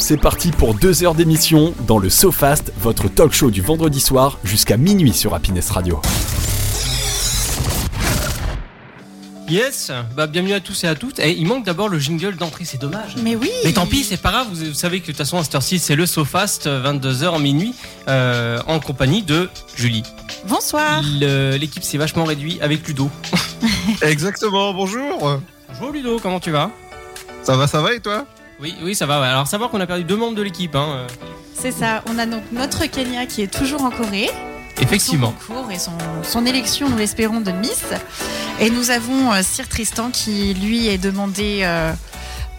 C'est parti pour deux heures d'émission dans le SoFast, votre talk show du vendredi soir jusqu'à minuit sur Happiness Radio. Yes, bah bienvenue à tous et à toutes. Et il manque d'abord le jingle d'entrée, c'est dommage. Mais oui Mais tant pis, c'est pas grave. Vous, vous savez que de toute façon, à cette heure-ci, c'est le SoFast, 22h en minuit, euh, en compagnie de Julie. Bonsoir Le- L'équipe s'est vachement réduite avec Ludo. Exactement, bonjour Bonjour Ludo, comment tu vas Ça va, ça va et toi Oui, oui, ça va. ouais. Alors savoir qu'on a perdu deux membres de l'équipe. Hein. euh, C'est ça, on a donc notre Kenya qui est toujours en Corée. euh. Effectivement. Son concours et son, son élection, nous l'espérons, de Miss. Et nous avons euh, Sir Tristan qui, lui, est demandé euh,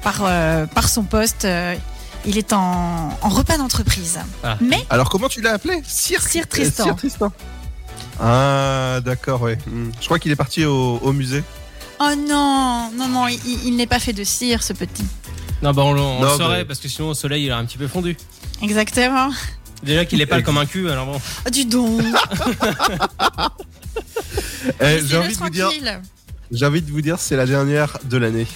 par, euh, par son poste. euh, il est en, en repas d'entreprise. Alors comment tu l'as appelé Sir Sir Tristan. Euh, Sir Tristan. Ah d'accord, ouais. Hmm. Je crois qu'il est parti au, au musée. Oh non, non, non, il, il- il n'est pas fait de cire, ce petit. Non, bah on, le- on le Non, saurait mais- parce que sinon, au soleil, il a un petit peu fondu. Exactement. Déjà qu'il est pâle comme un cul, alors bon. Ah, dis donc Eh, laissez-le J'ai envie de vous dire, tranquille. j'ai envie de vous dire, c'est la dernière de l'année.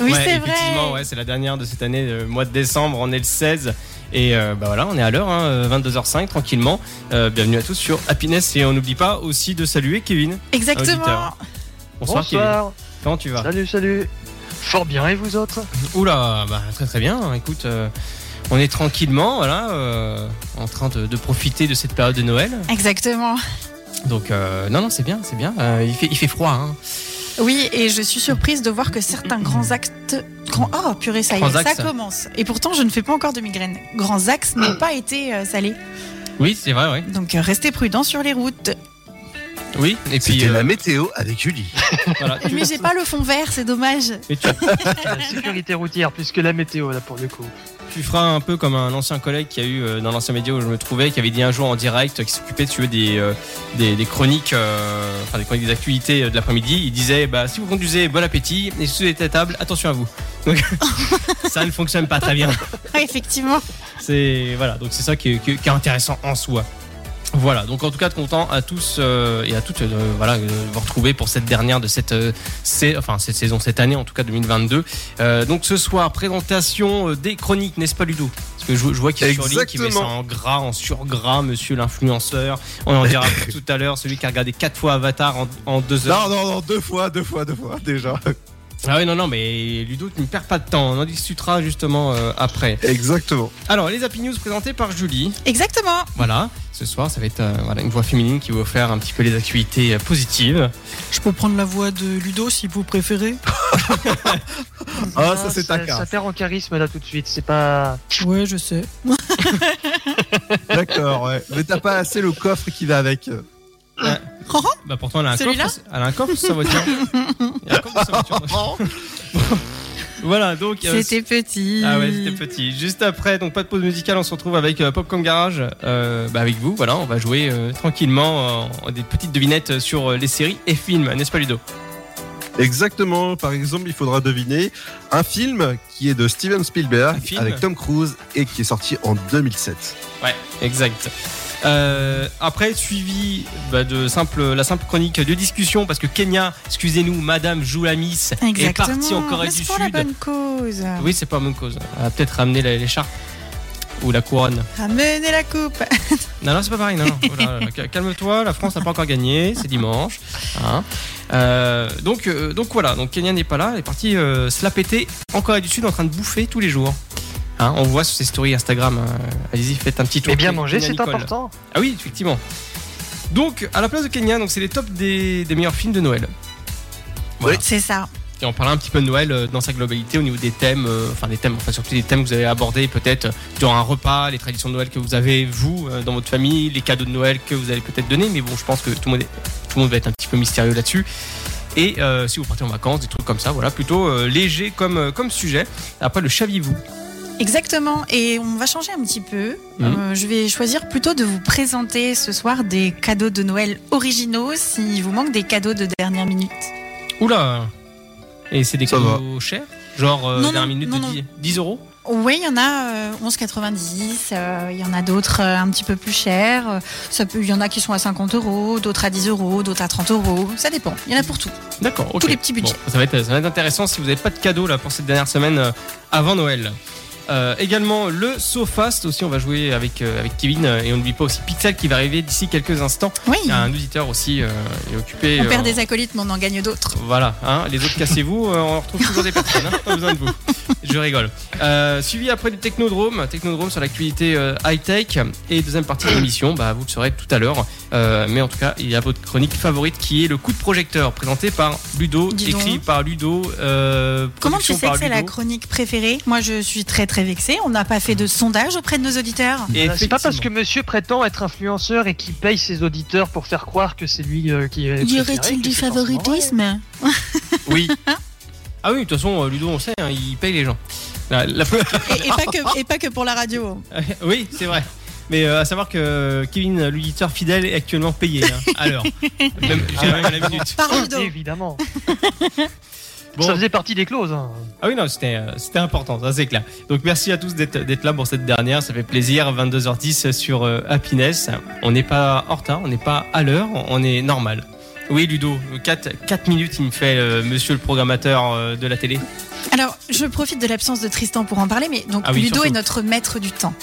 Oui, Ouais, c'est effectivement, vrai. ouais, c'est la dernière de cette année, le mois de décembre, on est le 16. Et euh, bah voilà, on est à l'heure, hein, euh, 22h05, tranquillement. Euh, bienvenue à tous sur Happiness. Et on n'oublie pas aussi de saluer Kevin. Exactement. Auditeur. Bonsoir, Kevin. Comment tu vas Salut, salut. Fort bien, et vous autres Oula, bah, très très bien. Écoute, euh, on est tranquillement, voilà, euh, en train de, de profiter de cette période de Noël. Exactement. Donc, euh, non, non, c'est bien, c'est bien. Euh, il, fait, il fait froid, hein. Oui, et je suis surprise de voir que certains grands actes. Grands... Oh, purée, ça y est, Grands ça axes. commence. Et pourtant, je ne fais pas encore de migraine. Grands axes n'ont pas été euh, salés. Oui, c'est vrai, oui. Donc, euh, restez prudents sur les routes. Oui, et puis. C'était euh, la météo avec Julie. voilà, tu- Mais j'ai pas le fond vert, c'est dommage. mais tu, La sécurité routière, plus que la météo, là, pour le coup. Tu feras un peu comme un ancien collègue qui a eu euh, dans l'ancien média où je me trouvais, qui avait dit un jour en direct, euh, qui s'occupait tu veux, des, euh, des, des chroniques, euh, enfin des chroniques des actualités euh, de l'après-midi. Il disait bah, si vous conduisez, bon appétit, et si vous êtes à table, attention à vous. Donc ça ne fonctionne pas très bien. Ah, effectivement. C'est voilà, donc c'est ça qui est, qui est- qui est intéressant en soi. Voilà, donc en tout cas content à tous euh, et à toutes euh, voilà, euh, de vous retrouver pour cette dernière de cette, euh, sais- enfin, cette saison, cette année en tout cas 2022. Euh, donc ce soir, présentation euh, des chroniques, n'est-ce pas Ludo Parce que je, je vois qu'il est sur ligne, qui met ça Exactement. en gras, en surgras, monsieur l'influenceur. On en dira plus tout à l'heure, celui qui a regardé quatre fois Avatar en, en deux heures. Non, non, non, deux fois, deux fois, deux fois déjà. Ah oui, non, non, mais Ludo, tu ne perds pas de temps, on en discutera justement euh, après. Exactement. Alors, les Happy News présentés par Julie. Exactement. Voilà, ce soir, ça va être euh, voilà, une voix féminine qui va vous faire un petit peu les activités euh, positives. Je peux prendre la voix de Ludo si vous préférez. Ah, Non, Ah, ça c'est ta Ah, Ça carte. perd en charisme, là, tout de suite. C'est pas. Ouais, je sais. D'accord, ouais. Mais t'as pas assez le coffre qui va avec. Bah, pourtant, elle a un Celui-là coffre. Elle a un coffre sous sa voiture. Elle a un coffre sous sa voiture. voilà, donc. euh, C'était petit. Ah ouais, c'était petit. Juste après, donc pas de pause musicale, on se retrouve avec euh, Popcorn Garage, euh, bah, avec vous. Voilà, on va jouer euh, tranquillement euh, des petites devinettes sur euh, les séries et films, n'est-ce pas Ludo Exactement. Par exemple, il faudra deviner un film qui est de Steven Un Spielberg film avec Tom Cruise et qui est sorti en 2007. Ouais, exact. Euh, après, suivi bah, de simple, la simple chronique de discussion, parce que Kenya, excusez-nous, Madame Joulamis est Exactement. partie en Corée Mais du c'est pour la Sud. bonne cause. Oui, c'est pas la même cause. Elle a peut-être ramené la- l'écharpe ou la couronne. Ramenez la coupe. Non, non, c'est pas pareil. Non, non. Oh là là, ca- Calme-toi, la France n'a pas encore gagné, c'est dimanche. hein. Euh, donc, euh, donc voilà, donc Kenya n'est pas là, elle est partie euh, se la péter en Corée du Sud en train de bouffer tous les jours. Hein, on voit sur ses stories Instagram. hein. Allez-y, faites un petit tour. Mais bien Kenya manger, c'est Nicole. important. Euh, Ah oui, effectivement. Donc, à la place de Kenya, donc c'est les tops des, des meilleurs films de Noël. Voilà. C'est ça. Et on parlera un petit peu de Noël euh, dans sa globalité au niveau des thèmes, euh, enfin des thèmes, enfin surtout des thèmes que vous avez abordés peut-être durant un repas, les traditions de Noël que vous avez vous euh, dans votre famille, les cadeaux de Noël que vous allez peut-être donner. Mais bon, je pense que tout le monde, est- tout le monde va être un petit peu mystérieux là-dessus. Et euh, si vous partez en vacances, des trucs comme ça, voilà, plutôt euh, léger comme, euh, comme sujet. Après, le saviez-vous Exactement, et on va changer un petit peu. Mhm. Euh, je vais choisir plutôt de vous présenter ce soir des cadeaux de Noël originaux s'il vous manque des cadeaux de dernière minute. Oula Et c'est des Ça cadeaux chers Genre, euh, Non, non, dernière minute non, de non. 10, 10 euros Oui, il y en a euh, 11,90, euh, il y en a d'autres euh, un petit peu plus chers, euh, ça peut- il y en a qui sont à 50 euros, d'autres à 10 euros, d'autres à 30 euros, ça dépend, il y en a pour tout. D'accord, ok. Tous les petits budgets. Bon, ça, va être, ça va être intéressant si vous n'avez pas de cadeau là, pour cette dernière semaine euh, avant Noël. Euh, également le SoFast aussi, on va jouer avec, euh, avec Kevin euh, et on n'oublie pas aussi Pixel qui va arriver d'ici quelques instants. Oui, Il y a un auditeur aussi, euh, il est occupé. on perd euh, des acolytes, mais on en gagne d'autres. Voilà, hein, les autres cassez-vous, euh, on retrouve toujours des personnes, hein, pas besoin de vous. Je rigole. Euh, suivi après du Technodrome, Technodrome sur l'actualité euh, high-tech et deuxième partie de l'émission, bah, vous le saurez tout à l'heure. Euh, mais en tout cas, il y a votre chronique favorite qui est le coup de projecteur, présenté par Ludo, Dis donc. écrit par Ludo. euh, Comment tu production sais par que c'est la Ludo. Mmh. chronique préférée Moi, je suis très très vexée. On n'a pas fait de sondage auprès de nos auditeurs. Et Voilà, Bah, C'est pas parce effectivement. que monsieur prétend être influenceur et qu'il paye ses auditeurs pour faire croire que c'est lui euh, qui est. préféré, que c'est forcément vrai. Oui. Ah oui, de toute façon, euh, Ludo, on sait, hein, il paye les gens. La- la- et, et pas que, et pas que pour la radio. oui, c'est vrai. Mais euh, à savoir que Kevin, l'auditeur fidèle, est actuellement payé hein, à l'heure. Même, je dirais même à la minute. Par Ludo. Ah, Évidemment. Bon. Ça faisait partie des clauses. hein. Ah oui, non, c'était euh, c'était important, ça c'est clair. Donc merci à tous d'être d'être là pour cette dernière, ça fait plaisir. 22h10 sur euh, Happiness. On n'est pas en retard, on n'est pas à l'heure, on est normal. Oui, Ludo, 4, minutes, il me fait euh, monsieur le programmateur euh, de la télé. Alors, je profite de l'absence de Tristan pour en parler, mais donc Ah oui, Ludo surtout. est notre maître du temps.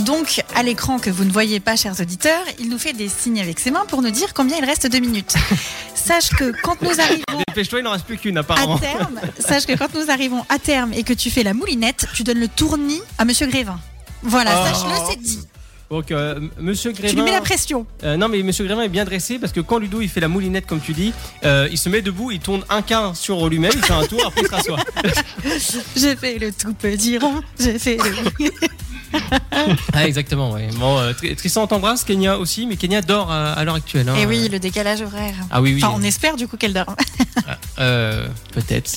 Donc, à l'écran que vous ne voyez pas, chers auditeurs, il nous fait des signes avec ses mains pour nous dire combien il reste de minutes. sache que quand nous arrivons Dépêche-toi, il n'en reste plus qu'une à apparemment. terme, sache que quand nous arrivons à terme et que tu fais la moulinette, tu donnes le tournis à Monsieur Grévin. Voilà, Oh. sache-le, c'est dit. Donc euh, m- monsieur Grévin... Tu lui mets la pression. Euh, non, mais Monsieur Grévin est bien dressé parce que quand Ludo il fait la moulinette, comme tu dis, euh, il se met debout, il tourne un quart sur lui-même, il fait un tour, après il se rassoit. J'ai fait le tout petit rond, j'ai fait le... Ah, exactement, ouais. Bon, euh, Tr- Tristan on t'embrasse, Kenya aussi, mais Kenya dort à, à l'heure actuelle. hein. Et Eh oui, le décalage horaire. Ah oui, oui. Enfin, on espère du coup qu'elle dort. Euh, peut-être.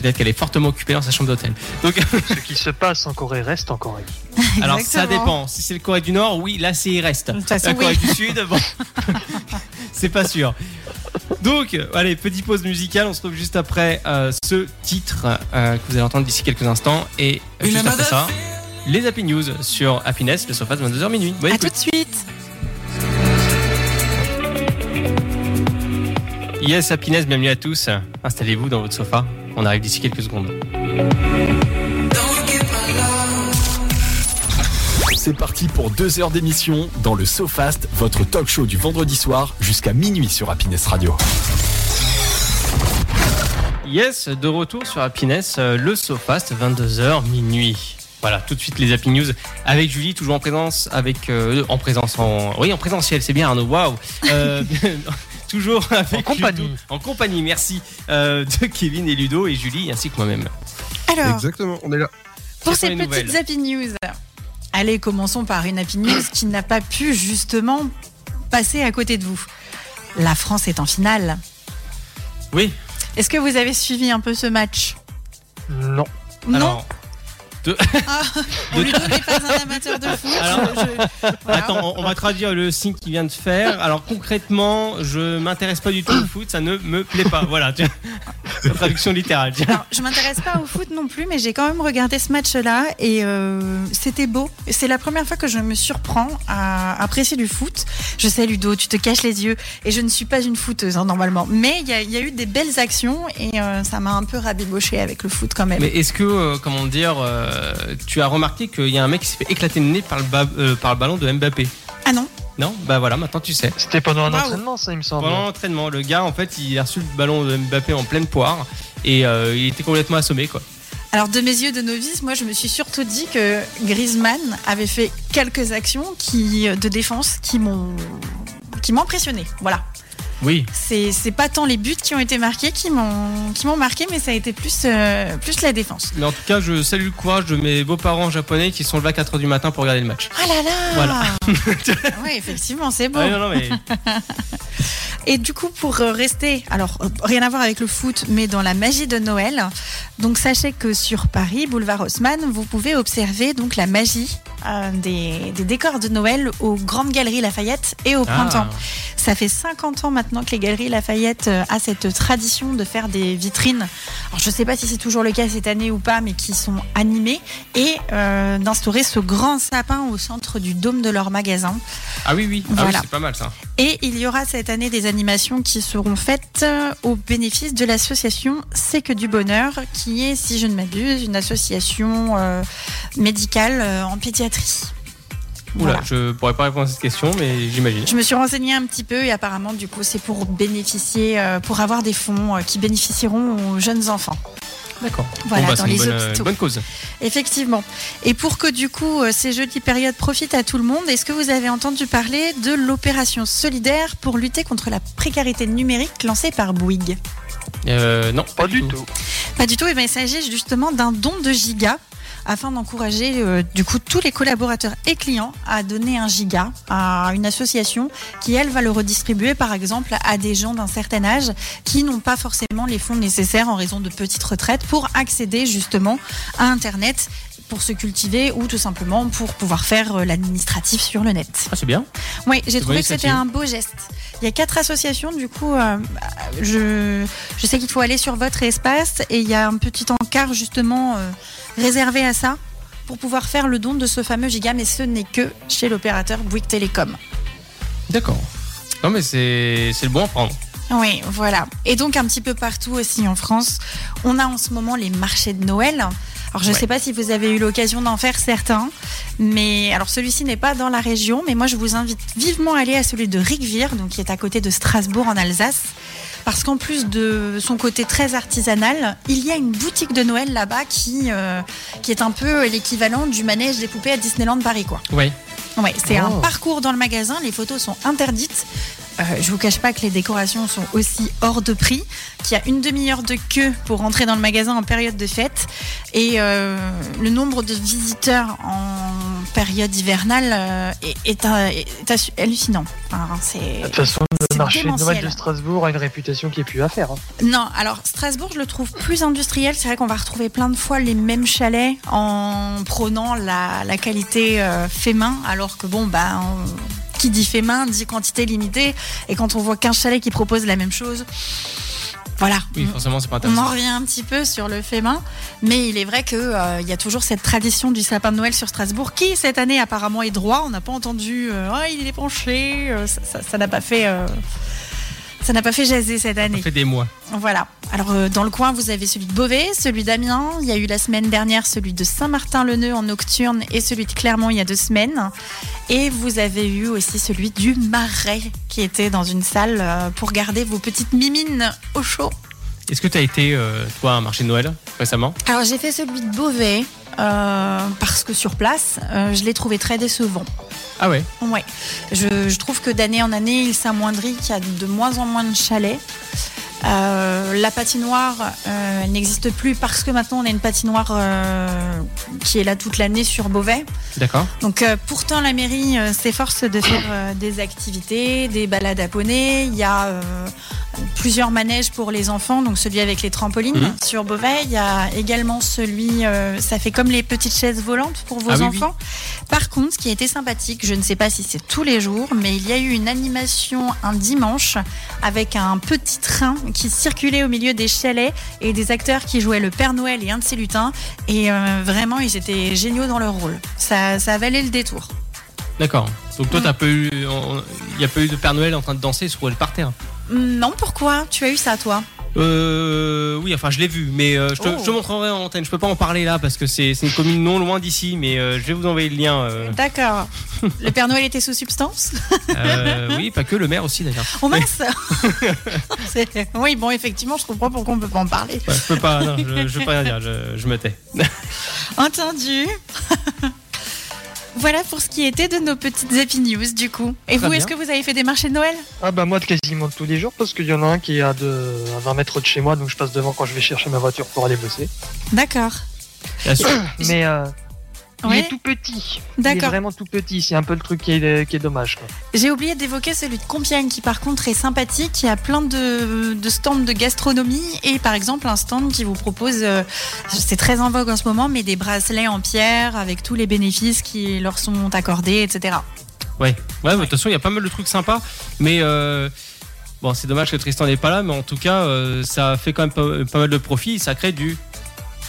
Peut-être qu'elle est fortement occupée dans sa chambre d'hôtel. Donc, Ce qui se passe en Corée reste en Corée. alors ça Exactement. dépend. Si c'est le Corée du Nord, oui, là c'est il reste. De toute façon, La Corée oui. du Sud, bon, c'est pas sûr. Donc, allez, petite pause musicale. On se retrouve juste après euh, ce titre euh, que vous allez entendre d'ici quelques instants et euh, Une juste après amada ça, les Happy News sur Happiness, le sofa de 22h minuit. Bonne À écoute. tout de suite. Yes, Happiness, bienvenue à tous. Installez-vous dans votre sofa. On arrive d'ici quelques secondes. C'est parti pour deux heures d'émission dans le SoFast, votre talk show du vendredi soir jusqu'à minuit sur Happiness Radio. Yes, de retour sur Happiness, euh, le SoFast, 22h minuit. Voilà, tout de suite les Happy News avec Julie, toujours en présence, avec euh, en présence en oui en présentiel, c'est bien Arnaud. Waouh. Euh, toujours avec Ludo. compagnie. en compagnie, merci euh, de Kevin et Ludo et Julie ainsi que moi-même. Alors, Exactement, on est là. pour quelles ces sont les petites nouvelles Happy News, allez, commençons par une Happy News qui n'a pas pu justement passer à côté de vous. La France est en finale. Oui. Est-ce que vous avez suivi un peu ce match Non. Non, Alors, de- Ah, Ludo n'est pas un amateur de foot. Alors, Je- voilà. Attends, on, on va traduire le signe qu'il vient de faire. Alors concrètement, je m'intéresse pas du tout au foot, ça ne me plaît pas. Voilà, tu... la traduction littérale. tu vois. Alors, je m'intéresse pas au foot non plus, mais j'ai quand même regardé ce match-là et euh, c'était beau. C'est la première fois que je me surprends à apprécier du foot. Je sais, Ludo, tu te caches les yeux et je ne suis pas une footeuse hein, normalement. Mais il y, a- il y a eu des belles actions et euh, ça m'a un peu rabiboché avec le foot quand même. Mais est-ce que, euh, comment dire, euh, tu as remarqué qu'il y a un mec qui s'est fait éclater le nez par le, ba- euh, par le ballon de Mbappé Ah non Non Bah voilà, maintenant tu sais. C'était pendant un Waouh. entraînement, ça, il me semble. Pendant l'entraînement, le gars, en fait, il a reçu le ballon de Mbappé en pleine poire et euh, il était complètement assommé, quoi. Alors de mes yeux de novice, moi je me suis surtout dit que Griezmann avait fait quelques actions qui, euh, de défense qui m'ont qui m'ont impressionné. Voilà. Oui. C'est c'est pas tant les buts qui ont été marqués qui m'ont qui m'ont marqué, mais ça a été plus euh, plus la défense. Mais en tout cas, je salue le courage de mes beaux-parents japonais qui sont levés à 4h du matin pour regarder le match. Ah là là. Voilà. oui, effectivement, c'est beau. Ah, non, non, mais. Et du coup, pour euh, rester, alors euh, rien à voir avec le foot, mais dans la magie de Noël. Donc sachez que sur Paris, boulevard Haussmann, vous pouvez observer donc la magie euh, des, des décors de Noël aux grandes galeries Lafayette et au Ah. printemps. Ça fait 50 ans maintenant que les Galeries Lafayette euh, a cette tradition de faire des vitrines. Alors, je ne sais pas si c'est toujours le cas cette année ou pas, mais qui sont animées et euh, d'instaurer ce grand sapin au centre du dôme de leur magasin. Ah oui, oui. Ah oui, Voilà. c'est pas mal ça. Et il y aura cette année des animations qui seront faites euh, au bénéfice de l'association C'est que du bonheur, qui est, si je ne m'abuse, une association euh, médicale euh, en pédiatrie. Oula, Voilà. je pourrais pas répondre à cette question, mais j'imagine. Je me suis renseignée un petit peu et apparemment, du coup, c'est pour bénéficier, euh, pour avoir des fonds euh, qui bénéficieront aux jeunes enfants. D'accord. Voilà, Bon, bah, dans c'est les une bonne, euh, hôpitaux. bonne cause. Effectivement. Et pour que du coup euh, ces jolies périodes profitent à tout le monde, est-ce que vous avez entendu parler de l'opération solidaire pour lutter contre la précarité numérique lancée par Bouygues Euh, non, Pas du tout. Pas du tout, eh bien, il s'agit justement d'un don de giga afin d'encourager euh, du coup tous les collaborateurs et clients à donner un giga à une association qui elle va le redistribuer par exemple à des gens d'un certain âge qui n'ont pas forcément les fonds nécessaires en raison de petites retraites pour accéder justement à internet pour se cultiver ou tout simplement pour pouvoir faire euh, l'administratif sur le net. Ah, c'est bien. Oui, j'ai Bonne trouvé que c'était initiative. un beau geste. Il y a quatre associations, du coup, euh, je, je sais qu'il faut aller sur votre espace et il y a un petit encart justement euh, réservé à ça pour pouvoir faire le don de ce fameux giga, mais ce n'est que chez l'opérateur Bouygues Télécom. D'accord. Non, mais c'est c'est le bon à prendre. Oui, voilà. Et donc un petit peu partout aussi en France, on a en ce moment les marchés de Noël. Alors je ne Ouais. sais pas si vous avez eu l'occasion d'en faire certains, mais alors celui-ci n'est pas dans la région, mais moi je vous invite vivement à aller à celui de Rigvire, donc qui est à côté de Strasbourg en Alsace, parce qu'en plus de son côté très artisanal, il y a une boutique de Noël là-bas qui euh, qui est un peu l'équivalent du manège des poupées à Disneyland Paris, quoi. Oui. Ouais, c'est un Oh. parcours dans le magasin, les photos sont interdites. Euh, je vous cache pas que les décorations sont aussi hors de prix, qu'il y a une demi-heure de queue pour rentrer dans le magasin en période de fête. Et euh, le nombre de visiteurs en période hivernale euh, est, est un- est assu- hallucinant. Enfin, c'est... De toute façon, le C'est marché de Noël démentiel. de Strasbourg a une réputation qui est plus à faire. hein. Non, alors Strasbourg, je le trouve plus industriel. C'est vrai qu'on va retrouver plein de fois les mêmes chalets en prônant la, la qualité euh, fait main, alors que bon, bah, on- qui dit fait main dit quantité limitée. Et quand on voit qu'un chalet qui propose la même chose, voilà. Oui, forcément, c'est pas Mm. On en intéressant. revient un petit peu sur le fait main, mais il est vrai qu'il il y a toujours cette tradition du sapin de Noël sur Strasbourg qui, cette année, apparemment est droit. On n'a pas entendu euh, Ah, il est penché, euh, ça- ça ça n'a pas fait. euh, ça n'a pas fait jaser cette année. Ça fait des mois. Voilà. Alors, euh, dans le coin, vous avez celui de Beauvais, celui d'Amiens. Il y a eu la semaine dernière celui de Saint-Martin-le-Neu en nocturne et celui de Clermont il y a deux semaines. Et vous avez eu aussi celui du Marais qui était dans une salle euh, pour garder vos petites mimines au chaud. Est-ce que tu as été, euh, toi, à un marché de Noël récemment Alors, j'ai fait celui de Beauvais euh, parce que sur place, euh, je l'ai trouvé très décevant. Ah ouais Ouais. Je, je trouve que d'année en année, il s'amoindrit, qu'il y a de moins en moins de chalets. Euh, la patinoire euh, elle n'existe plus parce que maintenant on a une patinoire euh, qui est là toute l'année sur Beauvais. D'accord. Donc euh, pourtant la mairie euh, s'efforce de faire euh, des activités, des balades à poney. Il y a euh, plusieurs manèges pour les enfants, donc celui avec les trampolines Mhm. sur Beauvais. Il y a également celui, euh, ça fait comme les petites chaises volantes pour vos Ah oui, enfants. Par contre, ce qui a été sympathique, je ne sais pas si c'est tous les jours, mais il y a eu une animation un dimanche avec un petit train qui circulait au milieu des chalets et des acteurs qui jouaient le Père Noël et un de ses lutins. Et euh, vraiment, ils étaient géniaux dans leur rôle. Ça, ça valait le détour. D'accord. Donc toi, Mm. t'as pas eu, on- il y a pas eu de Père Noël en train de danser sur le parterre. Hum, Non, pourquoi Tu as eu ça, toi Euh, oui, enfin, je l'ai vu, mais euh, je, te, Oh. je te montrerai en antenne. Je peux pas en parler là parce que c'est c'est une commune non loin d'ici, mais euh, je vais vous envoyer le lien. euh, D'accord. Le Père Noël était sous substance euh, oui, pas que le maire aussi d'ailleurs. Oh mince C'est- Oui, bon, effectivement, je comprends pourquoi on peut pas en parler. Ouais, je peux pas, non, je, je peux rien dire. Je, je me tais. Entendu. voilà pour ce qui était de nos petites Happy News, du coup. Et Très vous, bien. est-ce que vous avez fait des marchés de Noël Ah bah moi de quasiment tous les jours parce qu'il y en a un qui est à, deux- à 20 mètres de chez moi donc je passe devant quand je vais chercher ma voiture pour aller bosser. D'accord. La suite. Mais euh, il Ouais. est tout petit. Il est D'accord. vraiment tout petit. C'est un peu le truc qui est, qui est dommage. Quoi. J'ai oublié d'évoquer celui de Compiègne qui par contre est sympathique. Il y a plein de, de stands de gastronomie et par exemple un stand qui vous propose, euh, c'est très en vogue en ce moment, mais des bracelets en pierre avec tous les bénéfices qui leur sont accordés, etc. Ouais, mais de toute façon, il y a pas mal de trucs sympas, mais euh, bon, c'est dommage que Tristan n'est pas là, mais en tout cas, euh, ça fait quand même pas, pas mal de profit, ça crée du.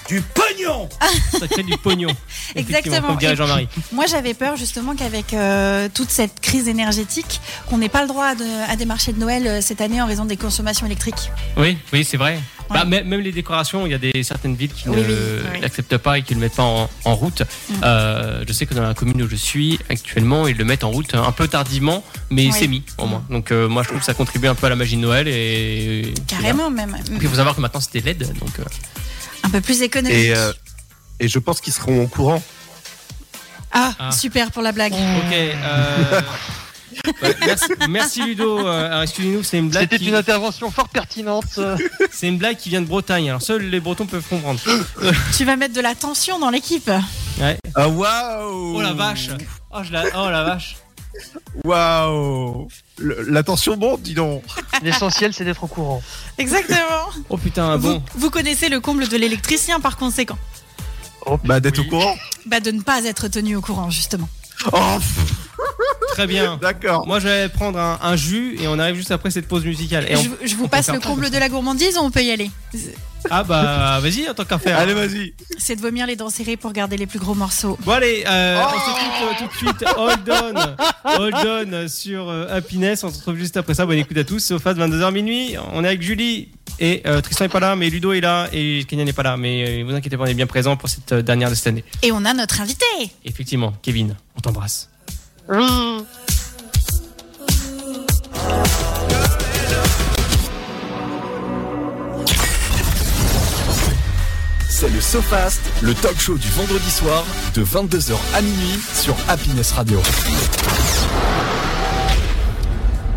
Du pognon Ça crée du pognon. Effectivement, Exactement. Comme dirait Et- Jean-Marie. Moi j'avais peur justement qu'avec euh, toute cette crise énergétique, qu'on n'ait pas le droit à, de- à des marchés de Noël euh, cette année en raison des consommations électriques. Oui, oui, c'est vrai. Bah, même, même les décorations, il y a des, certaines villes qui Oui, ne oui, oui. l'acceptent pas et qui ne le mettent pas en, en route. Mm. Euh, je sais que dans la commune où je suis actuellement, ils le mettent en route un peu tardivement, mais Oui. c'est mis au moins. Donc euh, moi, je trouve que ça contribue un peu à la magie de Noël. Et, Carrément même. Et il faut savoir que maintenant, c'était LED. Donc, euh, Un peu plus économique. Et, euh, et je pense qu'ils seront au courant. Ah, Ah. super pour la blague. ok. euh, bah, merci, merci Ludo. Euh, alors, excusez-nous, c'est une blague. C'était qui- une intervention fort pertinente. euh, C'est une blague qui vient de Bretagne. Alors seuls les Bretons peuvent comprendre. Tu vas mettre de la tension dans l'équipe. Ah waouh Oh la vache. Oh, je la... oh la vache. Waouh Le- La tension monte, dis donc L'essentiel, c'est d'être au courant. Exactement. Oh putain, bon. vous, vous connaissez le comble de l'électricien par conséquent. Oh, Bah d'être oui. au courant Bah de ne pas être tenu au courant justement. Oh pff, Très bien. D'accord Moi, je vais prendre un, un jus et on arrive juste après cette pause musicale. Et on- Je, je vous on passe peut le faire ça, comble de la gourmandise ou on peut y aller Ah bah, vas-y, en tant qu'affaire. Allez vas-y C'est de vomir les dents serrées pour garder les plus gros morceaux. Bon allez, euh, on se quitte euh, tout de suite. Hold on, hold on sur euh, Happiness. On se retrouve juste après ça. Bonne écoute à tous. Sofa de 22h minuit. On est avec Julie et euh, Tristan est pas là, mais Ludo est là et Kenya n'est pas là. Mais euh, vous inquiétez pas, on est bien présent pour cette euh, dernière de cette année. Et on a notre invité. Effectivement, Kevin, on t'embrasse. C'est le SoFast, le talk show du vendredi soir de 22h à minuit sur Happiness Radio.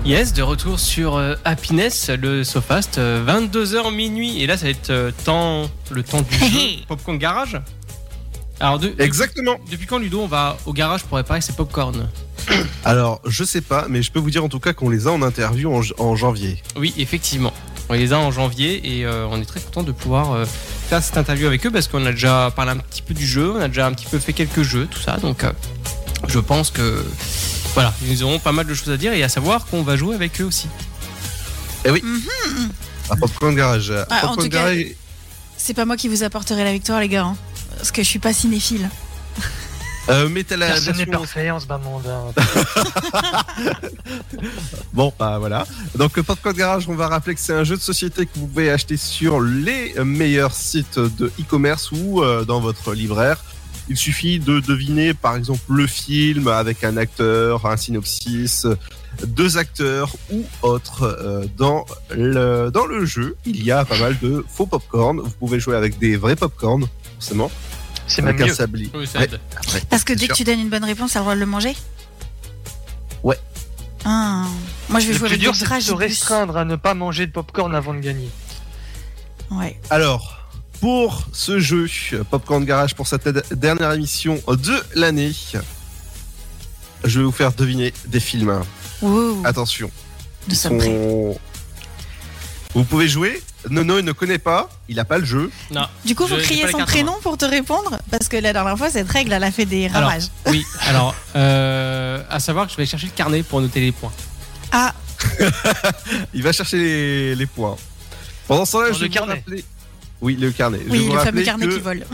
Yes, de retour sur euh, Happiness, le Sofast, 22h minuit. Et là, ça va être euh, temps, le temps du jeu Popcorn Garage. Alors, de- Exactement depuis quand, Ludo, on va au garage pour réparer ses popcorn Alors je sais pas, mais je peux vous dire en tout cas qu'on les a en interview en, en janvier. Oui, effectivement. On les a en janvier et euh, on est très content de pouvoir euh, faire cette interview avec eux parce qu'on a déjà parlé un petit peu du jeu, on a déjà un petit peu fait quelques jeux, tout ça. Donc, euh, je pense que. Voilà, ils auront pas mal de choses à dire et à savoir qu'on va jouer avec eux aussi. À Popcorn Garage. À Ah, en Popcorn tout cas- Garage, C'est pas moi qui vous apporterai la victoire les gars. hein. Parce que je suis pas cinéphile. euh, mais t'as la Personne n'est version- parfait en ce bas monde. hein. Bon, bah voilà. Donc, euh, Popcorn Garage, on va rappeler que c'est un jeu de société que vous pouvez acheter sur les euh, meilleurs sites de e-commerce ou euh, dans votre libraire. Il suffit de deviner, par exemple, le film avec un acteur, un synopsis, deux acteurs ou autres. Euh, Dans le, dans le jeu, il y a pas mal de faux popcorn. Vous pouvez jouer avec des vrais popcorn, forcément. C'est même Avec un mieux. sablier. Oui, Ouais. Après, Parce que bien dès que tu sûr. donnes une bonne réponse, t'as le droit de le manger Ouais. Ah. Moi je vais Le jouer plus avec dur, des c'est de se dragibus. restreindre à ne pas manger de popcorn avant de gagner. Ouais. Alors, pour ce jeu, Popcorn Garage, pour cette d- dernière émission de l'année, je vais vous faire deviner des films. Wow. Attention, Nous Ah, ils sommes prêts. sont- Vous pouvez jouer. Nono, il ne connaît pas, il n'a pas le jeu. Non, Du coup, Je- vous j'ai criez pas les son cartes, prénom pour te répondre Parce que la dernière fois, cette règle, elle a fait des Alors, ravages. Oui, alors, euh, à savoir que je vais chercher le carnet pour noter les points. Ah, Il va chercher les, les points. Pendant ce temps-là, Dans je le vais vous carnet. rappeler- Oui, le carnet. Je vais oui, vous le fameux rappeler carnet que qui vole.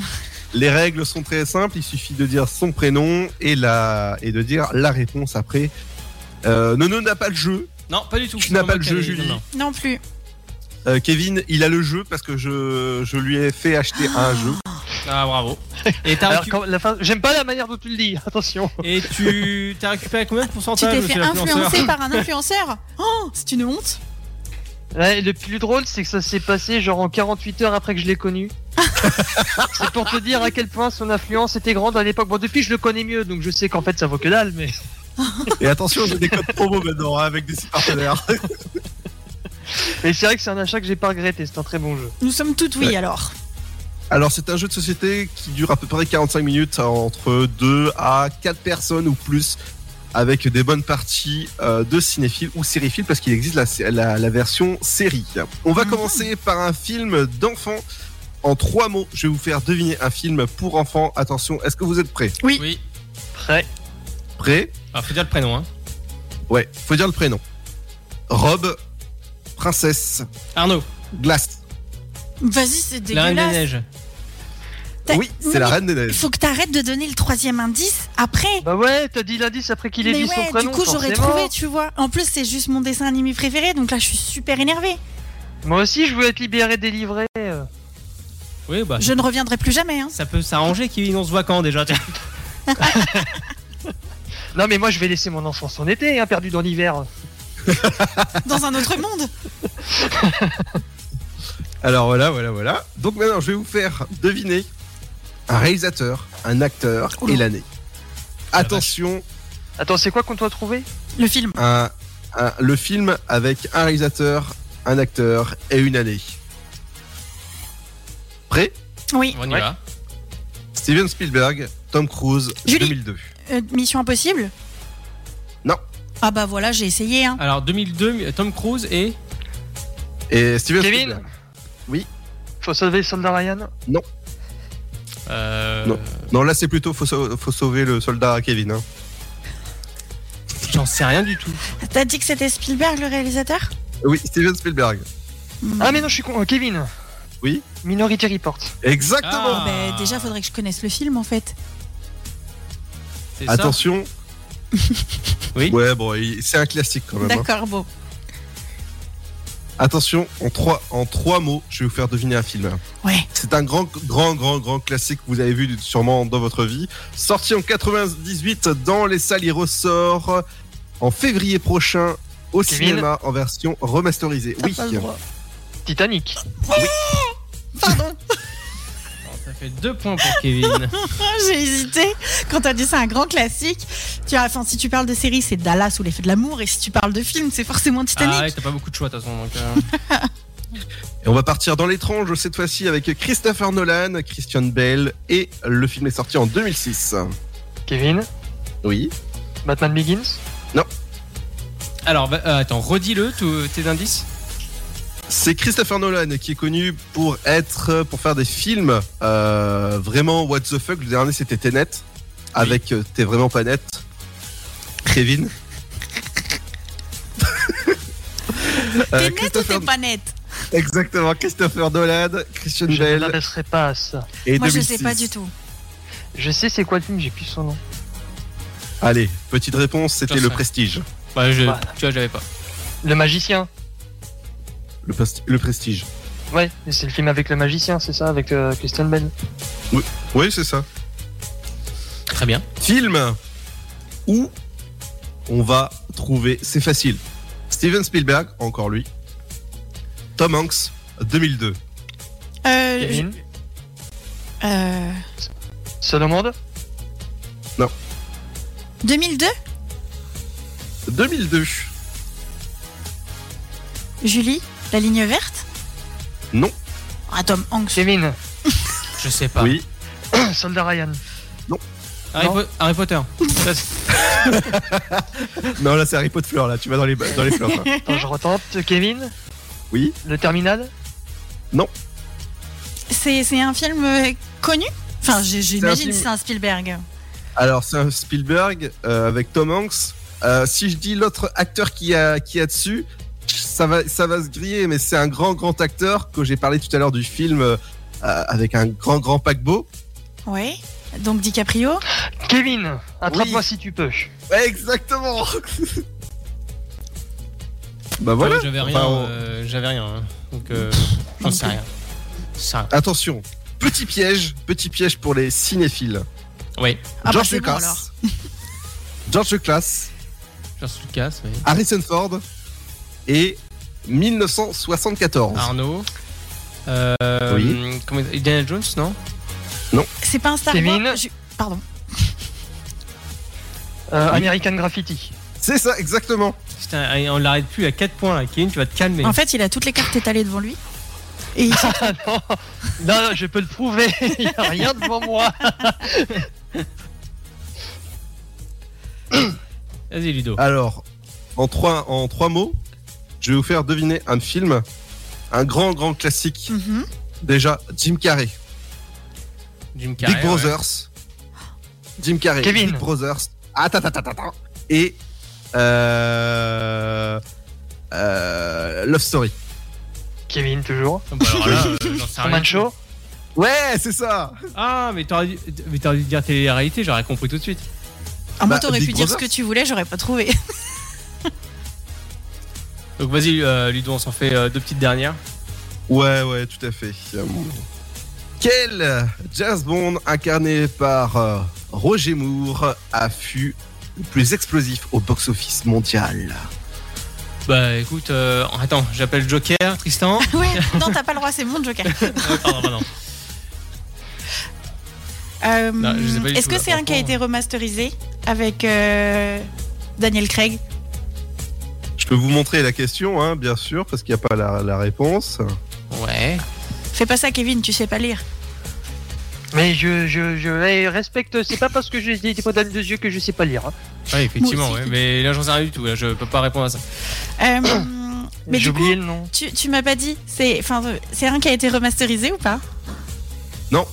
Les règles sont très simples, il suffit de dire son prénom et, la... et de dire la réponse après. Euh, Nono n'a pas le jeu, Non, pas du tout. Tu n'as pas le jeu, Non, Julie. non. Non plus. Euh, Kevin, il a le jeu parce que je, je lui ai fait acheter un jeu. Ah, bravo. Et t'as Alors, récu- quand- la fin- j'aime pas la manière dont tu le dis, attention. et tu t'as récupéré combien de Tu pourcentage t'es monsieur fait l'influenceur influencer par un influenceur Oh, c'est une honte Ouais, le plus drôle, c'est que ça s'est passé genre en 48 heures après que je l'ai connu. c'est pour te dire à quel point son influence était grande à l'époque. Bon, depuis, je le connais mieux, donc je sais qu'en fait, ça vaut que dalle, mais. Et attention, j'ai des codes promo maintenant hein, avec des sites partenaires. Mais c'est vrai que c'est un achat que j'ai pas regretté, c'est un très bon jeu. Nous sommes toutes oui Ouais. alors. Alors, c'est un jeu de société qui dure à peu près 45 minutes hein, entre 2 à 4 personnes ou plus avec des bonnes parties euh, de cinéphiles ou sériphiles parce qu'il existe la, la- la version série. On va Mhm. commencer par un film d'enfant. En trois mots, je vais vous faire deviner un film pour enfants. Attention, est-ce que vous êtes prêts Oui. Prêt. Prêts Ah, faut dire le prénom. Hein. Ouais, faut dire le prénom. Robe, princesse, Arnaud, glace. Vas-y, c'est la Reine des dégueulasse. Neiges. T'as- Oui, c'est la Mais reine des Il neiges. faut que t'arrêtes de donner le troisième indice après Bah ouais, t'as dit l'indice après qu'il ait mais dit son ouais, du prénom. coup j'aurais forcément. trouvé, tu vois. En plus, c'est juste mon dessin animé préféré, donc là je suis super énervée. Moi aussi, je veux être libéré, délivré. euh. Oui, bah. Je ne reviendrai plus jamais. Hein. Ça peut s'arranger qu'il annonce vacant déjà. tiens. Non, mais moi, je vais laisser mon enfance en été, hein, perdu dans l'hiver. Dans un autre monde. Alors voilà, voilà, voilà. Donc maintenant, je vais vous faire deviner un réalisateur, un acteur Oula. et l'année. la Attention, Attends, c'est quoi qu'on doit trouver Le film. un- un- le film avec un réalisateur, un acteur et une année. Prêt Oui. On y Ouais. va. Steven Spielberg, Tom Cruise, Julie. 2002. Euh, Mission impossible Non. Ah bah voilà, j'ai essayé. Hein. Alors 2002, euh, Tom Cruise et Et Steven Kevin Spielberg. Faut sauver le soldat Ryan euh, Non. Non, là c'est plutôt faut, sau- faut sauver le soldat Kevin. hein. j'en sais rien du tout. T'as dit que c'était Spielberg le réalisateur Oui, Steven Spielberg. Ah, mais non, je suis con. euh, Kevin Oui. Minority Report. Exactement. Ah. Bah, déjà, faudrait que je connaisse le film en fait. Ah, C'est ça Attention. Oui. Ouais, bon, il- c'est un classique quand même. hein. D'accord, bon. Attention, en trois, en trois mots, je vais vous faire deviner un film. Ouais. C'est un grand, grand, grand, grand classique que vous avez vu sûrement dans votre vie. Sorti en 98 dans les salles, il ressort en février prochain au Kevin cinéma en version remasterisée. T'as Oui. pas le droit. Titanic. Pardon, Alors, Ça fait deux points pour Kevin. j'ai hésité. Quand t'as dit c'est un grand classique, tu as, enfin, si tu parles de série, c'est Dallas ou l'effet de l'amour, et si tu parles de film, c'est forcément ah Titanic. ouais, t'as pas beaucoup de choix de toute façon. Donc, euh, Et on va partir dans l'étrange cette fois-ci avec Christopher Nolan, Christian Bale et le film est sorti en 2006. Kevin Oui. Batman Begins Alors bah, euh, attends, redis-le tous tes indices. C'est Christopher Nolan qui est connu pour être pour faire des films euh, vraiment what the fuck. Le dernier c'était Tenet avec euh, T'es vraiment pas net. Kevin. Euh, T'es net ou Christopher- t'es pas net Exactement, Christopher Nolan, Christian Je ne Bale m'intéresserai pas à ça. et Moi, je 2006. sais pas du tout. Je sais c'est quoi le film, j'ai plus son nom. Allez, petite réponse, c'était J'en le sais. Prestige. Bah, je, Voilà. tu vois, je l'avais pas. Le magicien. Le, pres- le Prestige. Ouais, mais c'est le film avec le magicien, c'est ça, avec euh, Christian Bale. Oui, c'est ça. Très bien. film où on va trouver, c'est facile, Steven Spielberg, encore lui, Tom Hanks, 2002. Euh, Kevin je- euh, Seul au monde 2002 2002 Julie La ligne verte Non. Ah, Tom Hanks. Kevin Je sais pas. Oui, Soldat Ryan. Harry, Non. Po- Harry Potter. Ça, c'est- non là c'est Harry Potter fleur, là tu vas dans les, dans les flops. hein. Attends, je retente. Kevin Oui. Le terminal C'est c'est un film euh, connu Enfin, j'ai- j'imagine film- c'est un Spielberg. Alors c'est un Spielberg euh, avec Tom Hanks. Euh, si je dis l'autre acteur qui a, qui a dessus, ça va, ça va se griller, mais c'est un grand grand acteur que j'ai parlé tout à l'heure du film euh, avec un grand grand paquebot. Oui. Donc DiCaprio Kevin Attrape-moi Oui. si tu peux. Euh, Ouais, exactement. bah voilà. Ouais, J'avais rien. Enfin, on- euh, J'avais rien. hein. Donc, euh, j'en sais rien. Ça. Attention, petit piège, petit piège pour les cinéphiles. Oui. Ah, bah, George c'est bon, Lucas. alors. George Lucas, George Lucas, oui. Harrison Ford et 1974. Arnaud. Euh, Oui. comment- Indiana Jones, non C'est pas un Star Kevin Wars je- Pardon. Euh, American Graffiti. C'est ça, exactement. Putain, on l'arrête plus à 4 points là. Kevin, tu vas te calmer. En fait, il a toutes les cartes étalées devant lui. Et il s'en- Ah non, non, non, je peux le prouver. Il n'y a rien devant moi. Vas-y, Ludo. Alors, en trois, en trois mots, je vais vous faire deviner un film, un grand, grand classique. Mhm. Déjà, Jim Carrey, Jim Carrey. Big ouais. Brothers. Jim Carrey, Kevin. Big Brothers. Ah, Attends, attends, attends, attends. Et. Euh, euh, Love Story. Kevin, toujours. Bon, alors là, euh, j'en sais Ah rien. Truman Show. Ouais, c'est ça! Ah, mais t'aurais dû, mais t'aurais dû dire télé-réalité, j'aurais compris tout de suite. Ah, moi, Bah, t'aurais Big pu dire ce Brother. que tu voulais, j'aurais pas trouvé. Donc vas-y, euh, Ludo, on s'en fait euh, deux petites dernières. Ouais, ouais, tout à fait. Euh, Quel Jazz Bond incarné par euh, Roger Moore a fut le plus explosif au box-office mondial Bah écoute, euh, attends, j'appelle Joker, Tristan. Ouais, non, t'as pas le droit, c'est mon joker. Euh, pardon, pardon. Euh, Non, je sais pas du Est-ce tout, que là, c'est un qui a franchement. été remasterisé avec euh, Daniel Craig Je peux vous montrer la question, hein, bien sûr, parce qu'il n'y a pas la, la réponse. Ouais. Fais pas ça, Kevin, tu sais pas lire. Mais je, je, je eh, respecte, c'est pas parce que j'ai des problèmes de yeux que je sais pas lire. hein. Ouais, effectivement, Moi aussi. ouais, mais là j'en sais rien du tout, là, je peux pas répondre à ça. Euh, mais J'ai du coup, oublié le nom. tu, tu m'as pas dit, c'est enfin, euh, c'est un qui a été remasterisé ou pas Non.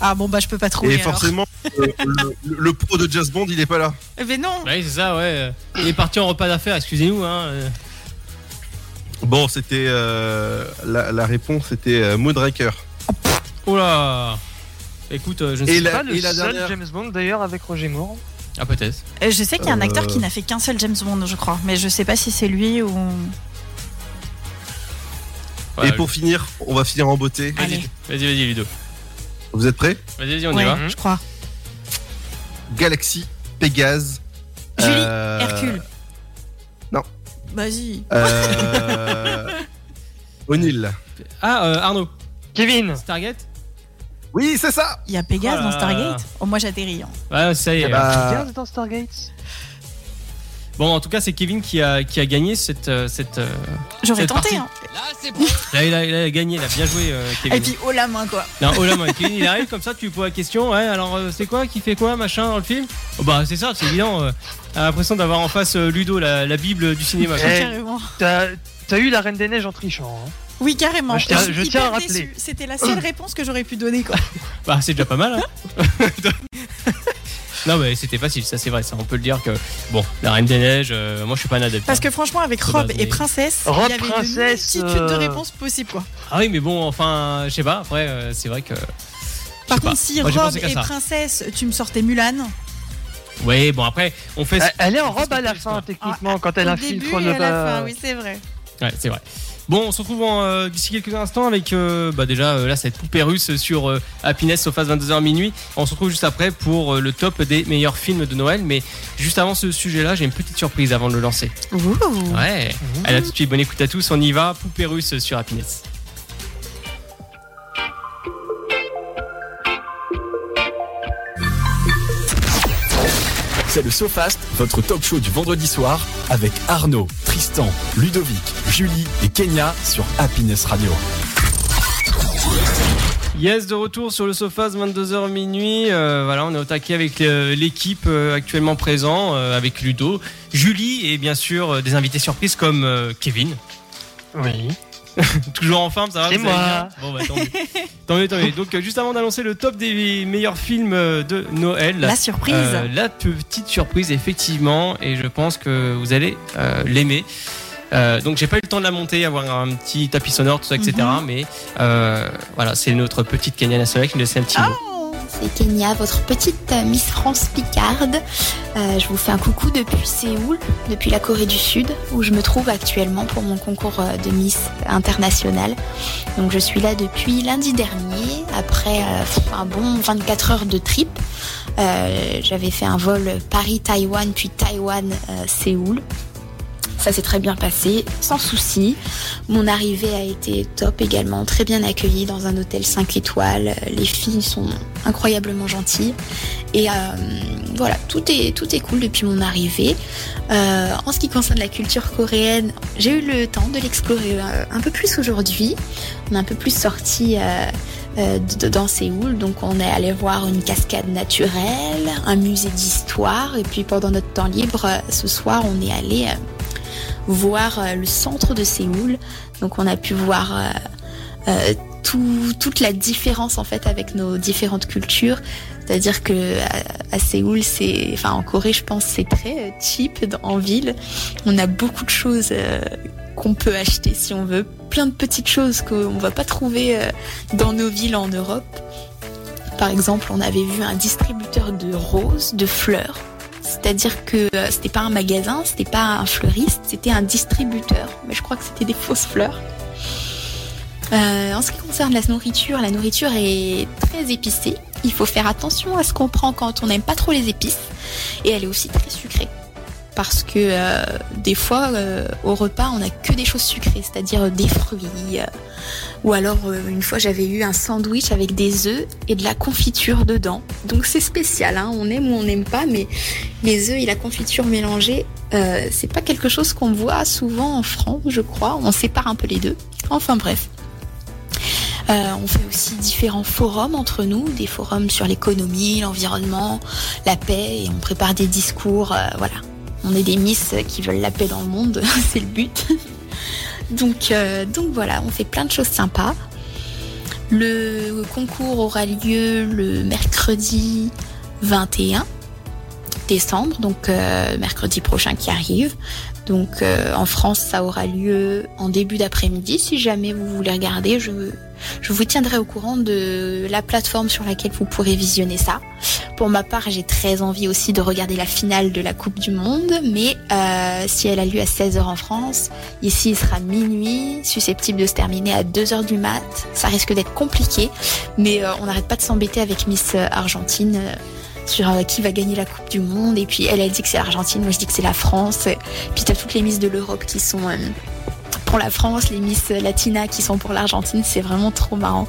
Ah bon, bah je peux pas trouver. Et alors. forcément, euh, le, le pro de Jazz Bond, il n'est pas là. Mais non, Ouais, c'est ça, ouais. Il est parti en repas d'affaires, excusez-nous. Hein. euh. Bon, c'était. euh, la, la réponse était euh, Moonraker. Oula Oh Écoute, euh, je ne sais Et C'est la, pas le et la seul dernière. James Bond d'ailleurs avec Roger Moore. Ah, peut-être. Euh, je sais qu'il y a un acteur qui Euh. n'a fait qu'un seul James Bond, je crois, mais je sais pas si c'est lui ou. Ouais, et pour finir, on va finir en beauté. Allez, Vas-y, vas-y, Ludo. Vous êtes prêts Vas-y, vas-y, on y ouais, Mmh. va. Mhm. je crois. Galaxy, Pégase. Julie, euh, Hercule. non. Vas-y. Euh... O'Neill. Ah, euh, Arnaud, Kevin Stargate Oui, c'est ça Il y a Pégase Oh là dans là. Stargate Oh, moi j'atterris. hein. Ouais, ça y est. Eh bah, Regarde dans Stargate. ben. Bon, en tout cas, c'est Kevin qui a, qui a gagné cette. euh, cette euh, J'aurais C'est tenté. parti. hein. Là, il a, il a gagné, il a bien joué, euh, Et Kevin. puis, oh la main, quoi. Non, oh la main, Kevin, il arrive comme ça, tu lui poses la question. Ouais, alors euh, c'est quoi Qui fait quoi Machin dans le film Oh, Bah, c'est ça, c'est évident. euh, t'as l'impression d'avoir en face euh, Ludo, la, la Bible du cinéma. quoi. Eh. Carrément. T'as t'as eu la Reine des Neiges en trichant. hein. Oui, carrément. Je tiens- suis je hyper tiens à rappeler. déçue. C'était la seule réponse que j'aurais pu donner, quoi. Bah, c'est déjà pas mal. hein. non, mais c'était facile, ça c'est vrai. Ça, on peut le dire que. Bon, la Reine des Neiges, euh, moi je suis pas un adepte. Parce hein. que franchement, avec Faut pas Rob donner. et Princesse, Rob, il y avait Princesse, une multitude de euh, réponses possibles, quoi. Ah oui, mais bon, enfin, je sais pas. Après, euh, c'est vrai que. je Par sais pas. contre, si Moi, j'ai Rob pensé qu'à et ça. Princesse, tu me sortais Mulan. Ouais, bon, après, on fait. Elle- Elle est en on fait ce robe à qu'on la peut, fin quoi. techniquement quand elle au infiltre début le et à la bas- fin, oui, c'est vrai. Ouais, c'est vrai. Bon, on se retrouve en, euh, d'ici quelques instants avec euh, bah déjà euh, là cette poupée russe sur euh, Happiness Sofas 22h minuit. On se retrouve juste après pour euh, le top des meilleurs films de Noël. Mais juste avant ce sujet-là, j'ai une petite surprise avant de le lancer. Ouais. À la tout de suite. Bonne écoute à tous. On y va. Poupée russe sur Happiness. C'est le SoFast, votre talk show du vendredi soir avec Arnaud, Tristan, Ludovic, Julie et Kenya sur Happiness Radio. Yes, de retour sur le Sofas 22h minuit. Euh, voilà, on est au taquet avec euh, l'équipe euh, actuellement présent, euh, avec Ludo, Julie et bien sûr euh, des invités surprises comme euh, Kevin. Oui. Toujours en forme, ça va C'est vous allez bien moi. Bon bah tant mieux. tant mieux, tant mieux. Donc euh, juste avant d'annoncer le top des meilleurs films euh, de Noël. La surprise. euh, la petite surprise effectivement et je pense que vous allez euh, l'aimer. Euh, donc j'ai pas eu le temps de la monter, avoir un petit tapis sonore, tout ça, etc. Mhm. Mais euh, voilà, c'est notre petite Kenya Nassau qui nous laisse un petit mot. Oh, C'est Kenya, votre petite euh, Miss France Picarde. Euh, je vous fais un coucou depuis Séoul, depuis la Corée du Sud, où je me trouve actuellement pour mon concours euh, de Miss International. Donc je suis là depuis lundi dernier, après euh, un bon 24 heures de trip. Euh, J'avais fait un vol Paris-Taïwan, puis Taïwan-Séoul. Ça s'est très bien passé, sans souci. Mon arrivée a été top également, très bien accueillie dans un hôtel 5 étoiles. Euh, Les filles sont incroyablement gentilles. Et euh, voilà, tout est, tout est cool depuis mon arrivée. Euh, en ce qui concerne la culture coréenne, j'ai eu le temps de l'explorer euh, un peu plus aujourd'hui. On est un peu plus sorti euh, euh, de- dans Séoul, donc on est allé voir une cascade naturelle, un musée d'histoire, et puis pendant notre temps libre, euh, ce soir, on est allé euh, voir euh, le centre de Séoul. Donc on a pu voir euh, euh, tout- toute la différence en fait avec nos différentes cultures. C'est-à-dire que à, à Séoul, c'est, enfin en Corée, je pense, c'est très euh, cheap dans- en ville. On a beaucoup de choses euh, qu'on peut acheter si on veut, plein de petites choses qu'on va pas trouver euh, dans nos villes en Europe. Par exemple, on avait vu un distributeur de roses, de fleurs. C'est-à-dire que euh, c'était pas un magasin, c'était pas un fleuriste, c'était un distributeur. Mais je crois que c'était des fausses fleurs. Euh, en ce qui concerne la nourriture, la nourriture est très épicée. Il faut faire attention à ce qu'on prend quand on n'aime pas trop les épices. Et elle est aussi très sucrée. Parce que euh, des fois, euh, au repas, on n'a que des choses sucrées, c'est-à-dire des fruits. euh, ou alors, euh, une fois, j'avais eu un sandwich avec des œufs et de la confiture dedans. Donc c'est spécial, hein, on aime ou on n'aime pas, mais les œufs et la confiture mélangée, euh, c'est pas quelque chose qu'on voit souvent en France, je crois. On sépare un peu les deux. Enfin bref. Euh, on fait aussi différents forums entre nous, des forums sur l'économie, l'environnement, la paix, et on prépare des discours. euh, voilà, on est des miss qui veulent la paix dans le monde, c'est le but. donc, euh, donc voilà, on fait plein de choses sympas. Le concours aura lieu le mercredi 21 décembre, donc euh, mercredi prochain qui arrive. Donc euh, en France, ça aura lieu en début d'après-midi. Si jamais vous voulez regarder, je je vous tiendrai au courant de la plateforme sur laquelle vous pourrez visionner ça. Pour ma part, j'ai très envie aussi de regarder la finale de la Coupe du Monde, mais euh, si elle a lieu à 16h en France, ici il sera minuit, susceptible de se terminer à 2h du mat. Ça risque d'être compliqué, mais euh, on n'arrête pas de s'embêter avec Miss Argentine. euh, sur euh, qui va gagner la Coupe du Monde et puis elle elle dit que c'est l'Argentine moi je dis que c'est la France et puis t'as toutes les misses de l'Europe qui sont euh, pour la France, les Miss euh, Latina qui sont pour l'Argentine, c'est vraiment trop marrant.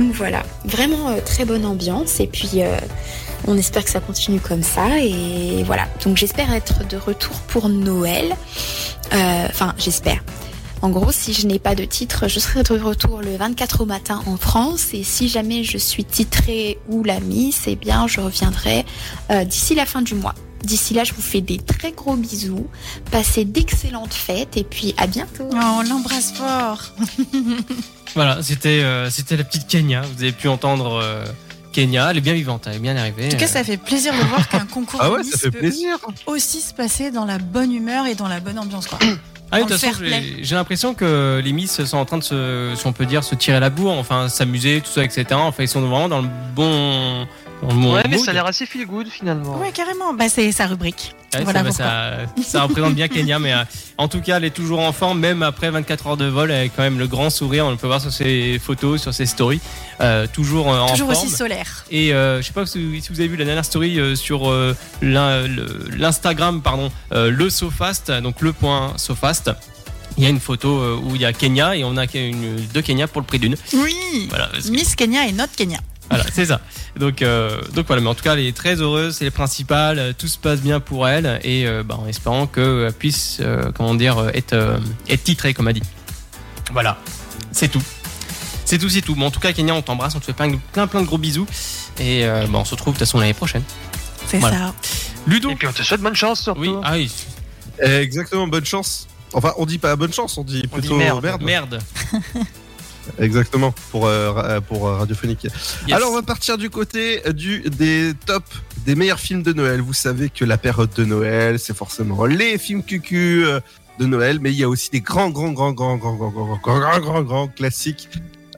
Donc voilà, vraiment euh, très bonne ambiance et puis euh, on espère que ça continue comme ça et voilà. Donc j'espère être de retour pour Noël. Euh, Enfin, j'espère. En gros, si je n'ai pas de titre, je serai de retour le 24 au matin en France et si jamais je suis titrée ou la Miss, eh bien je reviendrai euh, d'ici la fin du mois. D'ici là, je vous fais des très gros bisous, passez d'excellentes fêtes et puis à bientôt. Oh, on l'embrasse fort. Voilà, c'était euh, c'était la petite Kenya. Vous avez pu entendre euh, Kenya. Elle est bien vivante, elle est bien arrivée. En tout cas, ça fait plaisir de voir qu'un concours Ah ouais, Miss ça fait peut plaisir. aussi se passer dans la bonne humeur et dans la bonne ambiance. Quoi. Ah, oui, de dans toute le façon, fair j'ai- j'ai l'impression que les Miss sont en train de se, si on peut dire, se tirer la bourre, enfin s'amuser, tout ça, etc. Enfin, ils sont vraiment dans le bon. Dans le bon Ouais, mais mood. ça a l'air assez feel good finalement. Ouais, carrément. Bah, c'est sa rubrique. Ouais, voilà ça, va, pourquoi. ça- ça représente bien Kenya, mais euh, en tout cas, elle est toujours en forme, même après 24 heures de vol, elle a quand même le grand sourire. On le peut voir sur ses photos, sur ses stories, euh, toujours euh, en Toujours forme. aussi solaire. Et euh, je sais pas si si vous avez vu la dernière story euh, sur euh, l'in- le- l'Instagram, pardon, euh, le Sofast, donc le point Sofast. Il y a une photo euh, où il y a Kenya et on a une, deux Kenya pour le prix d'une. Oui. Voilà, parce que- Miss Kenya et notre Kenya. voilà, c'est ça. Donc, euh, donc voilà, mais en tout cas, elle est très heureuse, c'est le principal, euh, tout se passe bien pour elle et euh, bah, en espérant qu'elle puisse, euh, comment dire, euh, être, euh, être titrée, comme a dit. Voilà, c'est tout. C'est tout, c'est tout. Mais en tout cas, Kenya, on t'embrasse, on te fait plein, plein, plein de gros bisous et euh, bah, on se retrouve de toute façon l'année prochaine. C'est Voilà. ça. Ludo Et puis on te souhaite bonne chance surtout. hein. Oui, ah oui, Euh, Exactement, bonne chance. Enfin, on dit pas bonne chance, on dit On dit plutôt merde, merde. merde. Exactement, pour, euh, ra- euh, pour euh, Radiophonique. Yes. Alors, on va partir du côté euh, du, des tops des meilleurs films de Noël. Vous savez que la période de Noël, c'est forcément les films cucu euh, de Noël, mais il y a aussi des grands, grands, grands, grands, grands, grands, grands, grands, grands, grands, grands classiques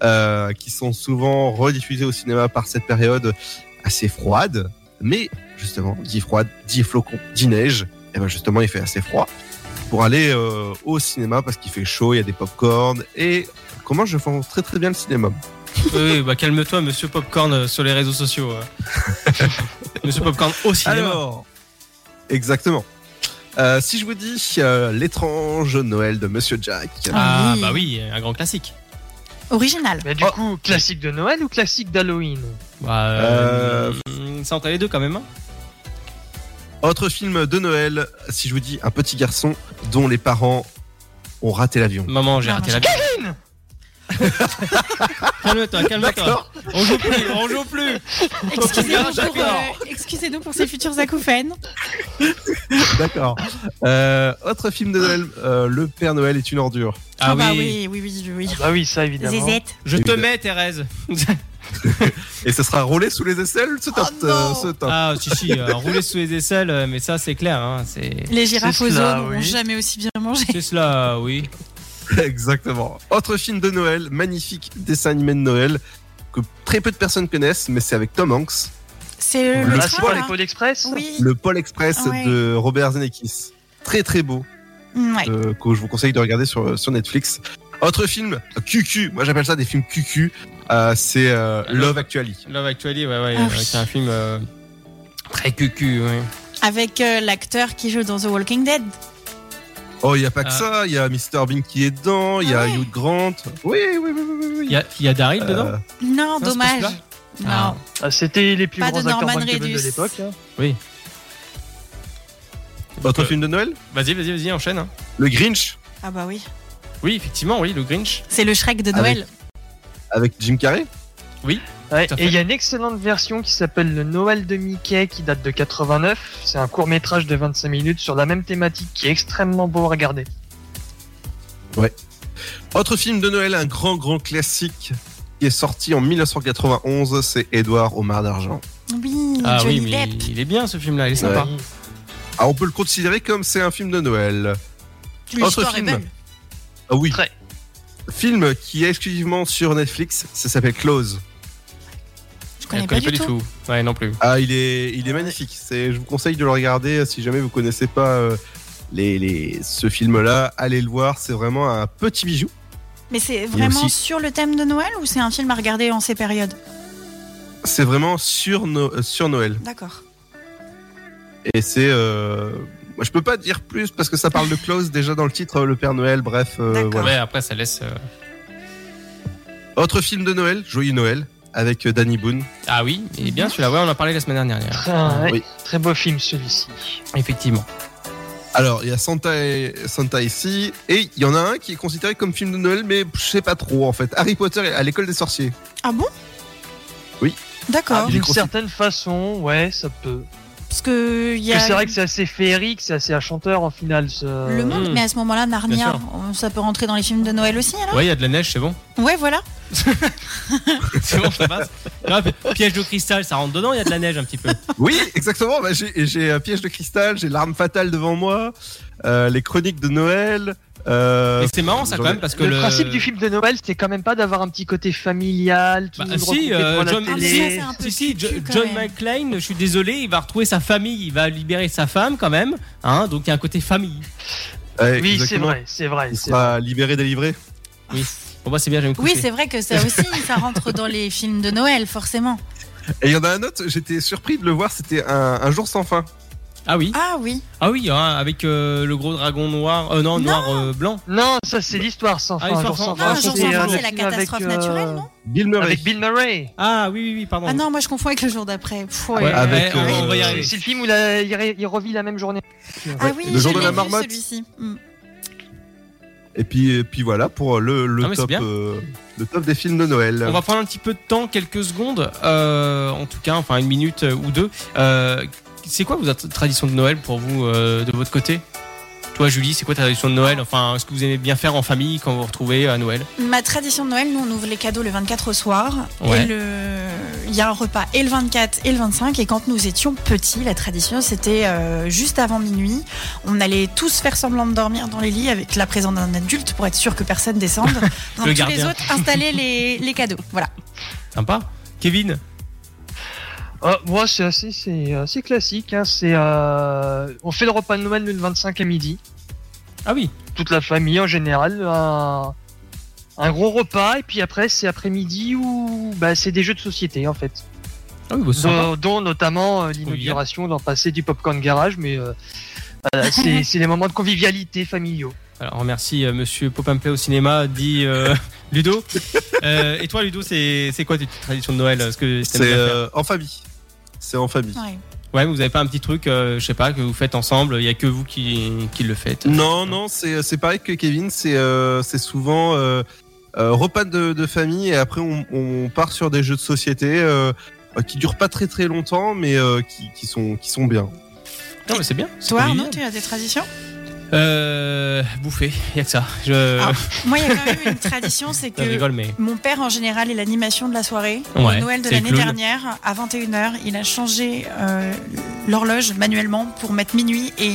euh, qui sont souvent rediffusés au cinéma par cette période assez froide. Mais justement, dit froide, dit flocon, dit neige, et ben justement, il fait assez froid pour aller euh, au cinéma parce qu'il fait chaud, il y a des pop-corn et comment je vends très très bien le cinéma. Oui, oui, bah, calme-toi, monsieur Popcorn, euh, sur les réseaux sociaux. euh. monsieur Popcorn au cinéma. Alors, exactement. Euh, si je vous dis euh, l'étrange Noël de Monsieur Jack, ah, Ah oui. bah oui, un grand classique. Original. Mais du coup, classique de Noël ou classique d'Halloween Bah, euh, C'est entre les deux quand même. hein. autre film de Noël, si je vous dis un petit garçon dont les parents ont raté l'avion. Maman, j'ai Non, raté non, la vie. calme-toi, calme-toi. D'accord On joue plus, on joue plus. Excusez-nous Garage à pour, euh, excusez-nous pour ces futurs acouphènes. D'accord. Euh, autre film de Noël, euh, Le Père Noël est une ordure. Ah bah oui. oui, oui, oui, oui. Ah Bah oui, ça oui. évidemment. Zézette. Je te mets, Thérèse. Et ce sera roulé sous les aisselles, ce top. Oh non euh, ce top. Ah, si, si, euh, rouler sous les aisselles, euh, mais ça, c'est clair. hein, c'est Les girafes aux cela, zones oui. n'ont jamais aussi bien mangé. c'est cela, euh, oui. Exactement. Autre film de Noël, magnifique dessin animé de Noël que très peu de personnes connaissent, mais c'est avec Tom Hanks. C'est le Le train, Là, Ah, c'est pas là. les Pôles Express Oui. Le Pôle Express Ah Ouais. de Robert Zemeckis. Très très beau, Mm, Ouais. euh, que je vous conseille de regarder sur, sur Netflix. Autre film, QQ, moi j'appelle ça des films QQ, euh, c'est euh, Ah. Love Actually. Love Actually, ouais, ouais, Ah euh, oui. c'est un film euh, très cucu, ouais. Avec euh, l'acteur qui joue dans The Walking Dead. Oh, il n'y a pas que Ah. ça, il y a Mr Bean qui est dedans, il y a Ah ouais. Hugh Grant. Oui, oui, oui, oui, oui, Euh, oui. Il y a, il y a Daryl dedans Non, c'est pas Oh, dommage. celui-là Non. Ah. Ah, C'était les plus Pas grands de acteurs Norman bankable de Reedus. l'époque. hein. Autre Euh, film de Noël Vas-y, vas-y, vas-y, enchaîne. hein. Le Grinch Ah bah oui. Oui, effectivement, oui, le Grinch. C'est le Shrek de Ah oui. Noël. avec Jim Carrey. Ouais, Tout à fait. et il y a une excellente version qui s'appelle Le Noël de Mickey qui date de 89. C'est un court métrage de 25 minutes sur la même thématique qui est extrêmement beau à regarder. Autre film de Noël, un grand, grand classique qui est sorti en 1991, c'est Édouard Omar d'Argent. Oui, Ah Johnny oui, mais Depp. il est bien ce film-là, il est sympa. Ah, on peut le considérer comme c'est un film de Noël. Autre L'histoire est film. belle. Ah oui. Très. Film qui est exclusivement sur Netflix, ça s'appelle Close. Je Je connais pas, du tout. Ouais, non plus. Ah, il est, il est magnifique. C'est, je vous conseille de le regarder euh, si jamais vous connaissez pas euh, les, les, ce film-là. Allez le voir, c'est vraiment un petit bijou. Mais c'est vraiment aussi- sur le thème de Noël ou c'est un film à regarder en ces périodes C'est vraiment sur, No- euh, sur Noël. D'accord. Et c'est, euh, moi, je peux pas dire plus parce que ça parle de Close déjà dans le titre, euh, le Père Noël. Bref, euh, D'accord. voilà. Ouais, après, ça laisse. euh, Autre film de Noël, Joyeux Noël, avec euh, Danny Boone. Ah oui, il est bien celui-là. Ouais, on en a parlé la semaine dernière. Très, ouais, Oui. très beau film celui-ci. Effectivement. Alors, il y a Santa, et- Santa ici, et il y en a un qui est considéré comme film de Noël, mais je sais pas trop en fait. Harry Potter à l'école des sorciers. Ah bon Oui. D'accord. Ah, il est D'une consi- certaine façon, ouais, ça peut. Parce que il y Parce a que c'est vrai que c'est assez féerique, c'est assez enchanteur en finale. ce- le monde, Hmm. mais à ce moment-là, Narnia, Bien on- ça peut rentrer dans les films de Noël aussi alors Ouais, il y a de la neige, c'est bon. Ouais, voilà. C'est bon, ça passe. Non, pi- piège de cristal, ça rentre dedans, il y a de la neige un petit peu. Oui, exactement. Bah, j'ai- j'ai un piège de cristal, j'ai l'arme fatale devant moi, euh, les chroniques de Noël. euh, Mais c'est marrant ça quand même parce que le, le. principe du film de Noël, c'est quand même pas d'avoir un petit côté familial, tout Bah, le monde si, regroupé euh, devant la John, télé. Ah, ça, c'est un peu si, si, cucu, Jo- quand John même. McClane, je suis désolé, il va retrouver sa famille, il va libérer sa femme quand même, hein, donc il y a un côté famille. ouais, Oui, c'est euh, exactement. vrai, c'est vrai. Il c'est vrai. sera libéré, délivré. Bon, bah c'est bien, j'ai me Oui, coucher. c'est vrai que ça aussi, ça rentre dans les films de Noël, forcément. Et il y en a un autre, j'étais surpris de le voir, c'était un, un jour sans fin. Ah oui, Ah oui. ah oui, hein, avec euh, le gros dragon noir, euh, non, Non. noir euh, blanc. Non, ça c'est l'histoire sans Ah, fin. l'histoire Jour sans sans fin. fin, Ah, Jour c'est, sans euh, fin, le c'est la film avec, catastrophe euh, naturelle, non Bill Murray. Avec Bill Murray. Ah oui, oui, oui, pardon. Ah non, moi je confonds avec le jour d'après. Pff, ouais. Ouais, avec, ouais, euh, on va y C'est arriver. c'est le film où la- il, ré- il revit la même journée. Ah oui, Le jour de je l'ai la vu, marmotte. celui-ci. Hmm. Et puis, et puis voilà pour le, le Ah, mais c'est top, bien. euh, le top des films de Noël. On va prendre un petit peu de temps, quelques secondes, euh, en tout cas, enfin une minute euh, ou deux. Euh, c'est quoi vos att- traditions de Noël pour vous, euh, de votre côté Toi, Julie, c'est quoi ta tradition de Noël Enfin, ce que vous aimez bien faire en famille quand vous vous retrouvez à Noël Ma tradition de Noël, nous on ouvre les cadeaux le 24 au soir. Ouais. Et le... il y a un repas et le 24 et le 25. Et quand nous étions petits, la tradition c'était euh, juste avant minuit. On allait tous faire semblant de dormir dans les lits avec la présence d'un adulte pour être sûr que personne descende. Pendant que tous les gardien. autres installaient les, les cadeaux. Voilà. Sympa. Kevin Ah, moi, c'est assez, c'est assez classique. hein, C'est, euh, on fait le repas de Noël le 25 à midi. Ah oui. Toute la famille en général. Un, un gros repas. Et puis après, c'est après-midi où bah, c'est des jeux de société en fait. Ah oui, bah, c'est sympa. dont, dont notamment euh, Convivial. l'inauguration d'en passer du Popcorn Garage, mais euh, voilà, c'est c'est les moments de convivialité familiaux. Alors, on remercie euh, monsieur Popampé au cinéma, dit euh, Ludo. Euh, et toi, Ludo, c'est c'est quoi tes petites traditions de Noël Ce que t'aimes C'est bien faire euh, en famille. C'est en famille. Ouais. Ouais, mais vous avez pas un petit truc, euh, je sais pas, que vous faites ensemble, il y a que vous qui, qui le faites. Non, non, c'est euh, c'est pareil que Kevin, c'est euh, c'est souvent euh, euh, repas de, de famille et après on, on part sur des jeux de société euh, euh, qui durent pas très très longtemps mais euh, qui, qui, sont, qui sont bien. Non, mais c'est bien. c'est Toi Arnaud, convivial. tu as des traditions Euh. Bouffer, y a que ça. Je. Ah, Moi, il y a quand même une tradition, c'est je que rigole, mais. mon père, en général, est l'animation de la soirée. Ouais, Le Noël de c'est le l'année clown. dernière, à 21h, il a changé euh, l'horloge manuellement pour mettre minuit et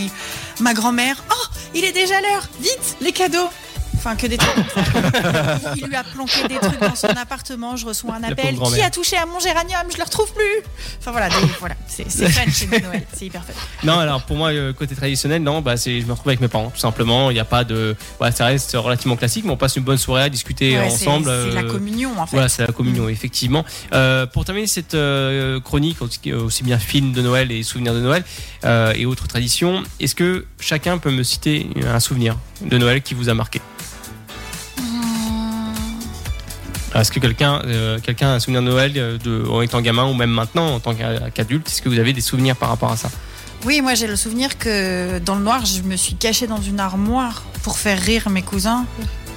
ma grand-mère. Oh, il est déjà l'heure Vite, les cadeaux Enfin, que des trucs comme ça. Il lui a planqué des trucs dans son appartement. Je reçois un La appel. pauvre Qui grand-mère. a touché à mon géranium Je le retrouve plus. Enfin voilà, des- voilà. c'est c'est fun chez nous, Noël. C'est hyper fun. Non, alors pour moi, euh, côté traditionnel, non, bah, c'est, je me retrouve avec mes parents, tout simplement. Il n'y a pas de. Voilà, ça reste relativement classique, mais on passe une bonne soirée à discuter Ouais, c'est- ensemble. C'est la euh, communion en fait. Voilà, c'est la communion, effectivement. Euh, pour terminer cette euh, chronique, aussi- aussi bien film de Noël et souvenirs de Noël euh, et autres traditions, est-ce que chacun peut me citer un souvenir de Noël qui vous a marqué Mmh. Est-ce que quelqu'un euh, quelqu'un a un souvenir de Noël euh, de, en étant gamin ou même maintenant en tant qu'a- qu'adulte Est-ce que vous avez des souvenirs par rapport à ça Oui, moi j'ai le souvenir que dans le noir, je me suis cachée dans une armoire pour faire rire mes cousins.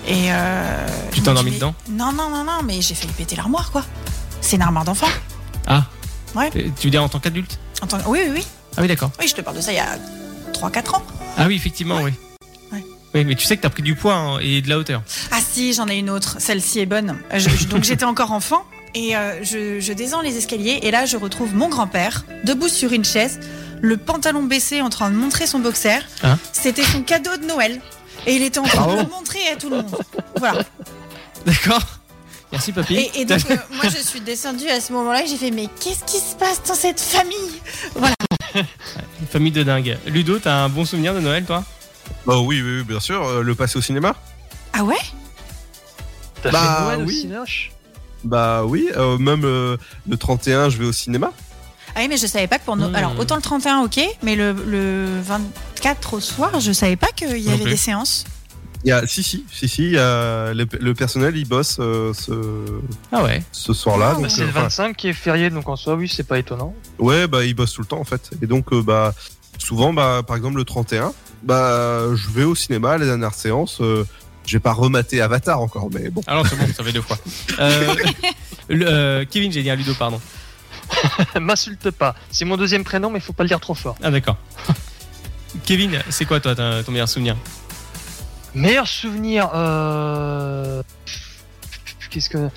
Et euh, Tu t'es donc, endormie je l'ai- dedans Non, non, non, non, mais j'ai failli péter l'armoire quoi. C'est une armoire d'enfant. Ah Ouais. Euh, Tu veux dire en tant qu'adulte En tant que- Oui, oui, oui. Ah oui, d'accord. Oui, je te parle de ça il y a 3-4 ans. Ah oui, effectivement, oui. Ouais. Oui, mais tu sais que t'as pris du poids hein, et de la hauteur. Ah si, j'en ai une autre. Celle-ci est bonne. Euh, je- je- donc j'étais encore enfant et euh, je, je descends les escaliers et là je retrouve mon grand-père debout sur une chaise, le pantalon baissé en train de montrer son boxer. Hein Ah C'était son cadeau de Noël et il était en train de Bravo. le montrer à tout le monde. Voilà. D'accord Merci, papy. Et, et donc euh, moi je suis descendue à ce moment-là et j'ai fait mais qu'est-ce qui se passe dans cette famille Une famille de dingue. Ludo, t'as un bon souvenir de Noël, toi Bah oui, oui, oui, bien sûr. euh, le passé au cinéma Ah ouais T'as Bah, fait Noël au oui. cinéma Bah oui, euh, même euh, le 31, je vais au cinéma. Ah oui mais je savais pas que pour nous... Hmm. Alors autant le 31 ok mais le, le 24 au soir je savais pas qu'il y Non avait plus. des séances. Il y a, si, si, si, si, il y a le, le personnel, il bosse euh, ce, Ah ouais. ce soir-là. Wow. donc, Bah, c'est euh, le enfin, 25 qui est férié, donc en soi, oui, c'est pas étonnant. Ouais, bah il bosse tout le temps en fait. Et donc euh, bah souvent bah par exemple le 31, bah je vais au cinéma à la dernière séance. euh, j'ai pas rematé Avatar encore, mais bon. Alors Ah c'est bon, ça fait deux fois. Euh, le- euh, Kevin, j'ai dit à Ludo, pardon. M'insulte pas. C'est mon deuxième prénom, mais faut pas le dire trop fort. Ah d'accord. Kevin, c'est quoi toi ta- ton meilleur souvenir Meilleur souvenir, euh... Qu'est-ce que...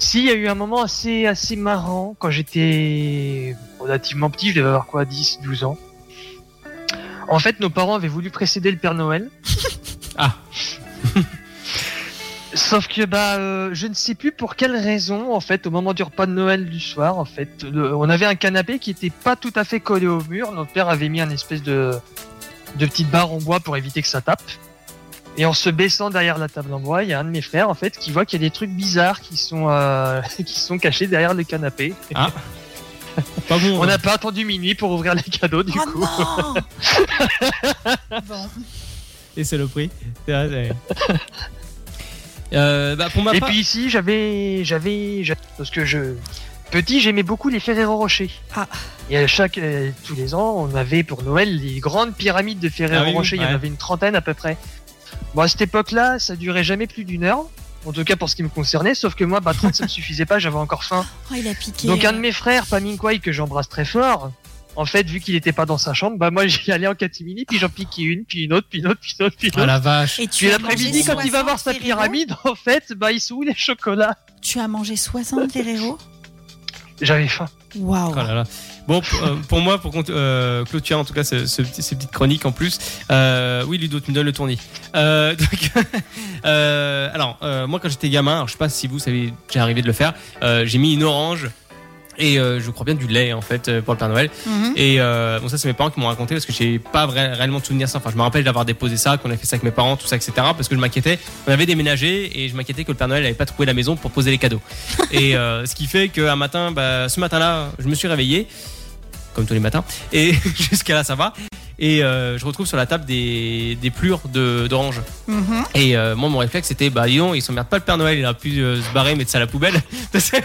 Si, il y a eu un moment assez, assez marrant quand j'étais relativement petit, je devais avoir quoi, 10, 12 ans. En fait, nos parents avaient voulu précéder le Père Noël. Ah. Sauf que, bah, euh, je ne sais plus pour quelle raison, en fait, au moment du repas de Noël du soir, en fait, le- on avait un canapé qui était pas tout à fait collé au mur. Notre père avait mis un espèce de, de petite barre en bois pour éviter que ça tape. Et en se baissant derrière la table en bois, il y a un de mes frères en fait qui voit qu'il y a des trucs bizarres qui sont euh, qui sont cachés derrière le canapé. Pas bon. On hein. n'a pas attendu minuit pour ouvrir les cadeaux du oh coup. non Bon. Et c'est le prix. hein. C'est vrai, c'est vrai. Euh, bah, pour ma Et part, puis ici, j'avais j'avais j'a- parce que je petit, j'aimais beaucoup les Ferrero Rocher. Ah. Et à chaque euh, tous les ans, on avait pour Noël les grandes pyramides de Ferrero Ah oui, oui, Rocher, il y ouais. en avait une trentaine à peu près. Bon, à cette époque-là, ça durait jamais plus d'une heure. En tout cas pour ce qui me concernait, sauf que moi, bah 30, ça me suffisait pas, j'avais encore faim. Oh, il a piqué. Donc un de mes frères, Paminkwai, que j'embrasse très fort, en fait, vu qu'il n'était pas dans sa chambre, bah moi j'y allais en catimini, puis j'en piquais une, puis une autre, puis une autre, puis une autre, puis une autre. ah la vache. Et Puis as l'après-midi, mangé quand il va 60 voir sa Ferrero pyramide, en fait, bah ils sont où les chocolats Tu as mangé 60 Ferrero J'avais faim. Waouh. Oh là là. Bon, pour, euh, pour moi, pour cont- euh, clôturer en tout cas ce, ce petit- ces petites chroniques en plus, euh, oui Ludo, tu me donnes le tournis. Euh, donc, euh, alors, euh, moi quand j'étais gamin, alors, je sais pas si vous savez, j'ai arrivé de le faire, euh, j'ai mis une orange et euh, je crois bien du lait en fait euh, pour le Père Noël. Mhm. Et euh, bon, ça, c'est mes parents qui m'ont raconté parce que j'ai pas vrai- réellement de souvenirs ça. Enfin, je me rappelle d'avoir déposé ça, qu'on a fait ça avec mes parents, tout ça, etc. Parce que je m'inquiétais. On avait déménagé et je m'inquiétais que le Père Noël n'avait pas trouvé la maison pour poser les cadeaux. et euh, ce qui fait qu'un matin, bah, ce matin-là, je me suis réveillé, comme tous les matins, et jusqu'à là, ça va. Et euh, je retrouve sur la table des, des plures de- d'orange. Mhm. Et euh, moi, mon réflexe, c'était bah, dis donc, ils s'emmerdent pas le Père Noël, il a pu euh, se barrer, mettre ça à la poubelle. Tu sais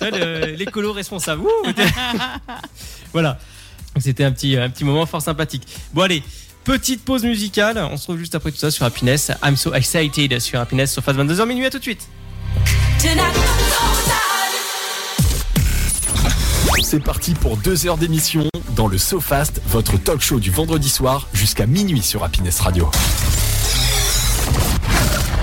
Ouais, le- L'écolo responsable. Ouh, t'es- voilà. Donc, C'était un petit, un petit moment fort sympathique. Bon, allez. Petite pause musicale, on se retrouve juste après tout ça sur Happiness. I'm so excited sur Happiness, sauf à 22h minuit, à tout de suite. C'est parti pour deux heures d'émission dans le SoFast, votre talk show du vendredi soir jusqu'à minuit sur Happiness Radio.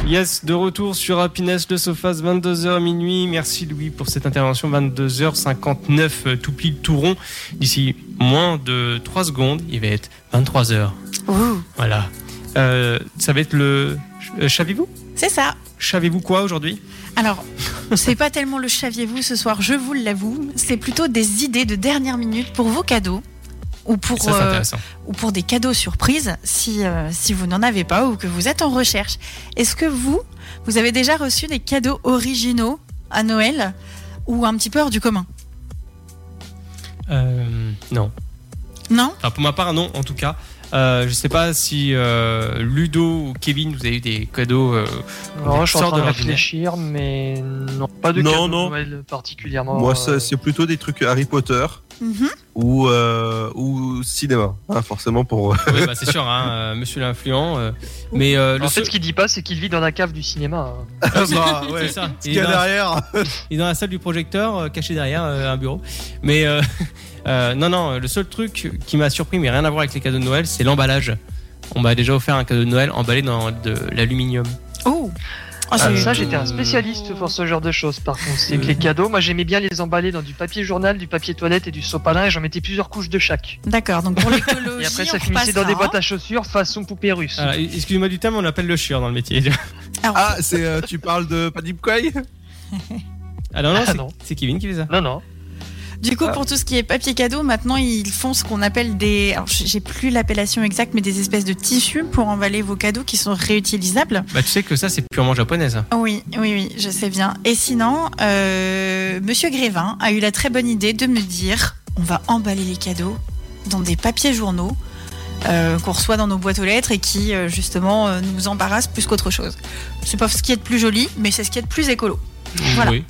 Yes, de retour sur Happiness, le Sofas, 22h minuit. Merci Louis pour cette intervention, 22h59, euh, tout pile, tout rond. D'ici moins de 3 secondes, il va être 23h. Ouh. Voilà. Euh, ça va être le. euh, Savez-vous C'est ça. Savez-vous quoi aujourd'hui Alors, c'est pas tellement le chaviez-vous ce soir, je vous l'avoue. C'est plutôt des idées de dernière minute pour vos cadeaux ou pour, Ça, c'est euh, intéressant. ou pour des cadeaux surprises si, euh, si vous n'en avez pas ou que vous êtes en recherche. Est-ce que vous, vous avez déjà reçu des cadeaux originaux à Noël ou un petit peu hors du commun Euh, non. Non Enfin, pour ma part, non, en tout cas. Euh, je sais pas si euh, Ludo ou Kevin, vous avez eu des cadeaux. euh, Non, je suis en Sors train de de l'ordinaire. réfléchir, mais non, pas de Non, cadeau de non. Noël particulièrement. Moi, euh, ça, c'est plutôt des trucs Harry Potter Mhm. ou, euh, ou cinéma. Hein, forcément pour. oui, bah, c'est sûr, hein, euh, monsieur l'influent. euh, mais euh, le En fait, seul- ce qu'il dit pas, c'est qu'il vit dans la cave du cinéma. hein. bah, ouais. c'est ça. Ce Il qu'il est y a dans la- derrière. Il est dans la salle du projecteur, euh, caché derrière euh, un bureau. Mais euh, euh, non, non, le seul truc qui m'a surpris, mais rien à voir avec les cadeaux de Noël, c'est l'emballage. On m'a déjà offert un cadeau de Noël emballé dans de l'aluminium. Oh Ah, Ah, Euh, c'est- ça, j'étais un spécialiste pour ce genre de choses. Par contre, c'est que les cadeaux, moi, j'aimais bien les emballer dans du papier journal, du papier toilette et du sopalin, et j'en mettais plusieurs couches de chaque. D'accord, donc pour Et l'écologie, après, on ça finissait dans repassera. des boîtes à chaussures façon poupée russe. Voilà, e-, Excusez-moi du terme, on l'appelle le chieur dans le métier. Alors, Ah, c'est, euh, tu parles de Padip Quay Ah non, non, Ah c'est- non. c'est Kevin qui fait ça. Non, non. Du coup, Ah. pour tout ce qui est papier cadeau, maintenant ils font ce qu'on appelle des. Alors, j'ai j'ai plus l'appellation exacte, mais des espèces de tissus pour emballer vos cadeaux qui sont réutilisables. Oh Bah, tu sais que ça, c'est purement japonais. ça. Oui, oui, oui, je sais bien. Et sinon, euh, Monsieur Grévin a eu la très bonne idée de me dire on va emballer les cadeaux dans des papiers journaux euh, qu'on reçoit dans nos boîtes aux lettres et qui, euh, justement, euh, nous embarrassent plus qu'autre chose. C'est pas ce qui est de plus joli, mais c'est ce qui est de plus écolo. Voilà. Oui.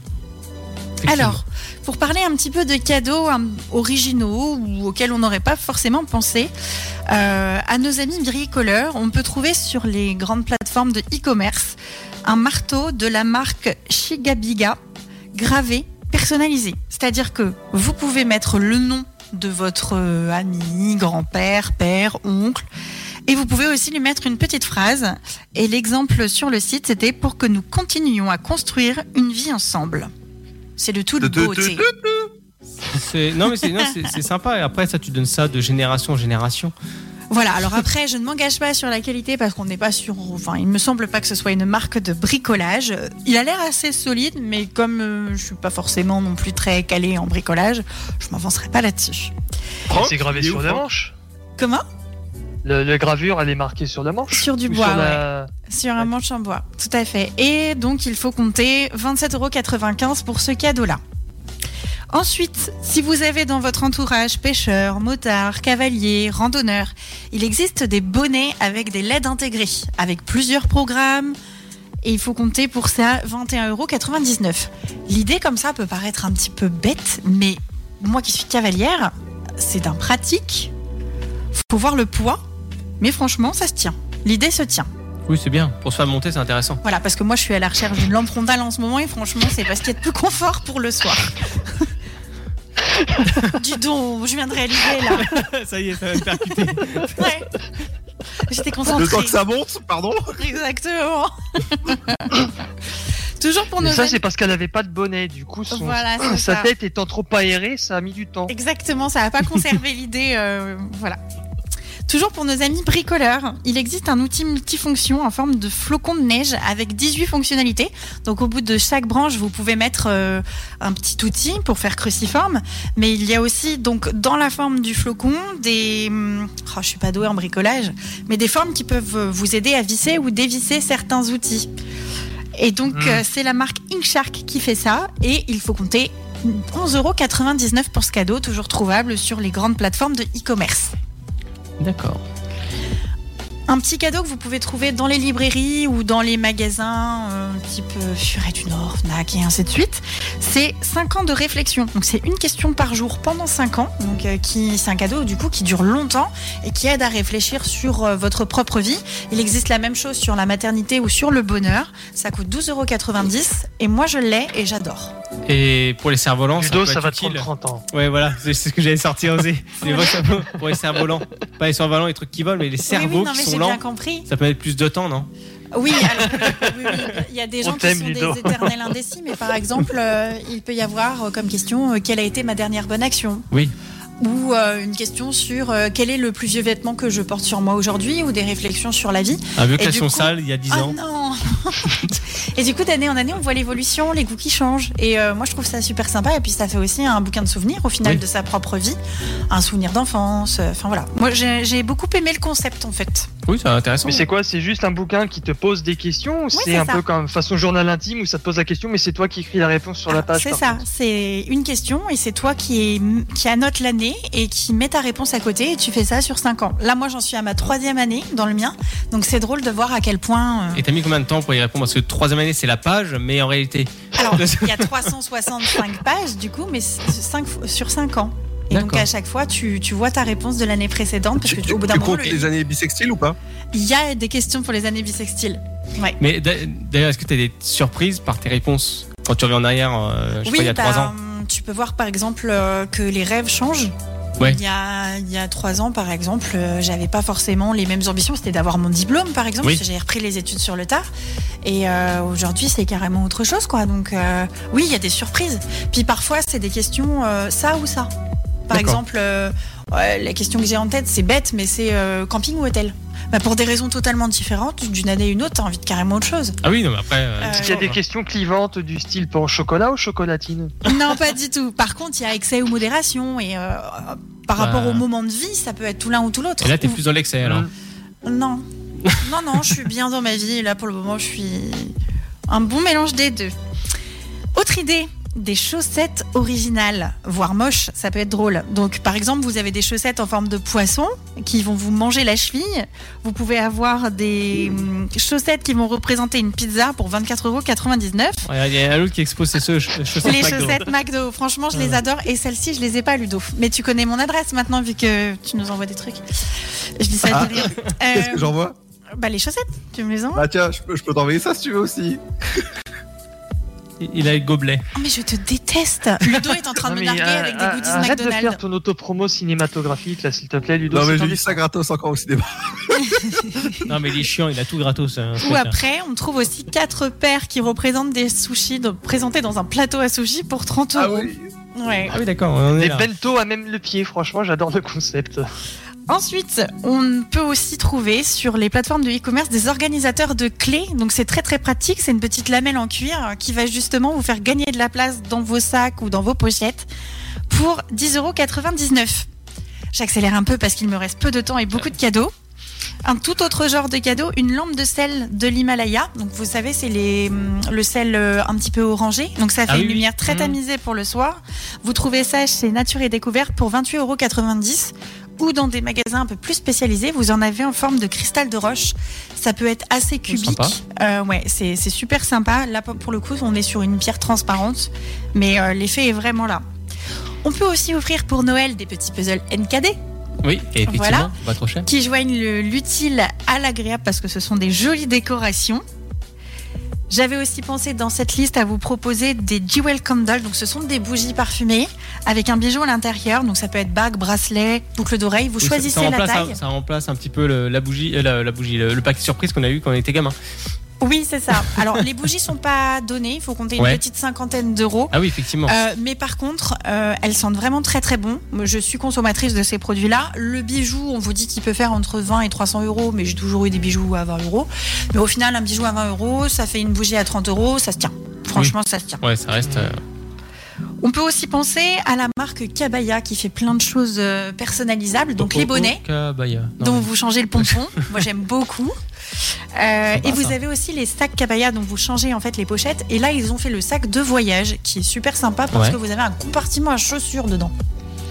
Effectivement. Alors, pour parler un petit peu de cadeaux hein, originaux ou auxquels on n'aurait pas forcément pensé, euh, à nos amis bricoleurs, on peut trouver sur les grandes plateformes de e-commerce un marteau de la marque Shigabiga gravé, personnalisé. C'est-à-dire que vous pouvez mettre le nom de votre euh, ami, grand-père, père, oncle. Et vous pouvez aussi lui mettre une petite phrase. Et l'exemple sur le site, c'était pour que nous continuions à construire une vie ensemble. C'est de toute De- de- de- beauté. C'est- Non, mais c'est non, c'est- c'est sympa. Et après, ça, tu donnes ça de génération en génération. Voilà, alors après, je ne m'engage pas sur la qualité parce qu'on n'est pas sur. Enfin, il me semble pas que ce soit une marque de bricolage. Euh, Il a l'air assez solide, mais comme euh, je suis pas forcément non plus très calée en bricolage, je m'avancerai pas là-dessus. Franck, c'est gravé Oh, il est sur où, la Franck manche. Comment Le- la gravure, elle est marquée sur la manche. Sur du Ou bois, sur la- Sur un Ouais. manche en bois, tout à fait. Et donc, il faut compter 27,95€ pour ce cadeau-là. Ensuite, si vous avez dans votre entourage pêcheurs, motards, cavaliers, randonneurs, il existe des bonnets avec des LED intégrés, avec plusieurs programmes, et il faut compter pour ça 21,99€. L'idée comme ça peut paraître un petit peu bête, mais moi qui suis cavalière, c'est d'un pratique. Faut voir le poids, mais franchement, ça se tient. L'idée se tient. Oui, c'est bien. Pour se faire monter, c'est intéressant. Voilà, parce que moi je suis à la recherche d'une lampe rondale en ce moment et franchement, c'est parce qu'il y a de plus confort pour le soir. Dis donc, je viens de réaliser là. ça y est, ça va me percuter. Ouais. J'étais Le temps concentrée. que ça monte, pardon Exactement. Toujours pour Mais nos ça, amis- c'est parce qu'elle avait pas de bonnet. Du coup, son- Voilà, c'est sa ça. tête étant trop aérée, ça a mis du temps. Exactement, ça n'a pas conservé l'idée. euh, voilà. Toujours pour nos amis bricoleurs, il existe un outil multifonction en forme de flocon de neige avec 18 fonctionnalités. Donc au bout de chaque branche, vous pouvez mettre euh, un petit outil pour faire cruciforme. Mais il y a aussi donc dans la forme du flocon des... hum, Oh, je suis pas douée en bricolage, mais des formes qui peuvent euh, vous aider à visser ou dévisser certains outils. Et donc Mhm. euh, c'est la marque Inkshark qui fait ça et il faut compter 11,99€ pour ce cadeau, toujours trouvable sur les grandes plateformes de e-commerce. D'accord. Un petit cadeau que vous pouvez trouver dans les librairies ou dans les magasins euh, type euh, Furet du Nord, Fnac et ainsi de suite, c'est 5 ans de réflexion. Donc c'est une question par jour pendant 5 ans. Donc euh, qui c'est un cadeau du coup qui dure longtemps et qui aide à réfléchir sur euh, votre propre vie. Il existe la même chose sur la maternité ou sur le bonheur. Ça coûte 12,90€ et moi je l'ai et j'adore. Et pour les cerfs-volants, Du ça, peut dos, être ça va utile. prendre 30 ans. Ouais, voilà, c'est c'est ce que j'allais sortir aussi. les voix cerveaux pour les cerfs-volants. Pas les cerfs-volants, les trucs qui volent, mais les Oui, oui, cerveaux non, qui mais sont j'ai lents. bien compris. Ça peut mettre plus de temps, non Oui, alors, oui, oui, il y a des On gens qui t'aime, sont Ludo. des éternels indécis, mais par exemple, euh, il peut y avoir euh, comme question euh, quelle a été ma dernière bonne action Oui. ou euh, une question sur euh, quel est le plus vieux vêtement que je porte sur moi aujourd'hui ou des réflexions sur la vie. Un vieux Et du classon coup- sale il y a 10 Ah ans. non Et du coup, d'année en année, on voit l'évolution, les goûts qui changent. Et euh, moi, je trouve ça super sympa. Et puis, ça fait aussi un bouquin de souvenirs, au final, Oui. de sa propre vie. Un souvenir d'enfance. euh, Enfin, voilà. Moi, j'ai j'ai beaucoup aimé le concept, en fait. Oui, c'est intéressant. Mais c'est quoi C'est juste un bouquin qui te pose des questions ou c'est C'est un ça. peu comme façon journal intime où ça te pose la question, mais c'est toi qui écris la réponse sur la page. Ah, C'est par ça. contre. C'est une question. Et c'est toi qui, qui annote l'année et qui met ta réponse à côté. Et tu fais ça sur 5 ans. Là, moi, j'en suis à ma troisième année dans le mien. Donc, c'est drôle de voir à quel point. euh, Et t'as mis combien de temps pour y répondre Parce que troisième année, c'est la page, mais en réalité. Alors, il y a 365 pages, du coup, mais c- cinq fois- sur 5 ans. Et donc, D'accord. à chaque fois, tu, tu vois ta réponse de l'année précédente, parce Tu, que tu- au bout d'un tu moment, comptes le- les années bissextiles ou pas il y a des questions pour les années bissextiles. Mais d'a- d'ailleurs, est-ce que t'as des surprises par tes réponses quand tu reviens en arrière, euh, je sais pas, il y a bah, trois ans tu peux voir par exemple euh, que les rêves changent. Ouais. Il, y a, il y a trois ans, par exemple, euh, j'avais pas forcément les mêmes ambitions. C'était d'avoir mon diplôme, par exemple. Oui. parce que J'ai repris les études sur le tard. Et euh, aujourd'hui, c'est carrément autre chose, quoi. Donc, euh, oui, il y a des surprises. Puis parfois, c'est des questions euh, ça ou ça. Par D'accord. exemple, euh, ouais, la question que j'ai en tête, c'est bête, mais c'est euh, camping ou hôtel bah, Pour des raisons totalement différentes, d'une année à une autre, t'as envie de carrément autre chose. Ah oui, non, mais après. euh, Euh, c'est Il y a sûr, des quoi. questions clivantes du style pain au chocolat ou chocolatine Non, pas du tout. Par contre, il y a excès ou modération. Et euh, par Bah. rapport au moment de vie, ça peut être tout l'un ou tout l'autre. Et là, t'es Ou- plus dans l'excès alors. Mm. Non. Non, non, je suis bien dans ma vie. Et Là, pour le moment, je suis un bon mélange des deux. Autre idée des chaussettes originales, voire moches, ça peut être drôle. Donc, par exemple, vous avez des chaussettes en forme de poisson qui vont vous manger la cheville. Vous pouvez avoir des hum, chaussettes qui vont représenter une pizza pour 24,99€. Ouais, Il y a un autre qui expose ses che- chaussettes. Les McDo. chaussettes McDo, franchement, je les adore. Et celles-ci, je les ai pas, Ludo. Mais tu connais mon adresse maintenant, vu que tu nous envoies des trucs. Je dis ça Ah. de rire. Qu'est-ce que Euh, j'envoie bah, les chaussettes, tu me les envoies. Bah tiens, je peux, je peux t'envoyer ça si tu veux aussi. Il a le gobelet. Oh, mais je te déteste. Ludo est en train de Non, me mais, narguer euh, avec des euh, goodies Arrête de faire McDonald's. ton autopromo cinématographique là, s'il te plaît, Ludo. non mais c'est j'ai tendu. eu ça gratos encore au cinéma. Non, mais il est chiant, il a tout gratos. hein, ce Ou mec-là. après, on trouve aussi quatre paires qui représentent des sushis donc, présentés dans un plateau à sushis pour 30 Ah euros. oui. Ouais. Ah oui, d'accord, on en est Des là. bento à même le pied, franchement, j'adore le concept. Ensuite, on peut aussi trouver sur les plateformes de e-commerce des organisateurs de clés. Donc c'est très très pratique, c'est une petite lamelle en cuir euh, qui va justement vous faire gagner de la place dans vos sacs ou dans vos pochettes pour 10,99€. J'accélère un peu parce qu'il me reste peu de temps et beaucoup de cadeaux. Un tout autre genre de cadeau, une lampe de sel de l'Himalaya. Donc vous savez, c'est les, hum, le sel euh, un petit peu orangé. Donc ça fait Ah oui, une oui. lumière très Mhm. tamisée pour le soir. Vous trouvez ça chez Nature et Découverte pour 28,90€ ou dans des magasins un peu plus spécialisés. Vous en avez en forme de cristal de roche. Ça peut être assez cubique. Sympa. Euh, ouais, c'est c'est super sympa. Là, pour le coup, on est sur une pierre transparente, mais euh, l'effet est vraiment là. On peut aussi offrir pour Noël des petits puzzles NKD Oui, et effectivement, Voilà. pas trop cher. qui joignent le- l'utile à l'agréable parce que ce sont des jolies décorations. J'avais aussi pensé dans cette liste à vous proposer des jewel candles, donc ce sont des bougies parfumées avec un bijou à l'intérieur, donc ça peut être bague, bracelet, boucle d'oreille, vous Oui, ça- choisissez ça la remplace, taille. Ça, ça remplace un petit peu le- la bougie, euh, la, la bougie le, le paquet surprise qu'on a eu quand on était gamin. Oui, c'est ça. Alors les bougies sont pas données, il faut compter une Ouais. petite cinquantaine d'euros. Ah oui, effectivement. Euh, mais par contre, euh, elles sentent vraiment très très bon. Moi, Je suis consommatrice de ces produits-là. Le bijou, on vous dit qu'il peut faire entre 20 et 300 euros, mais j'ai toujours eu des bijoux à 20 euros. Mais au final, un bijou à 20 euros, ça fait une bougie à 30 euros, ça se tient. Franchement, ça se tient. Ouais, ça reste. euh, On peut aussi penser à la marque Kabaya qui fait plein de choses euh, personnalisables, donc au- les au- bonnets. au Kabaya. Non, dont vous changez le pompon. Moi, j'aime beaucoup. Euh, Sympa, et vous ça. avez aussi les sacs Kabaya dont vous changez en fait les pochettes. Et là, ils ont fait le sac de voyage qui est super sympa parce Ouais. que vous avez un compartiment à chaussures dedans.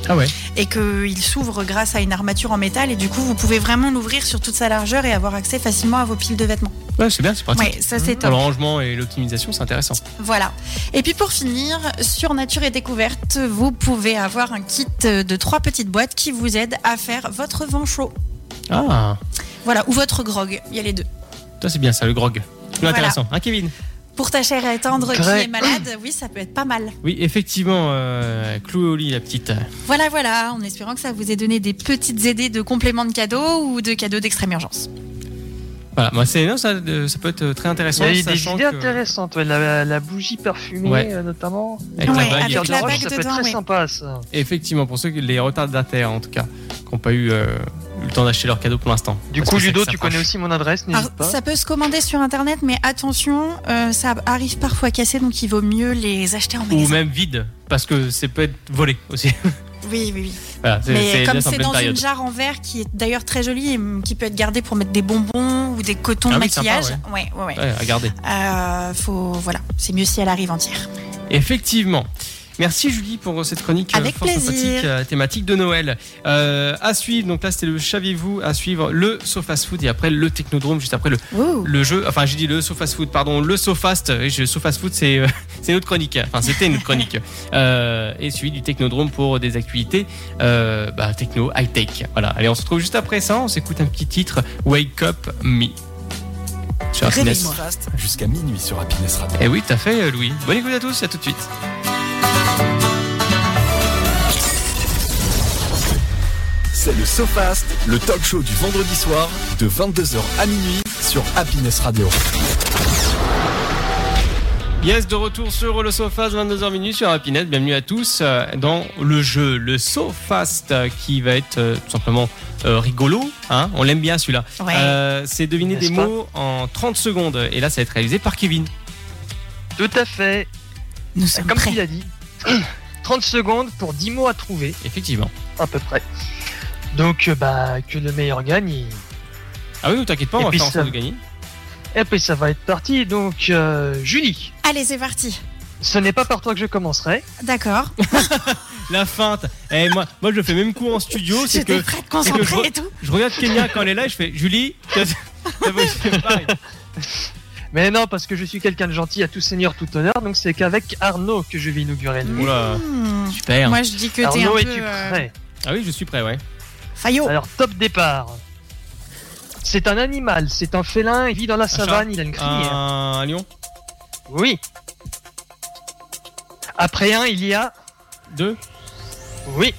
Ah ouais. Et qu'il s'ouvre grâce à une armature en métal. Et du coup, vous pouvez vraiment l'ouvrir sur toute sa largeur et avoir accès facilement à vos piles de vêtements. Ouais, c'est bien, Ah, c'est pratique. Ouais, ça c'est Pour top. le rangement et l'optimisation, c'est intéressant. Voilà. Et puis pour finir, sur Nature et Découverte, vous pouvez avoir un kit de trois petites boîtes qui vous aident à faire votre vin chaud. Ah, Voilà, ou votre grog. Il y a les deux. ça c'est bien ça, le grog. Voilà. Intéressant. Hein, Kevin Pour ta chère à étendre qui Très. est malade, oui, ça peut être pas mal. Oui, effectivement, euh, clou au lit, la petite. Voilà, voilà, en espérant que ça vous ait donné des petites idées de compléments de cadeaux ou de cadeaux d'extrême urgence. Voilà, moi, c'est, non, ça, euh, ça peut être très Il intéressant. y a eu des sachant idées que- intéressantes, ouais, la, la bougie parfumée Ouais. euh, notamment. Avec la Ouais, bague. avec de la roche, bague ça peut être dedans, très ouais. sympa ça. Effectivement, pour ceux qui les retardataires en tout cas, qui n'ont pas eu euh, eu le temps d'acheter leur cadeau pour l'instant. Du Parce coup, que c'est Ludo, que ça tu connais approche. aussi mon adresse, Alors, n'hésite pas. Ah, ça peut se commander sur internet, mais attention, euh, ça arrive parfois cassé, donc il vaut mieux les acheter en Ou magasin. même vide, parce que c'est peut être volé aussi. Oui, oui, oui. voilà, c'est, Mais c'est comme juste en c'est pleine dans période. une jarre en verre qui est d'ailleurs très jolie et mm, qui peut être gardée pour mettre des bonbons ou des cotons Ah de oui, sympa, maquillage. ouais, ouais, ouais. Ouais, regardez. Euh, faut, voilà, c'est mieux si elle arrive entière. Effectivement. Merci Julie pour cette chronique euh, Avec fort plaisir. sympathique euh, thématique de Noël. Euh, à suivre, donc là c'était le Saviez-vous à suivre le SoFast Food et après le Technodrome, juste après le, le jeu. Enfin, j'ai dit le SoFast Food, pardon, le SoFast. Et je- SoFast Food, c'est euh, c'est notre chronique. Enfin, c'était notre chronique. Euh, et suivi du Technodrome pour des activités euh, bah, techno, high-tech. Voilà. Allez, on se retrouve juste après ça. On s'écoute un petit titre Wake Up Me. Sur Happiness. Réveille-moi. Jusqu'à minuit sur Happiness Radio. Eh oui, tout à fait, euh, Louis. Bonne écoute à tous, à tout de suite. C'est le SoFast, le talk show du vendredi soir de 22h à minuit sur Happiness Radio. Yes, de retour sur le SoFast, 22h minutes sur Happinette. Bienvenue à tous euh, dans le jeu, le SoFast, euh, qui va être euh, tout simplement euh, rigolo. hein. On l'aime bien celui-là. Ouais. Euh, c'est deviner des N'est-ce pas mots en 30 secondes. Et là, ça va être réalisé par Kevin. Tout à fait. Nous sommes Comme prêts. il a dit, 30 secondes pour 10 mots à trouver, Effectivement. à peu près. Donc, euh, bah, que le meilleur gagne. Et, Ah oui, ne t'inquiète pas, on Et va puis faire en sorte ça- de gagner. et puis, ça va être parti. Donc, euh, Julie, Allez, c'est parti. ce n'est pas par toi que je commencerai. D'accord. La feinte. Eh, moi, moi, je le fais même coup en studio. C'est J'étais que prête, c'est que je concentrée re- et tout. je regarde Kenya quand elle est là et je fais Julie, t'as- t'as pas- c'est pareil. Mais non, parce que je suis quelqu'un de gentil à tout seigneur, tout honneur. Donc, c'est qu'avec Arnaud que je vais inaugurer Mmh. le jeu. Oula. Hmm. Super. Moi, je dis que t'es un Arnaud, peu es-tu euh, oh. prêt Ah oui, je suis prêt, ouais. faillot. Alors, top départ. C'est un animal, c'est un félin, il vit dans la chat savane, il a une crinière. Un lion. Oui. Après un, il y a. Deux. Oui.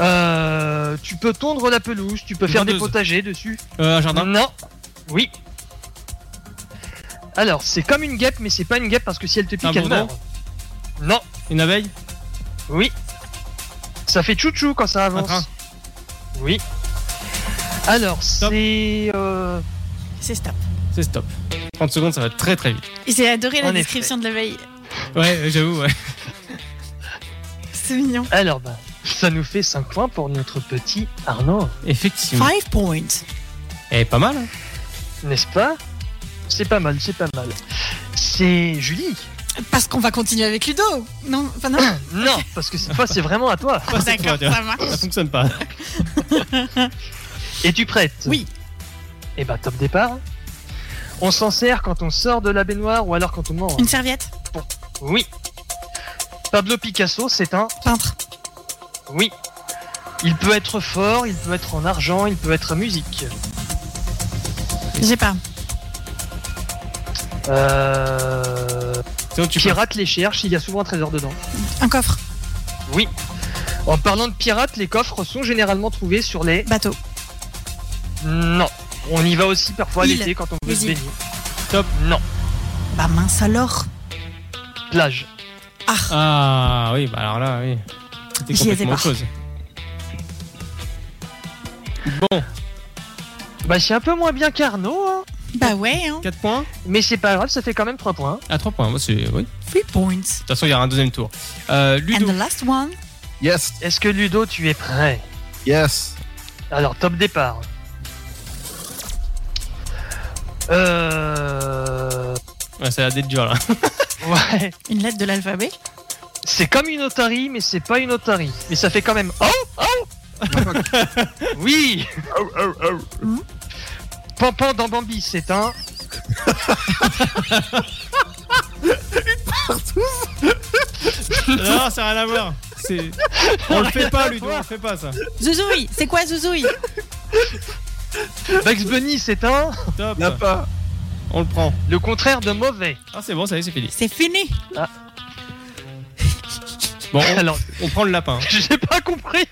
Euh, tu peux tondre la pelouse, tu peux Une faire des vendeuse. potagers dessus. Euh, un jardin. Non. Oui. Alors, c'est comme une guêpe, mais c'est pas une guêpe parce que si elle te pique, Un elle bourdon meurt. Non. Une abeille. Oui. Ça fait chouchou quand ça avance. train. Oui. Alors, c'est. euh, C'est stop. C'est stop. 30 secondes, ça va très très vite. J'ai adoré la En effet. description de la veille. Ouais, j'avoue, ouais. C'est mignon. Alors, bah, ça nous fait 5 points pour notre petit Arnaud, Effectivement. Five points. Eh, pas mal. hein. n'est-ce pas C'est pas mal, c'est pas mal. C'est Julie Parce qu'on va continuer avec Ludo. Non, enfin non. Non, parce que cette fois, c'est vraiment à toi. Ah, c'est toi, D'accord, t'es- ça marche. Ça fonctionne pas. Es-tu prête Oui. Eh bah, top départ. On s'en sert quand on sort de la baignoire ou alors quand on mange. Une serviette. Oui. Pablo Picasso, c'est un Peintre. oui. Il peut être fort, il peut être en argent, il peut être en musique. J'ai pas. Euh... Sinon, tu peux. Pirate les cherche, il y a souvent un trésor dedans. Un coffre. Oui. En parlant de pirates, les coffres sont généralement trouvés sur les. Bateau. Non. On y va aussi parfois Île. l'été quand on veut Les se îles. baigner. Top. Non. Bah mince alors. Plage. Ah. Ah oui, bah alors là, oui. C'était J'y étais complètement pas. autre chose. Bon, Bah c'est un peu moins bien qu'Arnaud, hein. Bah ouais. Hein. 4 points Mais c'est pas grave, ça fait quand même 3 points. à 3 Ah, points. Moi, c'est- Oui. De Three points. toute façon, il y aura un deuxième tour. Euh, Ludo. And the last one. Yes, Est-ce que Ludo, tu es prêt yes. Alors, top départ. Ah. Euh... Ouais, ça a l'air d'être dur là. Ouais. Une lettre de l'alphabet. C'est comme une otarie, mais c'est pas une otarie. Mais ça fait quand même... Oh Oh Oui Oh, oh, oh. Pampan dans Bambi, c'est un... non, ça n'a rien à voir. C'est- On le fait pas, Ludo, on le fait pas ça. Zouzouille. C'est quoi Zouzouille Bugs Bunny, c'est un... Top. N'a pas. On le prend. Le contraire de mauvais. Ah, c'est bon, ça y est, c'est fini. C'est fini. Bon, on, Alors, on prend le lapin. j'ai pas compris.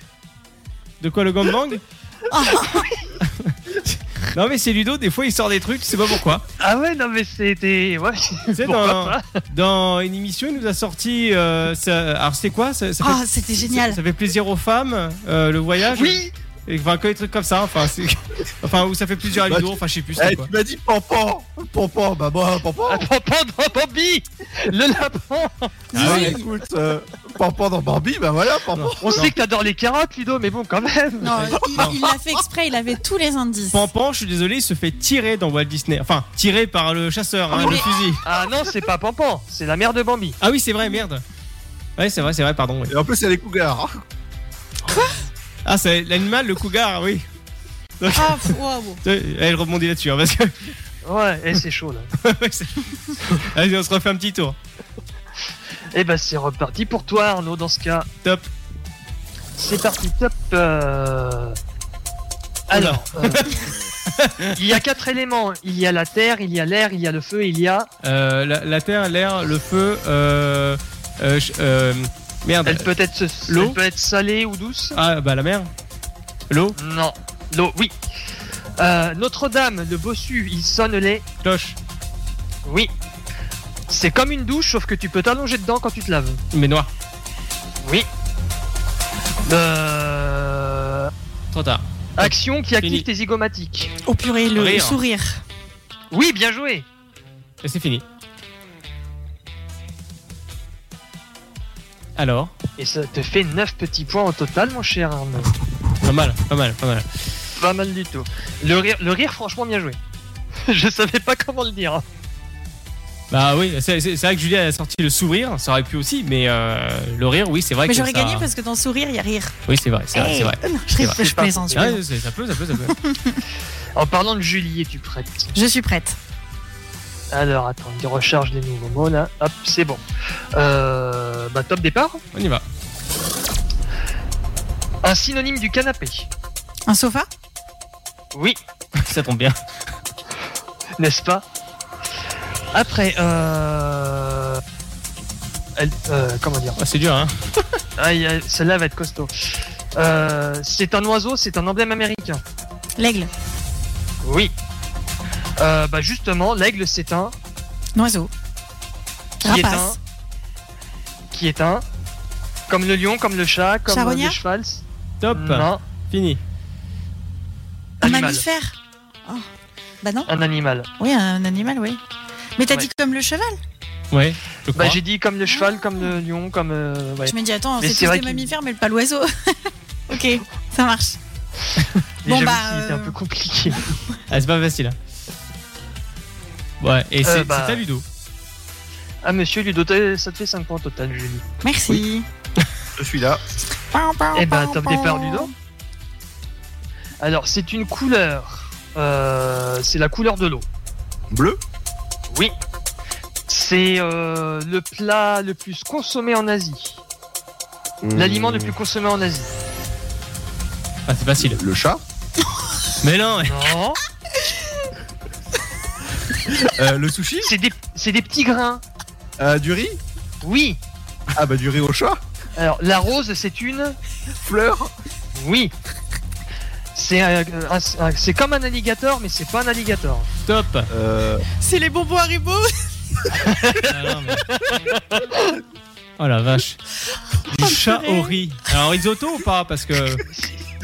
De quoi le gangbang Non, mais c'est Ludo, des fois il sort des trucs, je sais pas pourquoi. Ah ouais, non, mais c'était. Ouais, C'est pourquoi dans, pas dans une émission, il nous a sorti. euh, ça- alors, c'était quoi ça, ça fait- Oh, c'était génial. Ça, ça fait plaisir aux femmes, euh, le voyage. Oui Et, Enfin, que des trucs comme ça. Enfin, c'est- enfin où ça fait plusieurs à Bah, Ludo, enfin, je sais plus. Eh, c'était quoi. Ah, tu m'as dit Pampan Pampan, bah moi, Pampan Attends, pendant Bambi Le lapin Ah ouais, écoute, euh, Pampan dans Bambi, bah voilà, Pampan On sait que t'adores les carottes, Ludo, mais bon, quand même Non, il- il l'a fait exprès, il avait tous les indices. Pampan, je suis désolé, il se fait tirer dans Walt Disney. Enfin, tirer par le chasseur, Oh, hein, le fusil. Ah non, c'est pas Pampan, c'est la mère de Bambi. Ah oui, c'est vrai, merde. Ouais, c'est vrai, c'est vrai, pardon. oui. Et en plus, il y a les cougars. hein. Ah, c'est l'animal, le cougar, oui. Ah, pff, waouh. Euh, Elle rebondit là-dessus, hein, parce que. Ouais, et c'est chaud là. ouais, c'est- Allez, on se refait un petit tour. Et bah, c'est reparti pour toi, Arnaud, dans ce cas. Top. C'est parti, top euh, Alors. euh, Il y a quatre éléments. Il y a la terre, il y a l'air, il y a le feu, il y a. Euh, la, la terre, l'air, le feu. Euh, euh, ch- euh, merde. Elle peut être, se- L'eau elle ben, peut être salée ou douce. Ah, bah la mer. L'eau, Non. L'eau, oui. Euh, Notre-Dame, le bossu, il sonne les. cloche. Oui. C'est comme une douche, sauf que tu peux t'allonger dedans quand tu te laves. Mais noir. Oui. Euh... Trop tard. Action qui active Fini. tes zygomatiques. Au purée, le Rire. sourire. Oui, bien joué. Et c'est fini. Alors Et ça te fait 9 petits points au total, mon cher Arnaud. Pas mal, pas mal, pas mal. Pas mal du tout. Le rire, le rire franchement, bien joué. Je savais pas comment le dire. hein. Bah oui, c'est c'est- c'est vrai que Julia a sorti le sourire, ça aurait pu aussi, mais euh, le rire, oui, c'est vrai Mais que j'aurais ça- gagné parce que dans sourire, il y a rire. Oui, c'est vrai, c'est vrai, c'est vrai. Eh, non, je, rigole, vrai. je plaisante. je Ouais, plaisante. c'est- ça peut, ça peut, ça peut. En parlant de Julie, es-tu prête Je suis prête. Alors, attends, il recharge les nouveaux mots là. Hop, c'est bon. Euh, bah, top départ. On y va. Un synonyme du canapé. Un sofa Oui, Ça tombe bien. n'est-ce pas Après, euh... Elle, euh, comment dire Ah, c'est dur, hein. Aïe, aïe, celle-là va être costaud. Euh, c'est un oiseau, c'est un emblème américain. L'aigle. Oui. Euh, bah justement, l'aigle, c'est un Noiseau. Qui est Rapace. qui est un comme le lion, comme le chat, comme Charognard le cheval. Top. Non, Fini. Un animal. mammifère. Oh. Bah non. un animal. Oui, un animal, oui. Mais t'as Ouais. dit comme le cheval. Ouais, je crois. Bah j'ai dit comme le cheval, comme le lion, comme euh, ouais. Ah. Je me dis, attends, Mais c'est c'est tous vrai des qu'il- mammifères, mais pas l'oiseau. ok, ça marche. Et bon, j'avoue bah, que c'était euh, un peu compliqué. Ah, c'est pas facile. Ouais, et c'est Euh, bah. c'est à Ludo. Ah monsieur Ludo, t'as- ça te fait 5 points au total, Julie. Merci. Je suis là. Ah, Eh ben, top départ Ludo. Alors c'est une couleur. Euh, c'est la couleur de l'eau. Bleu Oui. C'est euh, le plat le plus consommé en Asie. Mmh. L'aliment le plus consommé en Asie. Ah, c'est facile. Le chat Mais non, Non. Euh, Le sushi C'est des, c'est des petits grains. Euh, Du riz Oui. Ah bah du riz au chat Alors, la rose, c'est une. Fleur Oui. C'est un- un- un- c'est comme un alligator, mais c'est pas un alligator. top. euh, C'est les bonbons Haribo. Ah, non, mais- Oh la vache. Du chat au riz. Alors, risotto ou pas Parce que.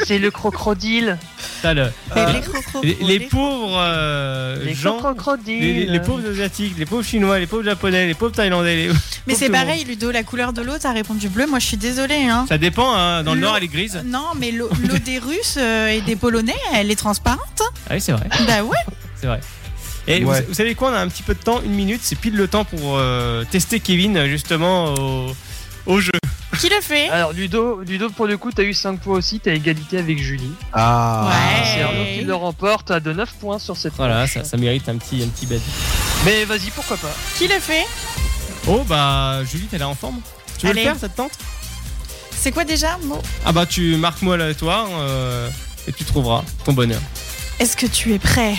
C'est le crocodile. T'as le. Et Euh, les crocos. Les, les Les- pauvres euh, Les gens, crocodiles. les, les- les pauvres asiatiques, les pauvres chinois, les pauvres japonais, les pauvres thaïlandais. les- Mais c'est tout le monde. pareil, Ludo, la couleur de l'eau, t'as répondu bleu. Moi, je suis désolée. Hein. Ça dépend, hein, dans le Non. nord elle est grise. Non, mais l'eau l'eau des Russes euh, et des Polonais, elle est transparente. Ah oui, c'est vrai, Bah ouais. c'est vrai. Et vous- Ouais. vous, savez quoi, on a un petit peu de temps, une minute, c'est pile le temps pour euh, tester Kevin justement au, au jeu. Qui le fait Alors, Ludo, Ludo, pour le coup, t'as eu 5 points aussi. T'as égalité avec Julie. Ah C'est Arnaud Hey. qui le remporte à de 9 points sur cette Voilà, manche. ça, ça mérite un petit, un petit bed. Mais vas-y, pourquoi pas. Qui le fait Oh bah Julie, t'es là en forme Tu veux Allez. le faire, ça te tente C'est quoi déjà mot Ah bah tu marques-moi là toi euh, et tu trouveras ton bonheur. Est-ce que tu es prêt Alors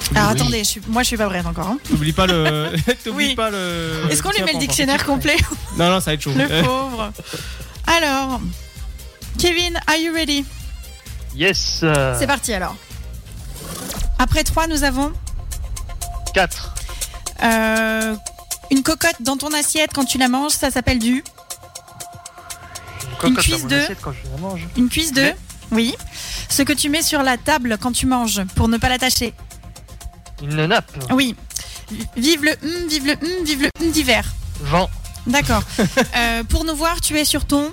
Oui. Ah, attendez, je suis... moi je suis pas prête encore. hein. T'oublies pas le... T'oublies Oui. Euh, pas le... Est-ce qu'on lui met le Tiens, dictionnaire complet Non, non, ça va être chaud. Le Euh, pauvre. Alors, Kevin, are you ready Yes. euh, C'est parti alors. Après 3, nous avons 4. euh, une cocotte dans ton assiette quand tu la manges. Ça s'appelle du. Une cuisse de- Quand je la mange. Une cuisse de. Mais- Oui. Ce que tu mets sur la table quand tu manges pour ne pas l'attacher. Une nappe. Oui. Vive le hum, vive le hum, vive le hum d'hiver. Vent. D'accord. Euh, pour nous voir, tu es sur ton.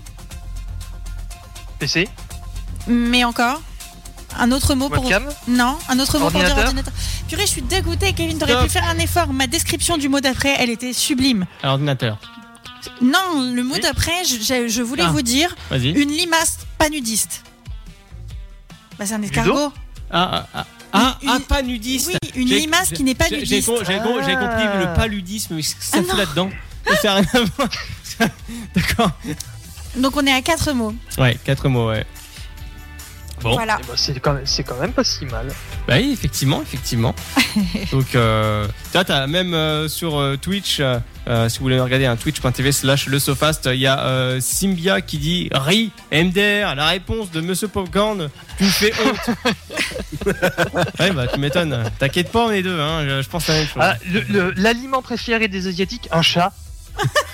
PC. Mais encore Un autre mot pour. Webcam. Non, un autre mot pour dire Ordinateur. ordinateur. Purée, je suis dégoûtée, Kevin, t'aurais Stop. pu faire un effort. Ma description du mot d'après, elle était sublime. À l'ordinateur. Non, le mot Oui. d'après, je, je- je voulais Ah. vous dire Vas-y. une limace pas nudiste. Bah, c'est un escargot. Ah, ah, ah, Une- ah, pas nudiste. Oui, une J'ai- limace qui n'est pas j'ai- nudiste. J'ai con- j'ai con- j'ai Ah. compris le paludisme, mais qu'est-ce que ça Ah, fout non. là-dedans. Ça n'a rien à voir. D'accord. Donc on est à quatre mots. Ouais, quatre mots, ouais. Bon. Voilà. Eh ben, c'est quand, même- c'est quand même pas si mal. Bah oui, effectivement, effectivement. Donc, euh, tu vois, t'as même euh, sur euh, Twitch, euh, euh, si vous voulez regarder, un twitch.tv slash le Sofast, il y a euh, Symbia qui dit Ri, MDR, la réponse de Monsieur Popcorn, tu me fais honte. ouais, bah tu m'étonnes. T'inquiète pas, on est deux, hein, je, je pense à la même chose. Ah, le- le- L'aliment préféré des Asiatiques, un chat.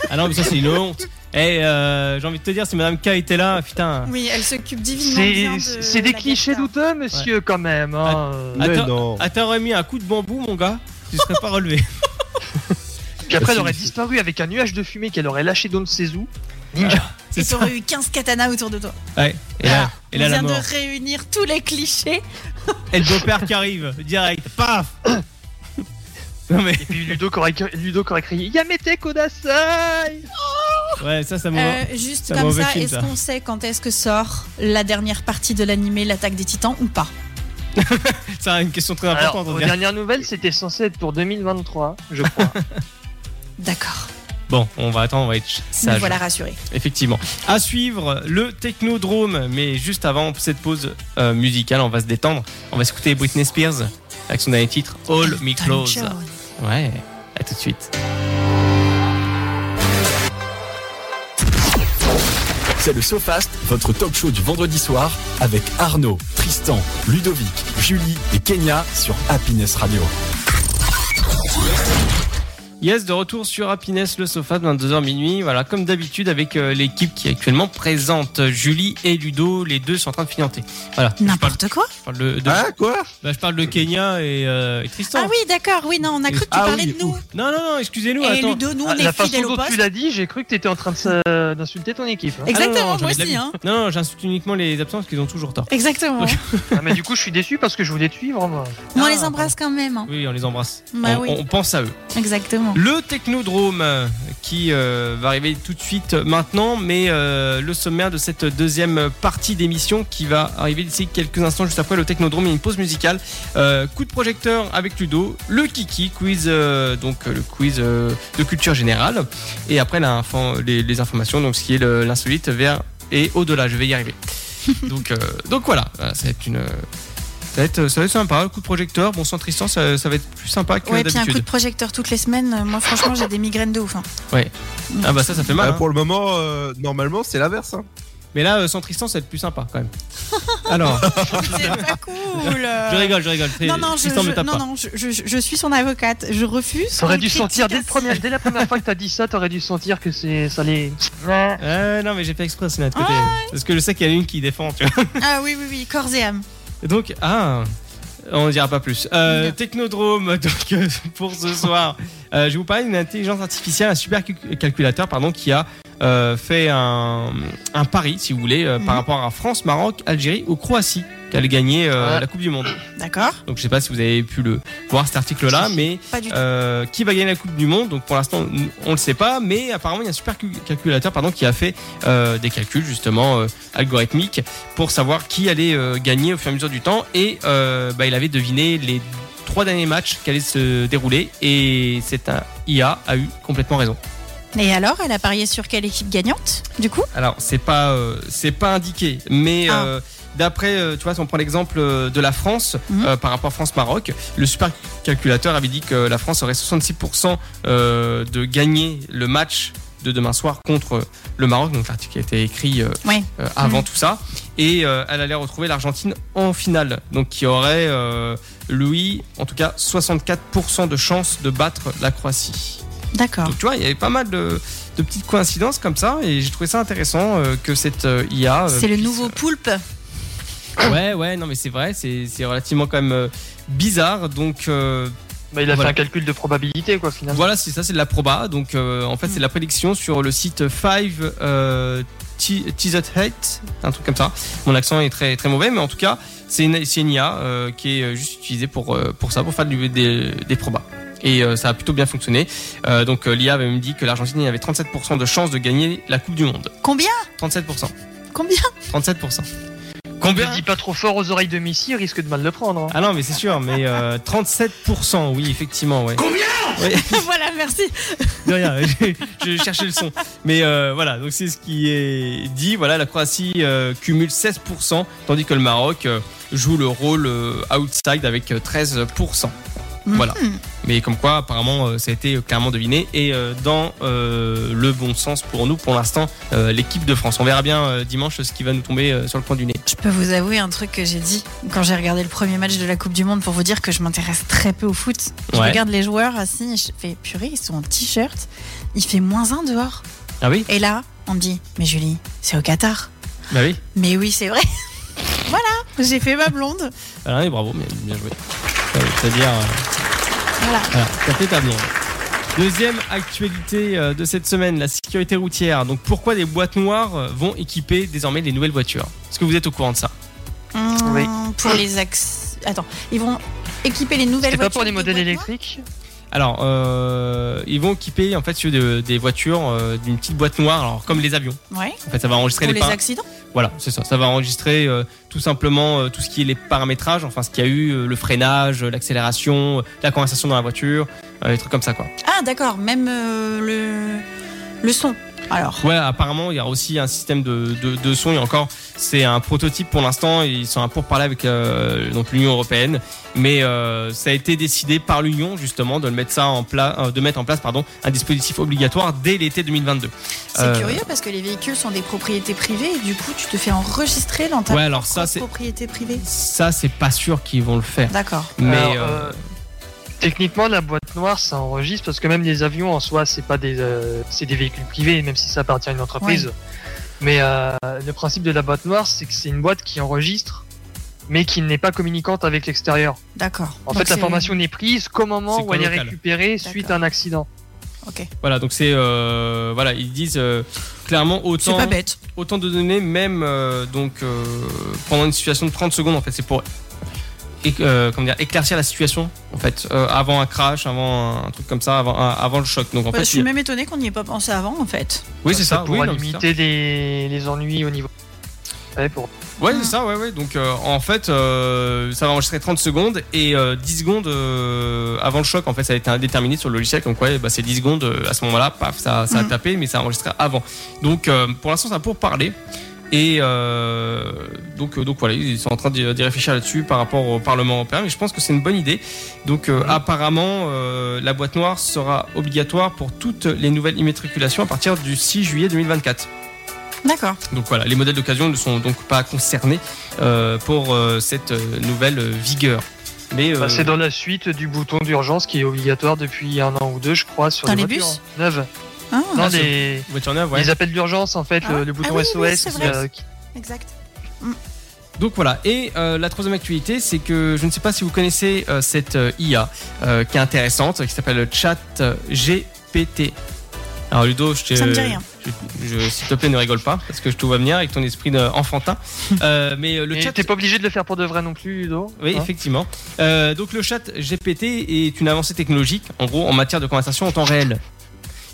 Ah non, mais ça, c'est une honte. Eh, euh, j'ai envie de te dire, si Madame K était là, putain. Oui, elle s'occupe divinement bien C'est de c'est des la clichés gaffe. douteux, monsieur, quand même. hein. Ah, Mais attends. non. Ah, t'aurais mis un coup de bambou, mon gars, tu serais pas relevé. Puis après, elle aurait Si, si. disparu avec un nuage de fumée qu'elle aurait lâché d'on ne sait où. Et t'aurais eu 15 katanas autour de toi. Ouais, et là, et là on la vient mort. de réunir tous les clichés. Et le beau-père qui arrive, direct, paf Non mais, Et puis Ludo qui aurait, Ludo qui aurait crié Yamete Kodasai ouais, ça, ça m'a... Euh, juste C'est un comme mauvais ça, film, est-ce ça. qu'on sait quand est-ce que sort la dernière partie de l'animé L'attaque des titans ou pas Ça a une question très Alors, importante, on aux dirait. dernières nouvelles, c'était censé être pour 2023, je crois. D'accord. Bon, on va attendre, on va être ch- Nous sage. voilà rassurés. Effectivement. À suivre, le Technodrome. Mais juste avant cette pause euh, musicale, on va se détendre. On va s'écouter Britney Spears avec son dernier titre, All Me Elton Close. John. Ouais, à tout de suite. C'est le SoFast, votre talk show du vendredi soir avec Arnaud, Tristan, Ludovic, Julie et Kenya sur Happiness Radio. Yes, de retour sur Happiness le sofa de 22h minuit. Voilà, comme d'habitude avec euh, l'équipe qui est actuellement présente, Julie et Ludo, les deux sont en train de fianter. Voilà. Je parle, N'importe quoi. je parle de, de- Ah, quoi bah, je parle de Kenya et, euh, et Tristan. Ah oui, d'accord. Oui, non, on a cru que tu Ah parlais oui, de nous. Non, non, non, excusez-nous. Et oh. attends. Ludo, nous, on Ah, est la façon fidèles au dont tu poste. l'as dit, j'ai cru que t'étais en train de se- d'insulter ton équipe. hein. Ah non, non, Exactement, j'en moi ai de la aussi. vie. hein. Non, non, j'insulte uniquement les absents parce qu'ils ont toujours tort. Exactement. Ok. Ah, mais du coup, je suis déçu parce que je voulais te suivre. moi. Mais on Ah, les embrasse quand même. hein. Oui, on les embrasse. Bah on, oui. on pense à eux. Exactement. Le Technodrome euh, qui euh, va arriver tout de suite euh, maintenant, mais euh, le sommaire de cette deuxième partie d'émission qui va arriver d'ici quelques instants juste après le Technodrome, il y a une pause musicale. Euh, coup de projecteur avec Ludo, le Kiki quiz, euh, donc euh, le quiz euh, de culture générale, et après l'info- les, les informations, donc ce qui est le- l'insolite vers et au-delà. Je vais y arriver. donc, euh, donc voilà, Voilà, ça va être une. Ça va, être, ça va être sympa, le coup de projecteur. Bon, sans Tristan, ça, ça va être plus sympa que Ouais, puis un d'habitude. coup de projecteur toutes les semaines. euh, Moi, franchement, j'ai des migraines de ouf. hein. Ah, bah ça, ça fait mal. Ah, hein. Pour le moment, euh, normalement, c'est l'inverse. hein. Mais là, euh, sans Tristan, ça va être plus sympa quand même. Alors, C'est pas cool. euh. je rigole, je rigole. Non, non, je, Tristan je- me tape non, pas. non, je, je- je suis son avocate. Je refuse. T'aurais qu'on dû sentir dès, le critique- premier- dès la première fois que t'as dit ça, t'aurais dû sentir que c'est ça les. Euh, non, mais j'ai fait exprès, c'est notre Ah côté. Parce que je sais qu'il y en a une qui défend, tu vois. Ah oui, oui, oui, corps et âme. Et Donc, ah, on ne dira pas plus. Euh, Non. Technodrome, donc euh, pour ce soir, euh, je vais vous parler d'une intelligence artificielle, un super calcu- calculateur, pardon, qui a euh, fait un, un pari, si vous voulez, euh, par Mhm. rapport à France, Maroc, Algérie ou Croatie, qui allait gagner euh, Ouais. la Coupe du Monde. D'accord Donc, je sais pas si vous avez pu le voir cet article-là, mais Pas du tout. Euh, qui va gagner la Coupe du Monde. Donc pour l'instant, n- on le sait pas, mais apparemment il y a un super cu- calculateur pardon, qui a fait euh, des calculs justement euh, algorithmiques pour savoir qui allait euh, gagner au fur et à mesure du temps. Et euh, bah, il avait deviné les trois derniers matchs qui allaient se dérouler et c'est un IA a eu complètement raison. Et alors, elle a parié sur quelle équipe gagnante, du coup Alors c'est pas euh, c'est pas indiqué, mais Ah. euh, d'après euh, tu vois si on prend l'exemple euh, de la France Mhm. euh, par rapport France Maroc, le supercalculateur avait dit que la France aurait 66% euh, de gagner le match de demain soir contre le Maroc, donc l'article qui a été écrit euh, Ouais. Mm-hmm. euh, avant tout ça, et euh, elle allait retrouver l'Argentine en finale, donc qui aurait euh, lui, en tout cas, 64% de chances de battre la Croatie. D'accord. Donc tu vois, il y avait pas mal de, de petites coïncidences comme ça, et j'ai trouvé ça intéressant euh, que cette euh, IA. euh, C'est le puisse, nouveau poulpe. euh, ouais, ouais, non, mais c'est vrai, c'est c'est relativement quand même euh, bizarre. Donc euh, Bah, il a Voilà. fait un calcul de probabilité, quoi, finalement. voilà, c'est ça, c'est de la proba. Donc euh, en fait, c'est de la prédiction sur le site 5 euh, T- Teased Hate, un truc comme ça. Mon accent est très très mauvais, mais en tout cas, c'est une, c'est une IA euh, qui est euh, juste utilisée pour euh, pour ça, pour faire du- des, des probas. Et euh, ça a plutôt bien fonctionné. Euh, donc euh, l'IA avait même dit que l'Argentine avait 37% de chances de gagner la Coupe du Monde. Combien 37%. Combien 37%. Ne Combien dis pas trop fort aux oreilles de Missy, il risque de mal le prendre. hein. Ah non, mais c'est sûr, mais euh, 37%, oui, effectivement, ouais. Voilà, merci. De rien, j'ai- j'ai cherché le son. Mais euh, voilà, donc c'est ce qui est dit. Voilà, la Croatie euh, cumule 16%, tandis que le Maroc euh, joue le rôle euh, outside avec euh, 13%. Voilà. Mhm. Mais comme quoi, apparemment, euh, ça a été clairement deviné et euh, dans euh, le bon sens pour nous, pour l'instant, euh, l'équipe de France. On verra bien euh, dimanche ce qui va nous tomber euh, sur le coin du nez. Je peux vous avouer un truc que j'ai dit quand j'ai regardé le premier match de la Coupe du Monde pour vous dire que je m'intéresse très peu au foot. Je Ouais. regarde les joueurs assis, je fais purée, ils sont en t-shirt, il fait moins un dehors. Ah oui Et là, on me dit, mais Julie, c'est au Qatar. Bah oui. Mais oui, c'est vrai. voilà, j'ai fait ma blonde. Voilà, et bravo, bien, bien joué. Ouais, C'est-à-dire. euh, Voilà. Voilà, t'as fait ta blonde. Deuxième actualité euh, de cette semaine, la sécurité routière. Donc pourquoi des boîtes noires euh, vont équiper désormais les nouvelles voitures Est-ce que vous êtes au courant de ça Hum, Oui. Pour les axes. Attends, ils vont équiper les nouvelles C'est voitures. pas pour les de modèles boîtes électriques Alors, euh, ils vont équiper en fait sur de- des voitures euh, d'une petite boîte noire, alors comme les avions. noires Ouais. En fait, ça va enregistrer Pour les les, param- accidents. Voilà, c'est ça. Ça va enregistrer euh, tout simplement euh, tout ce qui est les paramétrages, enfin ce qu'il y a eu, euh, le freinage, euh, l'accélération, euh, la conversation dans la voiture, euh, des trucs comme ça quoi. Ah, d'accord, même euh, le... le son. Alors. Ouais, apparemment, il y a aussi un système de, de, de son. Et encore, c'est un prototype pour l'instant. Ils sont à pourparlers avec euh, donc l'Union européenne, mais euh, ça a été décidé par l'Union justement de le mettre ça en pla- euh, de mettre en place, pardon, un dispositif obligatoire dès l'été 2022. C'est Euh, curieux parce que les véhicules sont des propriétés privées et du coup tu te fais enregistrer dans ta Ouais, alors ça, propre c'est propriété privée. ça, c'est pas sûr qu'ils vont le faire. D'accord. Mais Alors, euh, euh, techniquement, la boîte noire, ça enregistre parce que même les avions en soi, c'est pas des, euh, c'est des véhicules privés, même si ça appartient à une entreprise. Mais euh, le principe de la boîte noire, c'est que c'est une boîte qui enregistre, mais qui n'est pas communicante avec l'extérieur. D'accord. En Donc, fait, c'est- l'information n'est prise qu'au moment C'est où elle est colocal. récupérée suite à un accident. voilà, donc c'est euh, voilà, ils disent euh, clairement C'est autant pas bête. autant de données même euh, donc euh, pendant une situation de 30 secondes en fait c'est pour éc- euh, comment dire, éclaircir la situation en fait euh, avant un crash avant un truc comme ça avant un- avant le choc donc en Bah, fait je suis il- même étonnée qu'on n'y ait pas pensé avant en fait. oui c'est ça, Pour oui, non, c'est ça. limiter les, les ennuis au niveau. Ouais, pour- Ouais, Mm. c'est ça, ouais, ouais. Donc, euh, en fait, euh, ça va enregistrer 30 secondes et euh, 10 secondes euh, avant le choc. En fait, ça a été indéterminé sur le logiciel. Comme quoi, eh ben, c'est 10 secondes euh, à ce moment-là, paf, ça, ça a Mm. tapé, mais ça a enregistré avant. Donc, euh, pour l'instant, ça pour parler. Et euh, donc, euh, donc voilà, ils sont en train d'y d'y réfléchir là-dessus par rapport au Parlement européen. Mais je pense que c'est une bonne idée. Donc, euh, apparemment, euh, la boîte noire sera obligatoire pour toutes les nouvelles immatriculations à partir du 6 juillet 2024. D'accord. Donc voilà, les modèles d'occasion ne sont donc pas concernés euh, pour euh, cette euh, nouvelle euh, vigueur. Mais euh, Bah, c'est dans la suite du bouton d'urgence qui est obligatoire depuis un an ou deux, je crois, sur Dans les les voitures bus neuves. Ah, Non, Ah, c'est- des- voiture neuve, ouais. les appels d'urgence en fait, Ah le, ouais. le bouton Ah oui, oui, SOS c'est vrai. euh, qui- exact. Donc voilà. Et euh, la troisième actualité, c'est que je ne sais pas si vous connaissez euh, cette euh, IA euh, qui est intéressante, euh, qui s'appelle Chat euh, GPT. Alors Ludo, je te- Ça me dit rien. je- je- S'il te plaît, ne rigole pas, parce que je te vois venir avec ton esprit euh, enfantin. Euh, mais euh, le Et chat. t'es pas obligé de le faire pour de vrai non plus, Ludo. Oui, hein effectivement. Euh, donc le chat GPT est une avancée technologique, en gros, en matière de conversation en temps réel.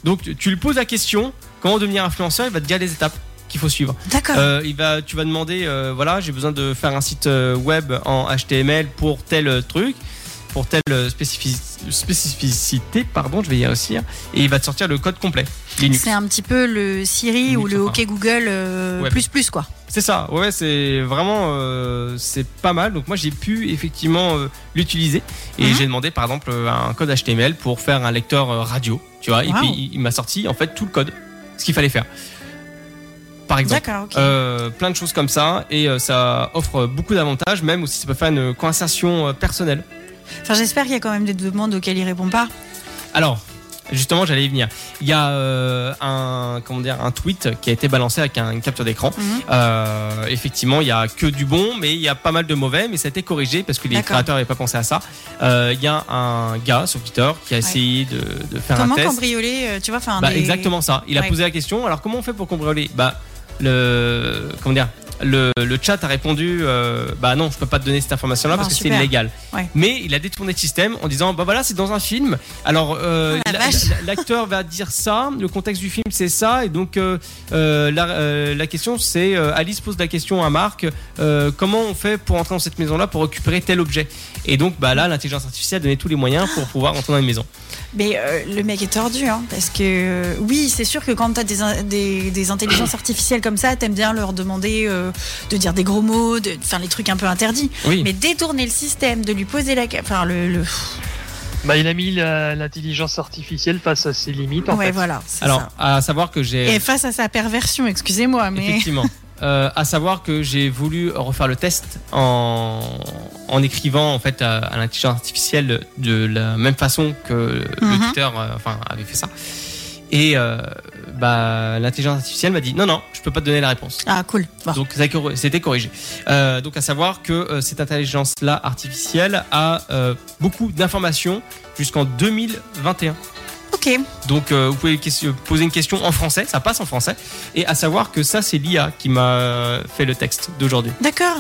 Donc tu- tu lui poses la question, comment devenir influenceur, il va te dire les étapes qu'il faut suivre. D'accord. Euh, il va, tu vas demander, euh, voilà, j'ai besoin de faire un site euh, web en HTML pour tel euh, truc, pour telle euh, spécifici- spécificité, pardon, je vais y réussir, et il va te sortir le code complet. Linux. C'est un petit peu le Siri Linux, ou le enfin. OK Google euh, Ouais, plus plus quoi. C'est ça, ouais, c'est vraiment euh, c'est pas mal. Donc moi j'ai pu effectivement euh, l'utiliser et Mhm. j'ai demandé par exemple euh, un code HTML pour faire un lecteur euh, radio, tu vois, et Wow. puis il- il m'a sorti en fait tout le code, ce qu'il fallait faire. par exemple. D'accord, ok. Euh, plein de choses comme ça et euh, ça offre beaucoup d'avantages même aussi ça peut faire une conversation euh, personnelle Enfin, j'espère qu'il y a quand même des demandes auxquelles il répond pas. alors justement j'allais y venir il y a euh, un comment dire un tweet qui a été balancé avec un- une capture d'écran Mhm. Euh, effectivement, il y a que du bon, mais il y a pas mal de mauvais, mais ça a été corrigé parce que les D'accord. créateurs n'avaient pas pensé à ça. Euh, Il y a un gars sur Twitter qui a essayé de, de faire Comment un test. cambrioler, euh, tu vois, enfin. Bah, des- Exactement ça. Il a Ouais. posé la question. Alors comment on fait pour cambrioler Bah le comment dire le, le chat a répondu euh, bah non je peux pas te donner cette information là Bon, parce que c'est super. illégal. Ouais. Mais il a détourné le système en disant bah voilà c'est dans un film. Alors euh, Oh, la la- vache. la- l'acteur va dire ça, le contexte du film c'est ça et donc euh, euh, la, euh, la question c'est euh, Alice pose la question à Marc euh, comment on fait pour entrer dans cette maison là pour récupérer tel objet. Et donc bah là l'intelligence artificielle a donné tous les moyens pour pouvoir entrer dans une maison. Mais euh, le mec est tordu, hein, parce que euh, oui, c'est sûr que quand t'as des, in- des, des intelligences artificielles comme ça, t'aimes bien leur demander euh, de dire des gros mots, de de faire les trucs un peu interdits. Oui. Mais détourner le système, de lui poser la, ca- enfin le, le... Bah, il a mis la- l'intelligence artificielle face à ses limites. En ouais, fait. voilà, c'est Alors ça. à savoir que j'ai Et face à sa perversion, excusez-moi, mais Effectivement. Euh, à savoir que j'ai voulu refaire le test en, en écrivant en fait à, à l'intelligence artificielle de la même façon que le Mhm. tuteur euh, enfin avait fait ça. Et euh, bah, l'intelligence artificielle m'a dit non non je peux pas te donner la réponse. ah cool. Bon. Donc ça a cor- c'était corrigé. Euh, donc à savoir que euh, cette intelligence là artificielle a euh, beaucoup d'informations jusqu'en 2021. ok, Donc euh, vous pouvez que- poser une question en français, ça passe en français. Et à savoir que ça c'est l'IA qui m'a fait le texte d'aujourd'hui. d'accord.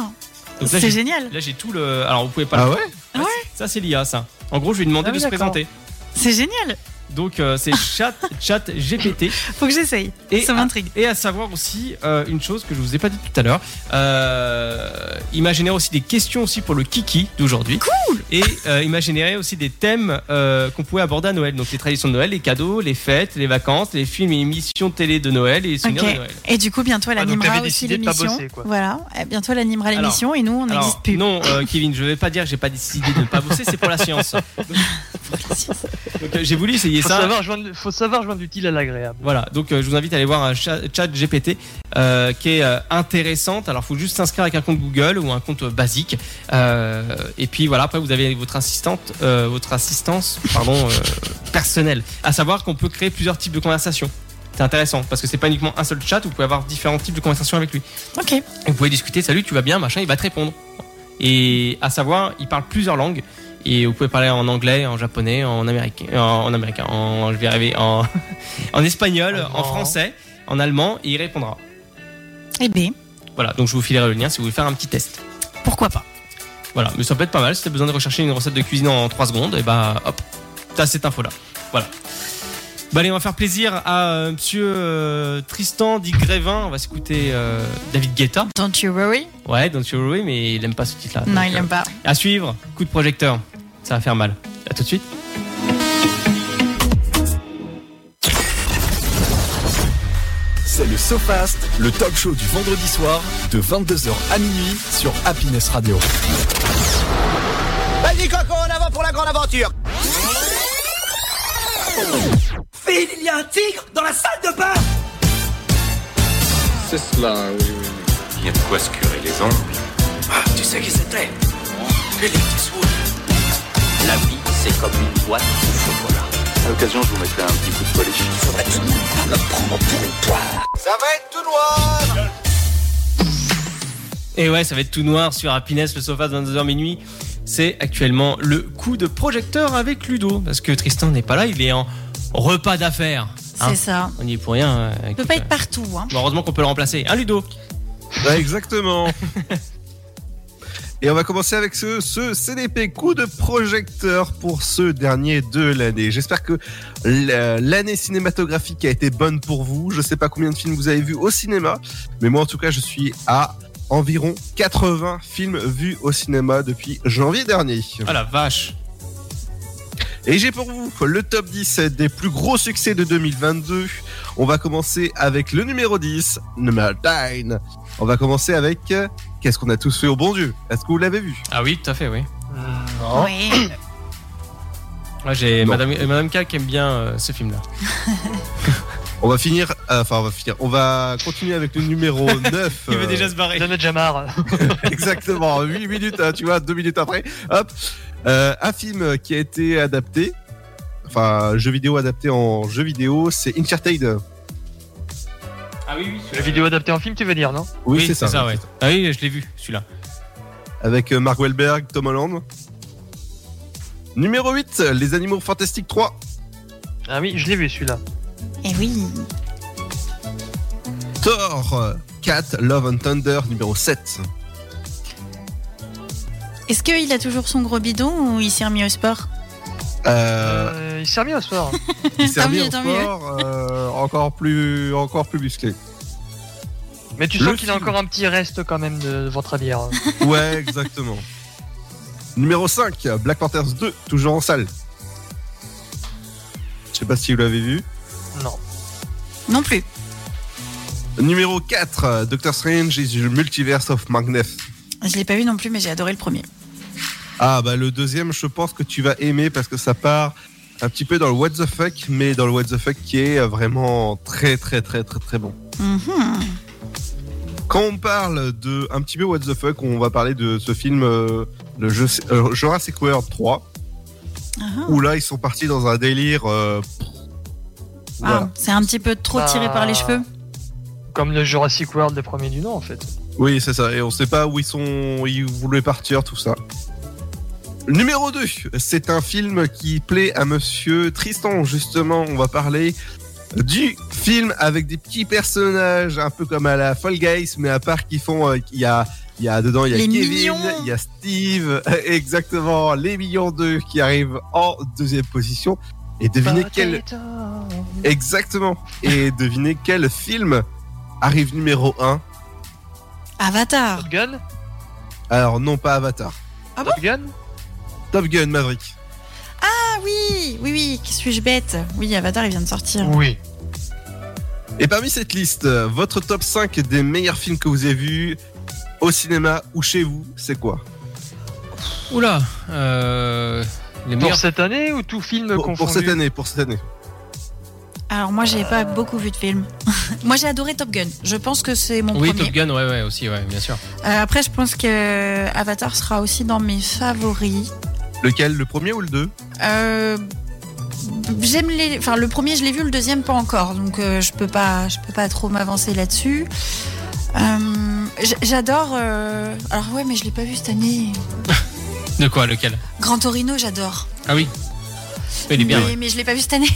Donc là C'est j'ai, génial, là, j'ai tout le... Alors vous pouvez pas... Ah le- ouais Ouais. Ça c'est l'IA ça. En gros je lui ai demandé Ah oui, de se d'accord. présenter. c'est génial. Donc euh, c'est chat, chat GPT. Faut que j'essaye. Et Ça à- m'intrigue. Et à savoir aussi euh, une chose que je vous ai pas dit tout à l'heure. Euh, il m'a généré aussi des questions aussi pour le kiki d'aujourd'hui. Cool. Et euh, il m'a généré aussi des thèmes euh, qu'on pouvait aborder à Noël. Donc les traditions de Noël, les cadeaux, les fêtes, les vacances, les films et émissions télé de Noël et les souvenirs Ok. de Noël. Et du coup, bientôt elle Ah, donc animera t'avais aussi décidé de pas l'émission. bosser, quoi. Voilà, Eh, bientôt elle animera Alors- l'émission et nous on Alors, n'existe plus. Non, euh, Kevin, je vais pas dire que j'ai pas décidé de ne pas bosser, c'est pour la science. Donc, euh, j'ai voulu essayer Faut ça. savoir, joindre, faut savoir joindre l'utile à l'agréable. Voilà, donc euh, je vous invite à aller voir un chat, chat GPT euh, qui est euh, intéressante. Alors, il faut juste s'inscrire avec un compte Google ou un compte euh, basique. Euh, et puis voilà, après vous avez votre assistante, euh, votre assistance, pardon, euh, personnelle. À savoir qu'on peut créer plusieurs types de conversations. C'est intéressant parce que c'est pas uniquement un seul chat. Vous pouvez avoir différents types de conversations avec lui. Ok. Vous pouvez discuter, salut, tu vas bien, machin, il va te répondre. Et à savoir, il parle plusieurs langues. Et vous pouvez parler en anglais, en japonais, en américain, en, en américain, en, je vais y arriver, en, en espagnol, en Allemand. français, en allemand, et il répondra. Eh bien, Voilà, donc je vous filerai le lien si vous voulez faire un petit test. pourquoi pas Voilà, mais ça peut être pas mal. Si t'as besoin de rechercher une recette de cuisine en 3 secondes, et bah hop, t'as cette info là. Voilà. Bah allez, on va faire plaisir à euh, monsieur euh, Tristan dit Grévin. On va s'écouter euh, David Guetta. Don't you worry Ouais, Don't You Worry, mais il aime pas ce titre-là. Non, Donc, il euh, n'aime pas. À suivre, coup de projecteur. Ça va faire mal. À tout de suite. C'est le SoFast, le talk show du vendredi soir de 22h à minuit sur Happiness Radio. Vas-y Coco, en avant pour la grande aventure Phil, il y a un tigre dans la salle de bain C'est cela, oui, oui. Il y a de quoi se curer les ongles. Ah, tu sais qui c'était Electwood. La vie, c'est comme une boîte de chocolat. À l'occasion, je vous mettrai un petit coup de polish. Faudrait tout de même la prendre pour une poire. Ça va être tout noir Et ouais, ça va être tout noir sur Happiness, le sofa de 22h minuit. C'est actuellement le coup de projecteur avec Ludo. Parce que Tristan n'est pas là, il est en repas d'affaires. hein. C'est ça. On y est pour rien. euh, Il écoute, peut pas euh, être partout. Hein. bon, heureusement qu'on peut le remplacer. Hein, Ludo Ouais, Bah, exactement. Et on va commencer avec ce, ce CDP coup de projecteur pour ce dernier de l'année. J'espère que la- l'année cinématographique a été bonne pour vous. Je sais pas combien de films vous avez vus au cinéma, mais moi en tout cas je suis à environ 80 films vus au cinéma depuis janvier dernier. Ah la vache Et j'ai pour vous le top 10 des plus gros succès de 2022. On va commencer avec le numéro 10, Number 9. On va commencer avec euh, Qu'est-ce qu'on a tous fait au bon Dieu Est-ce que vous l'avez vu Ah oui, tout à fait, oui. Non. Oui. Ouais, j'ai Non. Madame, euh, Madame K qui aime bien euh, ce film-là. On va finir, euh, enfin on va finir, on va continuer avec le numéro 9. Il veut euh, déjà se barrer. J'en ai déjà marre. Exactement, 8 minutes, hein, tu vois, 2 minutes après. Hop. Euh, un film qui a été adapté, enfin, jeu vidéo adapté en jeu vidéo, c'est Uncharted. Ah oui, oui. La vidéo adaptée en film, tu veux dire, non Oui, c'est ça. ouais. Ah oui, je l'ai vu, celui-là. Avec euh, Mark Wahlberg, Tom Holland. Numéro 8, Les Animaux Fantastiques 3. Ah oui, je l'ai vu celui-là. Et Eh oui. Thor, Cat, Love and Thunder, numéro 7. Est-ce qu'il a toujours son gros bidon ou il s'est remis au sport Euh, Euh, il s'est remis au sport. il s'est Tant remis mieux, au tant mieux. sport, euh, encore, plus, encore plus musclé. Mais tu Le sens qu'il a film. encore un petit reste quand même de, de ventre à bière. Ouais, exactement. Numéro 5, Black Panthers 2, toujours en salle. Je sais pas si vous l'avez vu. non. Non plus. Numéro 4, Doctor Strange is the Multiverse of Madness. Je l'ai pas vu non plus, mais j'ai adoré le premier. Ah bah le deuxième, je pense que tu vas aimer parce que ça part un petit peu dans le what the fuck, mais dans le what the fuck qui est vraiment très très très très très bon. Mhm. Quand on parle de un petit peu what the fuck, on va parler de ce film, euh, le jeu, euh, Jurassic World 3, Ah, où là ils sont partis dans un délire. euh, ah. voilà. C'est un petit peu trop tiré par les Bah, cheveux. Comme le Jurassic World, le premier du nom, en fait. Oui, c'est ça. Et on sait pas où ils sont, ils voulaient partir, tout ça. Numéro 2, c'est un film qui plaît à monsieur Tristan, justement. On va parler du film avec des petits personnages, un peu comme à la Fall Guys, mais à part qu'ils font. euh, Il y, a, il y a dedans, il y a Les Kevin, mignons. il y a Steve, exactement, les millions 2 qui arrivent en deuxième position. Et devinez Bah, quel. Potato. Exactement. Et devinez quel film arrive numéro 1. Avatar. Top Gun Alors, non pas Avatar. Top Gun Top Gun Maverick. Ah oui, oui, oui. que Suis-je bête Oui, Avatar, il vient de sortir. Oui. Et parmi cette liste, euh, votre top 5 des meilleurs films que vous avez vus au cinéma ou chez vous, c'est quoi Oula. Euh, les Pour meilleurs. cette année ou tout film pour, Euh, confondu pour cette année, pour cette année. Alors moi, j'ai pas beaucoup vu de films. moi, j'ai adoré Top Gun. Je pense que c'est mon Oui, premier. Top Gun, ouais, ouais, aussi, ouais, bien sûr. Euh, après, je pense que Avatar sera aussi dans mes favoris. Lequel, le premier ou le deux Euh, J'aime les, enfin le premier je l'ai vu, le deuxième pas encore, donc euh, je peux pas, je peux pas trop m'avancer là-dessus. Euh, j- J'adore. euh, alors ouais, mais je l'ai pas vu cette année. De quoi, lequel Grand Torino, j'adore. Ah oui. Ouais, Il est bien. mais, ouais. mais je l'ai pas vu cette année.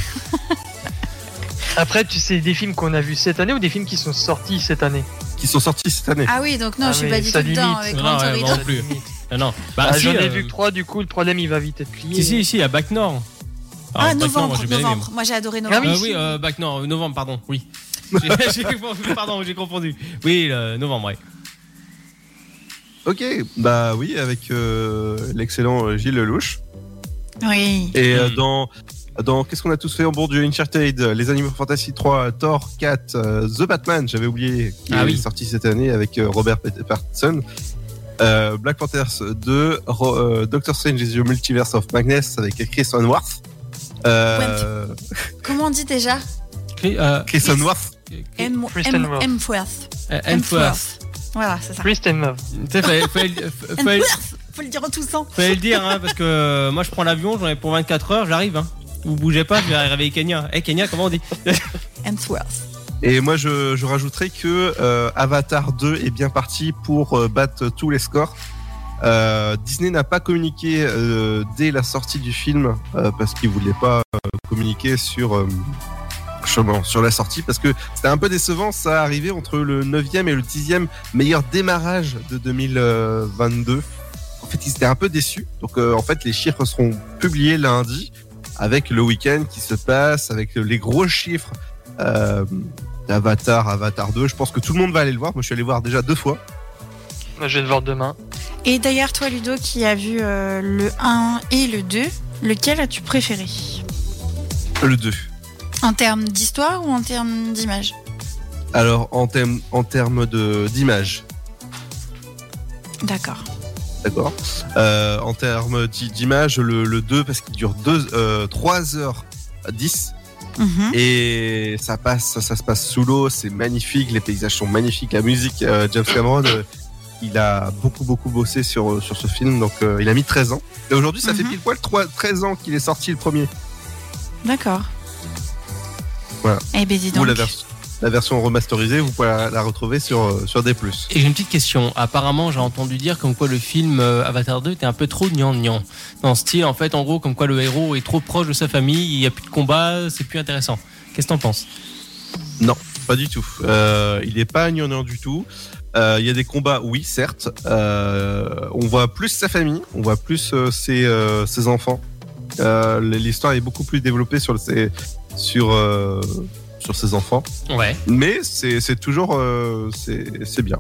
Après, tu sais, des films qu'on a vus cette année ou des films qui sont sortis cette année qui sont sortis cette année Ah oui, donc non, Ah je suis oui, pas du tout ça dedans limite. avec Non, Grand ouais, Torino. bon. Non plus. Ah non. Bah, Ah, si, J'en ai euh, vu que trois, du coup, le problème il va vite être plié. Si, si, si, à Bac Nord. Ah, Alors, Bac Nord, novembre, moi, j'ai bien aimé, novembre. moi. Moi j'ai adoré novembre. Ah oui, Euh, si. oui, euh, bac, non, euh, novembre, pardon, oui. J'ai- j'ai confondu, pardon, j'ai confondu. Oui, le novembre, ouais. Ok, bah oui, avec euh, l'excellent euh, Gilles Lelouch. Oui. Et euh, Hmm. dans, dans Qu'est-ce qu'on a tous fait en bourdieu Uncharted, Les Animaux Fantasy 3, Thor, 4, euh, The Batman, j'avais oublié, qui Ah est oui. sorti cette année avec euh, Robert Pat- Pattinson. Euh, Black Panthers 2, Ro- euh, Doctor Strange is the Multiverse of Madness avec Chris Hemsworth. Euh, Comment on dit déjà Clé- euh, Chris Hemsworth. clé- M. Kristen M. Wiig. M. Forth. euh, M. Hemsworth. Forth. Voilà, c'est ça. Kristen Wiig. Tu sais, fallait- fallait- f- M. fallait- Forth. Faut le dire en tout sens. Fallait le dire, hein, parce que euh, moi je prends l'avion, j'en ai pour 24 heures, j'arrive. Hein. Vous bougez pas, je vais réveiller Kenya. Eh Kenya, comment on dit M. Forth. Et moi, je, je rajouterais que euh, Avatar 2 est bien parti pour euh, battre tous les scores. Euh, Disney n'a pas communiqué euh, dès la sortie du film euh, parce qu'il voulait pas euh, communiquer sur euh, chemin, sur la sortie parce que c'était un peu décevant. Ça arrivait entre le 9e et le 10e meilleur démarrage de 2022. En fait, ils étaient un peu déçus. Donc, euh, en fait, les chiffres seront publiés lundi avec le week-end qui se passe, avec les gros chiffres. euh, Avatar, Avatar 2. Je pense que tout le monde va aller le voir. Moi, je suis allé voir déjà deux fois. Moi, Je vais le voir demain. Et d'ailleurs, toi, Ludo, qui a vu euh, le 1 et le 2, lequel as-tu préféré Le 2. En termes d'histoire ou en termes d'image Alors, en, thème, en termes de- d'image, D'accord. d'accord Euh, En euh, termes d'i- d'image, le, le 2, parce qu'il dure 3 heures 10. Mhm. et ça passe, ça, ça se passe sous l'eau, c'est magnifique, les paysages sont magnifiques, la musique, euh, James Cameron, euh, il a beaucoup beaucoup bossé sur, euh, sur ce film, donc euh, il a mis 13 ans. Et aujourd'hui, ça fait Mhm. pile poil trois- 13 ans qu'il est sorti le premier, D'accord. Voilà. Eh ben dis ou donc. la, vers- la version remasterisée, vous pouvez la, la retrouver sur, euh, sur D+. Et j'ai une petite question. Apparemment, j'ai entendu dire comme quoi le film euh, Avatar 2 était un peu trop gnangnan. Dans ce style, en fait, en gros, comme quoi le héros est trop proche de sa famille, il n'y a plus de combat, c'est plus intéressant. Qu'est-ce que t'en penses Pas du tout. Euh, il n'est pas agnonnant du tout. Euh, Il y a des combats, oui, certes. Euh, on voit plus sa famille, on voit plus euh, ses, euh, ses enfants. Euh, L'histoire est beaucoup plus développée sur, ses, sur, euh, sur ses enfants. Ouais. Mais c'est c'est toujours. euh, c'est c'est bien.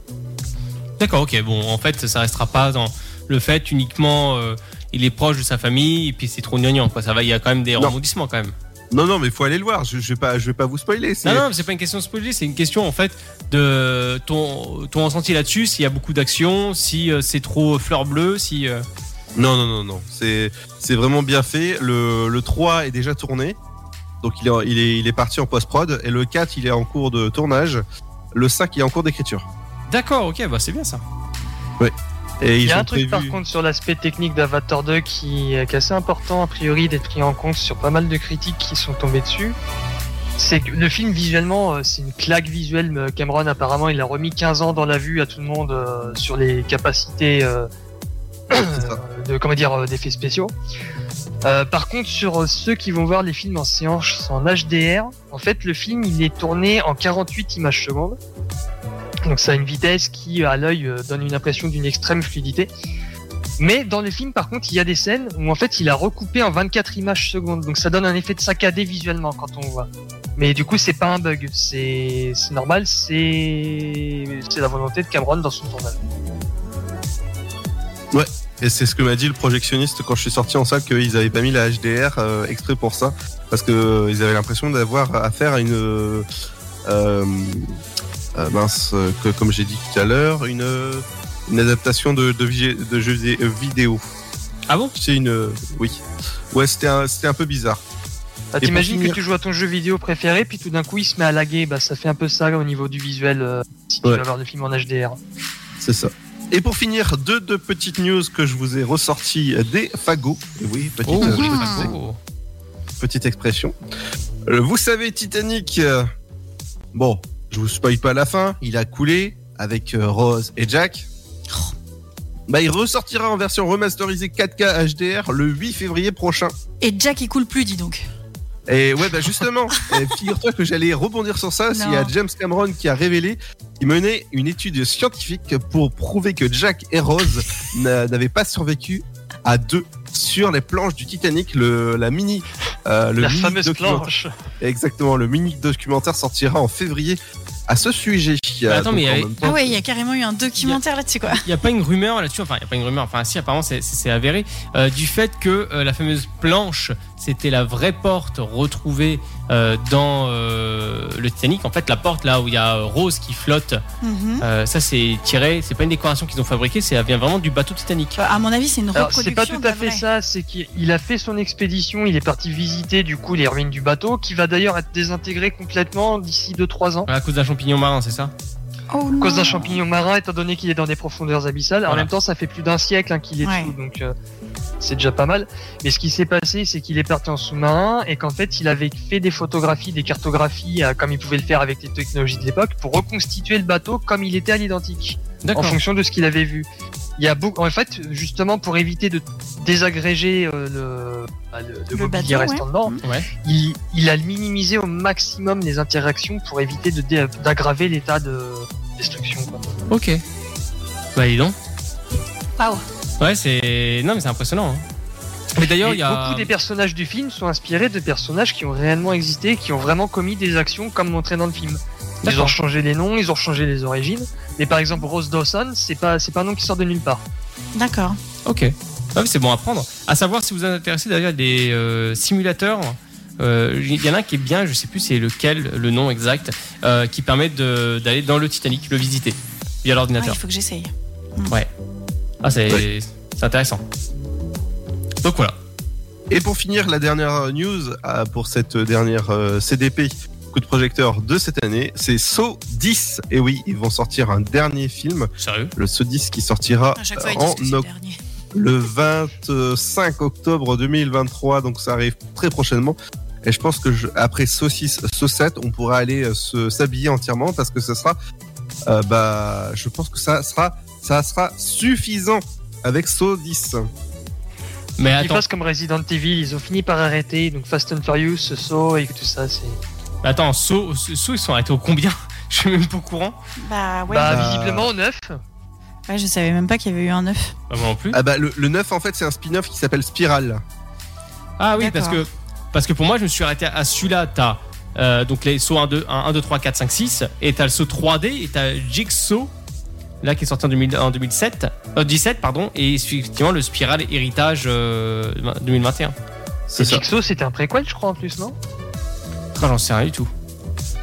D'accord, ok. Bon, en fait, ça restera pas dans le fait uniquement euh, il est proche de sa famille et puis c'est trop gnangnan. Quoi. Ça va, il y a quand même des Non. rebondissements quand même. Non, non, mais il faut aller le voir. Je ne je vais, pas- je vais pas vous spoiler. c'est- Non, non, mais c'est pas une question de spoiler, c'est une question en fait de ton, ton ressenti là-dessus, s'il y a beaucoup d'action, si euh, c'est trop fleur bleue, si. euh, Non, non, non, non. C'est c'est vraiment bien fait. Le, le 3 est déjà tourné. Donc il est, en- il est, il est parti en post-prod. Et le 4, il est en cours de tournage. Le 5, il est en cours d'écriture. D'accord, ok, bah c'est bien ça. Et Il ils y a ont un truc prévu... par contre sur l'aspect technique d'Avatar 2 qui, qui est assez important a priori d'être pris en compte sur pas mal de critiques qui sont tombées dessus. C'est que le film visuellement, euh, c'est une claque visuelle. mais Cameron apparemment, il a remis 15 ans dans la vue à tout le monde euh, sur les capacités euh, euh, de comment dire euh, d'effets spéciaux. Euh, par contre, sur euh, ceux qui vont voir les films en séance en HDR, en fait, le film il est tourné en 48 images secondes. Donc ça a une vitesse qui, à l'œil, euh, donne une impression d'une extrême fluidité. Mais dans les films, par contre, il y a des scènes où en fait il a recoupé en 24 images secondes. Donc ça donne un effet de saccadé visuellement quand on voit. Mais du coup, c'est pas un bug. C'est c'est normal, c'est c'est la volonté de Cameron dans son tournage. Et c'est ce que m'a dit le projectionniste quand je suis sorti en salle qu'ils avaient pas mis la HDR euh, exprès pour ça parce que euh, ils avaient l'impression d'avoir affaire à une euh, euh, euh, mince euh, que, comme j'ai dit tout à l'heure une euh, une adaptation de de, vi- de jeux vi- euh, vidéo. Ah bon C'est une euh, oui ouais c'était un, c'était un peu bizarre. pour Ah, T'imagines que finir- tu joues à ton jeu vidéo préféré, puis tout d'un coup il se met à laguer. Bah ça fait un peu ça au niveau du visuel euh, si tu Ouais. vas voir le film en HDR. C'est ça. Et pour finir, deux, deux petites news que je vous ai ressorties des fagots. Et Oui, petite, Oh, euh, oui, petite- bah, oh. petite expression. Euh, Vous savez, Titanic, euh, bon, je vous spoil pas la fin, il a coulé avec euh, Rose et Jack. Bah, il ressortira en version remasterisée 4K HDR le 8 février prochain. Et Jack il coule plus, dis donc. Et ouais, bah justement, euh, figure-toi que j'allais rebondir sur ça. Il y a Non. James Cameron qui a révélé qu'il menait une étude scientifique pour prouver que Jack et Rose n'a- n'avaient pas survécu à deux sur les planches du Titanic, le, la mini. euh, le la mini fameuse documentaire. planche. Exactement, le mini documentaire sortira en février à ce sujet. attends, Donc, mais en il y a- même temps- Ah ouais, il y a carrément eu un documentaire là-dessus quoi. Il n'y a pas une rumeur là-dessus, enfin, il n'y a pas une rumeur, enfin, si, apparemment, c'est- c'est c'est avéré, euh, du fait que euh, la fameuse planche, c'était la vraie porte retrouvée euh, dans euh, le Titanic. En fait, la porte là où il y a euh, Rose qui flotte, Mhm. euh, ça, c'est tiré, c'est pas une décoration qu'ils ont fabriquée, c'est- ça vient vraiment du bateau Titanic. Bah, À mon avis, c'est une Alors, reproduction. c'est pas tout de la à fait vraie. ça, c'est qu'il a fait son expédition, il est parti visiter du coup les ruines du bateau, qui va d'ailleurs être désintégré complètement d'ici 2-3 ans. À cause d'un champignon marin, c'est ça Oh À cause non. d'un champignon marin, étant donné qu'il est dans des profondeurs abyssales. En Voilà. même temps, ça fait plus d'un siècle hein, qu'il est Ouais. dessous, donc euh, c'est déjà pas mal. Mais ce qui s'est passé, c'est qu'il est parti en sous-marin et qu'en fait, il avait fait des photographies, des cartographies, euh, comme il pouvait le faire avec les technologies de l'époque, pour reconstituer le bateau comme il était à l'identique en D'accord. fonction de ce qu'il avait vu. Il y a beaucoup, en fait, justement, pour éviter de désagréger euh, le, bah, le, le Le mobilier bateau, restant dedans, Ouais. il, il a minimisé au maximum les interactions pour éviter de dé- d'aggraver l'état de destruction. quoi. Ok. Bah, dis donc. Waouh. Ouais, c'est. Non, mais c'est impressionnant. hein. Mais d'ailleurs, Et il y a. Beaucoup des personnages du film sont inspirés de personnages qui ont réellement existé, qui ont vraiment commis des actions comme montré dans le film. Ils D'accord. ont changé les noms, ils ont changé les origines. Mais par exemple, Rose Dawson, c'est pas, c'est pas un nom qui sort de nulle part. D'accord. Ok. Ouais, c'est bon à prendre. À savoir si vous êtes intéressé d'ailleurs des euh, simulateurs. euh, Il y en a un qui est bien, je sais plus c'est lequel, le nom exact, euh, qui permet de- d'aller dans le Titanic, le visiter via Ah, il l'ordinateur. faut que j'essaye. Ah, c'est c'est intéressant. Donc voilà. Et pour finir, la dernière news euh, pour cette dernière euh, CDP coup de projecteur de cette année, c'est Saw 10. Et oui, ils vont sortir un dernier film, Sérieux le Saw 10 qui sortira À chaque fois, ils disent en que c'est le octobre dernier. le 25 octobre 2023, donc ça arrive très prochainement. Et je pense que je- après saucisse, saucette, on pourra aller euh, se s'habiller entièrement parce que ce sera, euh, bah, je pense que ça sera, ça sera suffisant avec Saw 10. Mhm. Mais Ils attends, fassent comme Resident Evil, ils ont fini par arrêter, donc Fast and Furious, Saw et tout ça, c'est... mais attends, Saut, ils sont arrêtés au combien Je suis même pas au courant. Bah ouais. bah, bah- visiblement, neuf. Ouais, je savais même pas qu'il y avait eu un œuf. Bah, moi non plus. Ah bah le, le 9 en fait c'est un spin-off qui s'appelle Spiral. Ah oui, parce D'accord. que, parce que pour moi, je me suis arrêté à celui-là. T'as euh, donc les sauts 1, 2, 1, 1, 2, 3, 4, 5, 6. Et t'as le saut 3D et t'as Jigsaw, là, qui est sorti en, 2000 en 2007, euh, 17, pardon. Et effectivement, le Spiral Héritage euh, 2021. C'est ça. Jigsaw, c'était un préquel, je crois, en plus, non Ah, J'en sais rien du tout.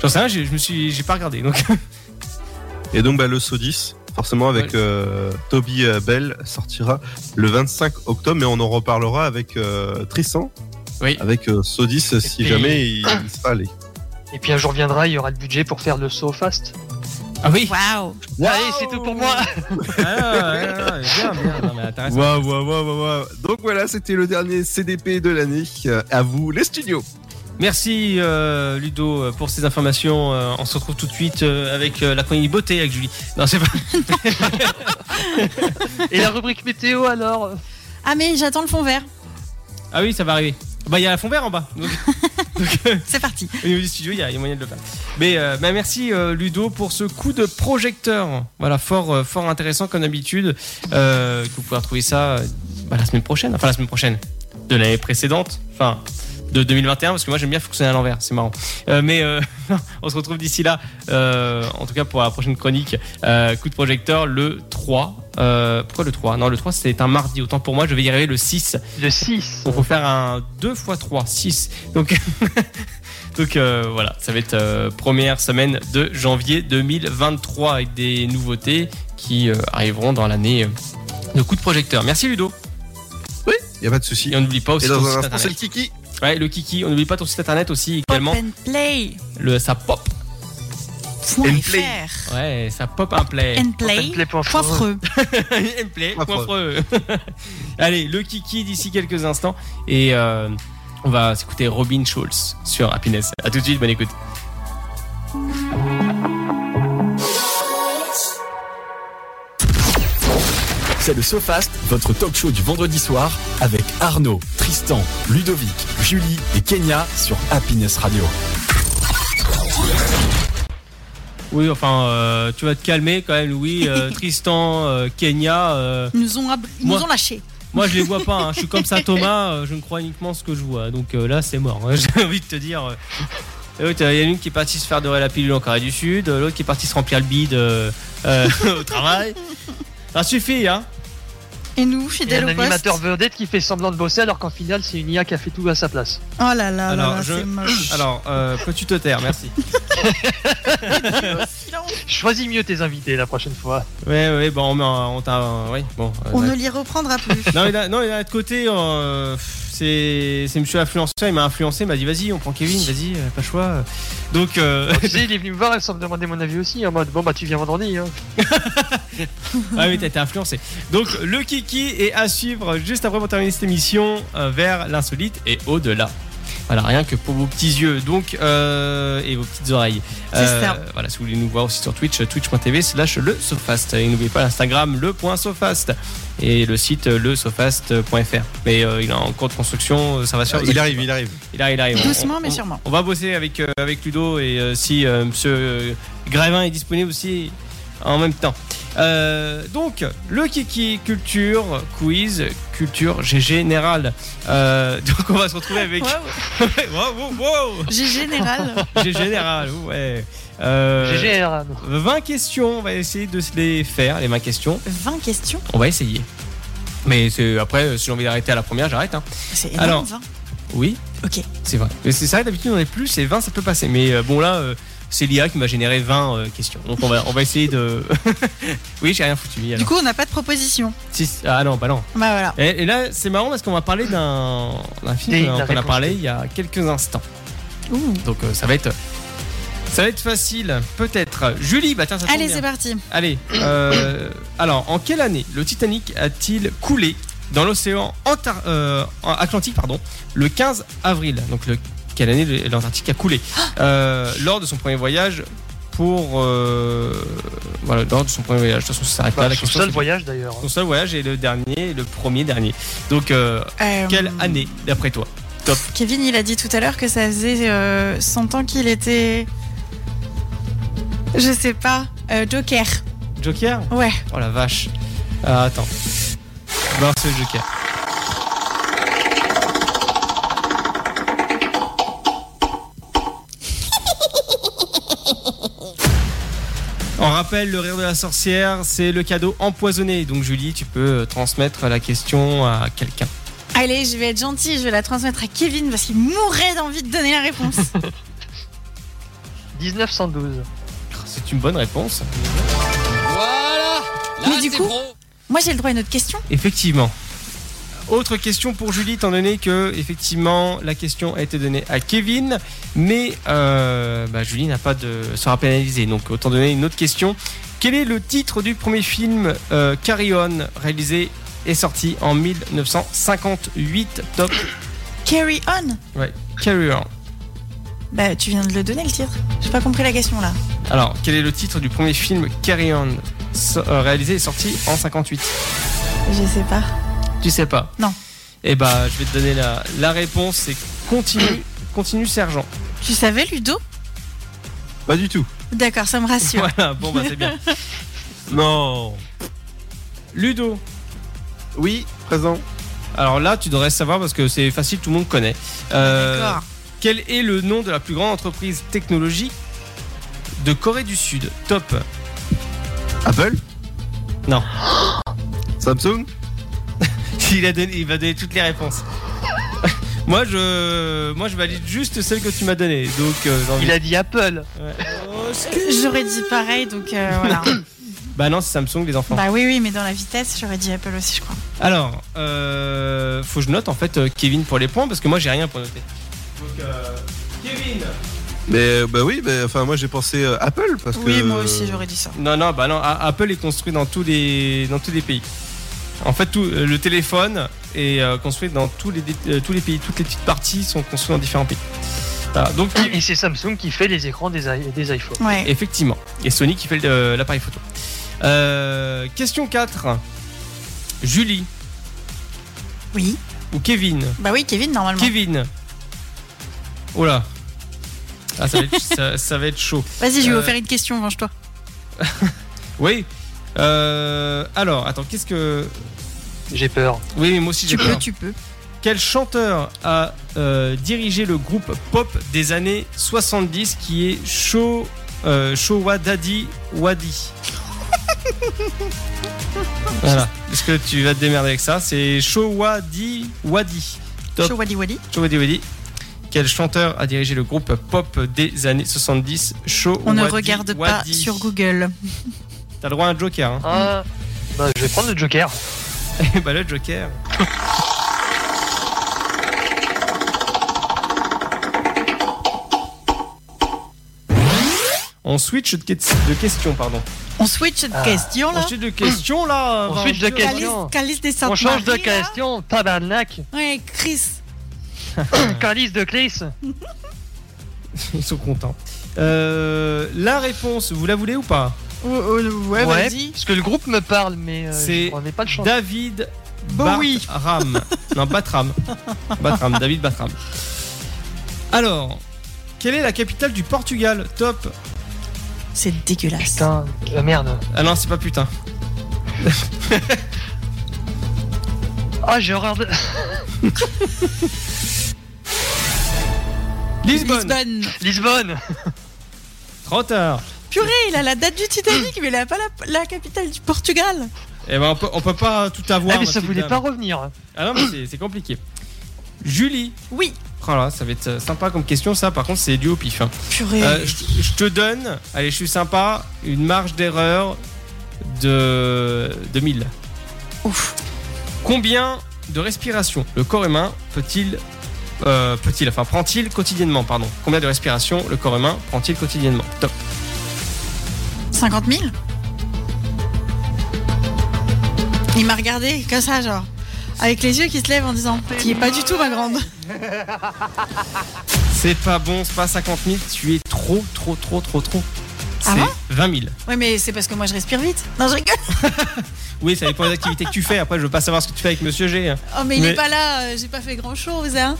J'en sais rien, j'ai- je me suis, j'ai pas regardé. Donc, Et donc bah le Saw 10 forcément avec Ouais. euh, Toby euh, Bell sortira le 25 octobre mais on en reparlera avec euh, Tristan. Oui. Avec euh, Saw 10 si Et- jamais il, il sera allé. Et puis un jour viendra, il y aura le budget pour faire le Saw Fast. ah oui. Waouh. Allez, c'est tout pour moi Ah, ah, ah, bien, bien. Non, mais intéressant. Waouh, waouh, waouh, waouh, waouh. Donc voilà, c'était le dernier CDP de l'année. Euh, À vous, les studios. Merci euh, Ludo euh, pour ces informations. Euh, on se retrouve tout de suite euh, avec euh, la chronique beauté avec Julie. Non, c'est pas. Et la rubrique météo, alors Ah mais j'attends le fond vert. Ah oui, ça va arriver. Bah, il y a la fond vert en bas. Donc, donc, euh, C'est parti. au niveau du studio, il y, a il y a moyen de le faire. Mais euh, bah, merci euh, Ludo pour ce coup de projecteur. Voilà, fort, euh, fort intéressant comme d'habitude. Euh, que vous pouvez retrouver ça euh, bah, la semaine prochaine. Enfin, la semaine prochaine. De l'année précédente. Enfin. De 2021, parce que moi j'aime bien fonctionner à l'envers, c'est marrant. Euh, mais euh, on se retrouve d'ici là, euh, en tout cas pour la prochaine chronique euh, Coup de projecteur le 3. Euh, pourquoi le 3 Non, le 3 c'était un mardi, autant pour moi, je vais y arriver le 6. Le 6. Donc faut faire un 2 x 3, 6. Donc, donc euh, voilà, ça va être euh, première semaine de janvier 2023 avec des nouveautés qui euh, arriveront dans l'année euh, de coup de projecteur. Merci Ludo. Il a pas de souci. Et on n'oublie pas aussi Et ton dans un site instant, c'est le internet. Kiki. Ouais, le Kiki, on n'oublie pas ton site internet aussi Pop également. and play. Le, ça pop. And play. fr. Ouais, ça pop un play. And play. Poivreux. Elle plaît, Point point creux. Allez, le Kiki d'ici quelques instants. Et euh, on va s'écouter Robin Schulz sur Happiness. A tout de suite, bonne écoute. C'est le SoFast, votre talk show du vendredi soir avec Arnaud, Tristan, Ludovic, Julie et Kenya sur Happiness Radio. Oui, enfin, euh, tu vas te calmer quand même, Louis. Euh, Tristan, euh, Kenya, euh, Ils nous ont, ab- ils nous Moi. ont lâchés. moi je les vois pas. hein. Je suis comme ça, Thomas. euh, je ne crois uniquement ce que je vois. Donc euh, là, c'est mort. hein. J'ai envie de te dire. euh. Eh oui, t'as- Il y en a une qui est partie se faire dorer la pilule en Corée du Sud. euh, L'autre qui est partie se remplir le bide euh, euh, au travail. Ça suffit, hein. Et nous, Il y a fidèles un au poste. animateur vedette qui fait semblant de bosser alors qu'en final c'est une IA qui a fait tout à sa place. Oh là là, là, Alors, là je- c'est moche. Alors, euh, peux-tu te taire Merci. Choisis mieux tes invités la prochaine fois. Ouais, ouais, bon, on, met un- on t'a. ouais, bon. euh, On ouais. ne l'y reprendra plus. Non, mais d'un- non, mais d'un autre côté, euh, pff, c'est c'est monsieur influenceur, il m'a influencé, il m'a dit vas-y, on prend Kevin, vas-y, euh, pas le choix. Donc, euh, Tu sais, il est venu me voir et sans me demander mon avis aussi en mode bon bah tu viens vendredi. Hein. ah oui, t'as été influencé. Donc, le Kiki est à suivre juste après pour terminer cette émission euh, vers l'insolite et au-delà. Voilà, rien que pour vos petits yeux donc euh, et vos petites oreilles. Euh, C'est ça. Voilà, si vous voulez nous voir aussi sur Twitch, twitch.tv slash le Sofast. Et n'oubliez pas l'Instagram, le point Sofast. Et le site, le Sofast.fr. Mais euh, il est en cours de construction, euh, ça va se faire. Ah, Euh, Il arrive, il arrive. Il arrive, il arrive. Doucement, On- mais on- sûrement. On va bosser avec, euh, avec Ludo et euh, si euh, Monsieur euh, Grévin est disponible aussi en même temps. Euh, donc, le Kiki Culture Quiz, Culture Générale. Euh, donc, on va se retrouver avec. Wow. wow, wow, J'ai général. wow. G Général, ouais. Euh, GG Aaron. 20 questions, on va essayer de se les faire, les 20 questions. 20 questions. On va essayer. Mais c'est- après, euh, si j'ai envie d'arrêter à la première, j'arrête. hein. C'est Alors, énorme. 20. Oui. Ok. C'est vrai. Mais c'est ça, d'habitude on est plus, et 20 ça peut passer. Mais euh, bon là, euh, c'est l'IA qui m'a généré 20 euh, questions. Donc on va, on va essayer de. oui, j'ai rien foutu. Du alors. coup, on n'a pas de proposition. Six- Ah non, bah non. Bah voilà. Et, et là, c'est marrant parce qu'on va parler d'un d'un Des- film la dont on a réponse parlé D. il y a quelques instants. Ouh. Donc euh, ça va être. Ça va être facile, peut-être. Julie, bah tiens, ça tombe Allez, bien. c'est parti. Allez, euh, alors en quelle année le Titanic a-t-il coulé dans l'océan Antar- euh, Atlantique pardon, le 15 avril Donc le, quelle année le- l'Antarctique a coulé Euh, Lors de son premier voyage pour... euh, voilà, lors de son premier voyage. De toute façon, ça s'arrête là. Bah, La son question, seul c'est- voyage d'ailleurs. hein. Son seul voyage est le dernier, le premier dernier. Donc euh, Euh, quelle année d'après toi Kevin, il a dit tout à l'heure que ça faisait euh, 100 ans qu'il était. Je sais pas. euh, Joker. Joker Ouais. Oh la vache. Ah, attends. Non, c'est le Joker. On rappelle le rire de la sorcière, c'est le cadeau empoisonné. Donc Julie, tu peux euh, transmettre la question à quelqu'un. Allez, je vais être gentille, je vais la transmettre à Kevin parce qu'il mourrait d'envie de donner la réponse. 1912. C'est une bonne réponse. Voilà Mais du coup- Moi, j'ai le droit à une autre question. Effectivement. Autre question pour Julie, étant donné que effectivement la question a été donnée à Kevin, mais euh, bah, Julie n'a pas de sera pénalisée, donc autant donner une autre question. Quel est le titre du premier film euh, Carry On réalisé et sorti en 1958 Top Carry on. Carry On. Bah, tu viens de le donner le titre. J'ai pas compris la question là. Alors quel est le titre du premier film Carry On so- euh, réalisé et sorti en 58 Je sais pas. Tu sais pas Non. Eh bah je vais te donner la, la réponse. C'est continue, continue sergent. Tu savais, Ludo Pas du tout. D'accord, ça me rassure. Voilà, bon bah c'est bien. Non. Ludo, Oui, présent. alors là tu devrais savoir parce que c'est facile, tout le monde connaît. Euh, D'accord. quel est le nom de la plus grande entreprise technologique de Corée du Sud Top. Apple Non. Samsung Il, a donné, il va donner toutes les réponses. moi je moi je valide juste celle que tu m'as donnée. Donc euh, j'ai envie- Il a dit Apple. Ouais. J'aurais dit pareil, donc euh, voilà. Bah non, c'est Samsung les enfants. bah oui, oui, mais dans la vitesse, j'aurais dit Apple aussi, je crois. Alors, euh, faut que je note en fait euh, Kevin pour les points parce que moi j'ai rien pour noter. Donc euh, Kevin Mais bah oui, mais, enfin moi j'ai pensé euh, Apple parce que. Oui, moi aussi, j'aurais dit ça. Non, non, bah non, A- Apple est construit dans tous les, dans tous les pays. En fait, tout, euh, le téléphone est euh, construit dans tous les, dé- euh, tous les pays. Toutes les petites parties sont construites dans différents pays. Voilà, donc, Et c'est Samsung qui fait les écrans des, i- des iPhones. Ouais. effectivement. Et Sony qui fait le- l'appareil photo. Euh, question 4. Julie Oui. ou Kevin Bah oui, Kevin, normalement. Kevin Oh là Ah, ça, va être, ça- ça va être chaud. Vas-y, je vais Euh, vous faire une question, venge-toi. Oui. Euh, alors, attends, qu'est-ce que. J'ai peur. Oui, mais moi aussi j'ai Tu peux, peur. tu peux. Quel chanteur a euh, dirigé le groupe pop des années 70 qui est Show, euh, Showadadi Wadi Voilà. Est-ce que tu vas te démerder avec ça C'est Showadi Wadi. Top. Show Wally Wally. Showadi Wadi. Quel chanteur a dirigé le groupe pop des années 70 Show On ne regarde pas sur Google. T'as le droit à un joker. Hein Ah, bah, je vais prendre le Joker. Eh bah le joker. On switch de, que- de questions, pardon. On switch de Ah. question On là. switch de questions là. On Vincent. switch de questions. Calice, Calice des Saintes On change de Marie, là. question. Tabarnak. Ouais, Chris. Calice de Clis. Ils sont contents. Euh, la réponse, vous la voulez ou pas Oh, oh, ouais, vas-y. parce que le groupe me parle, mais euh, C'est- je prenais pas de chance. David Bowie. Batram. non, Batram. Batram, David Batram. Alors, quelle est la capitale du Portugal Top. C'est dégueulasse. Putain, euh, merde. Ah non, c'est pas putain. Ah, j'ai horreur de. Lisbonne. Lisbonne. Trop tard. Purée, il a la date du Titanic, mais il a pas la, la capitale du Portugal. Eh ben, on peut, on peut pas tout avoir. ah, mais ça Mathilde. voulait pas revenir. Ah non, mais c'est- c'est compliqué. Julie, Oui, Voilà, ça va être euh, sympa comme question, ça. Par contre, c'est dû au pif. hein. Purée. Euh, je je te donne, allez, je suis sympa, une marge d'erreur de, de 1000. Ouf. Combien de respirations le corps humain peut-il. euh, peut-il, enfin, prend-il quotidiennement, pardon. Combien de respirations le corps humain prend-il quotidiennement Top. 50 000 Il m'a regardé comme ça, genre, avec les yeux qui se lèvent en disant Qui est pas du tout ma grande. C'est pas bon, c'est pas 50 000, tu es trop, trop, trop, trop, trop. Ah C'est 20 000. Oui, mais c'est parce que moi je respire vite. Non, je rigole. Oui, ça dépend des activités que tu fais. Après, je veux pas savoir ce que tu fais avec Monsieur G. hein. Oh, mais il Mais- est pas là, euh, j'ai pas fait grand chose, hein.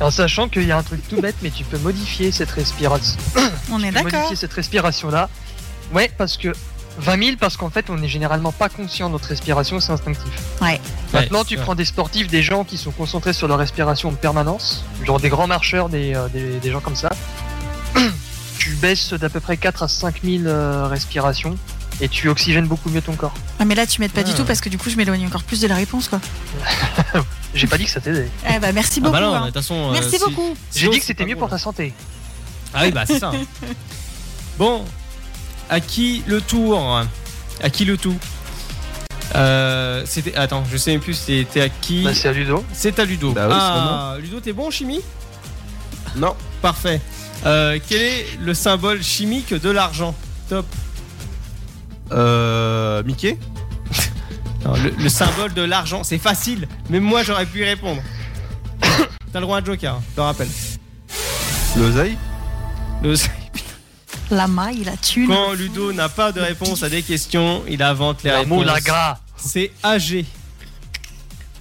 En sachant qu'il y a un truc tout bête, mais tu peux modifier cette respiration. On est Tu peux d'accord. modifier cette respiration-là. Ouais, parce que 20 000, parce qu'en fait, on n'est généralement pas conscient de notre respiration, c'est instinctif. Maintenant, Ouais, tu c'est prends des sportifs, des gens qui sont concentrés sur leur respiration en permanence, genre des grands marcheurs, des, euh, des, des gens comme ça. tu baisses d'à peu près 4 à 5 000 euh, respirations et tu oxygènes beaucoup mieux ton corps. Ah, mais là, tu m'aides pas du Ouais. tout parce que du coup, je m'éloigne encore plus de la réponse, quoi. J'ai pas dit que ça t'aidait. Eh bah, merci Ah beaucoup. bah non, mais hein. de toute façon. euh, Merci si- beaucoup. J'ai sinon, dit que c'est c'était pas mieux bon. hein. pour ta santé. Ah oui, bah c'est ça. bon, à qui le tour À qui le tout Euh, C'était. Attends, je sais même plus c'était à qui. Bah, c'est à Ludo. c'est à Ludo. Bah oui, ah, Ludo, t'es bon en chimie Non. Parfait. Euh, quel est le symbole chimique de l'argent Top. Euh, Mickey Non, le, le symbole de l'argent, c'est facile. Même moi, j'aurais pu y répondre. T'as le droit à un joker, hein, je te rappelle. L'oseille Le- La maille, la thune. Quand Ludo n'a pas de réponse à des questions, il invente les La réponses. moula gras. C'est AG.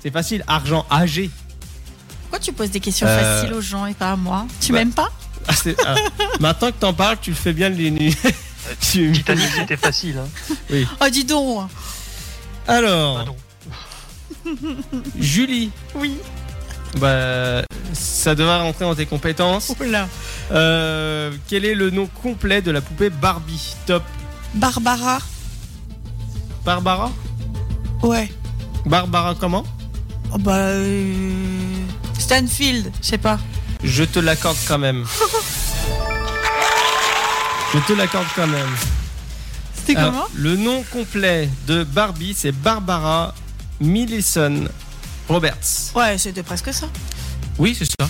C'est facile, argent, AG. Pourquoi tu poses des questions Euh, faciles aux gens et pas à moi Tu bah- m'aimes pas Ah, c'est- ah. Maintenant que t'en parles, tu le fais bien le nu- tu- Titanic, c'était facile. hein. Oh, dis donc. Alors, Pardon. Julie, Oui. bah, ça devrait rentrer dans tes compétences. Oula. Euh, quel est le nom complet de la poupée Barbie Top. Barbara. Barbara Ouais. Barbara comment Oh, bah. euh, Stanfield, je sais pas. Je te l'accorde quand même. Je te l'accorde quand même. C'était Euh, comment le nom complet de Barbie, c'est Barbara Millison Roberts. Ouais, c'était presque ça. Oui, c'est ça.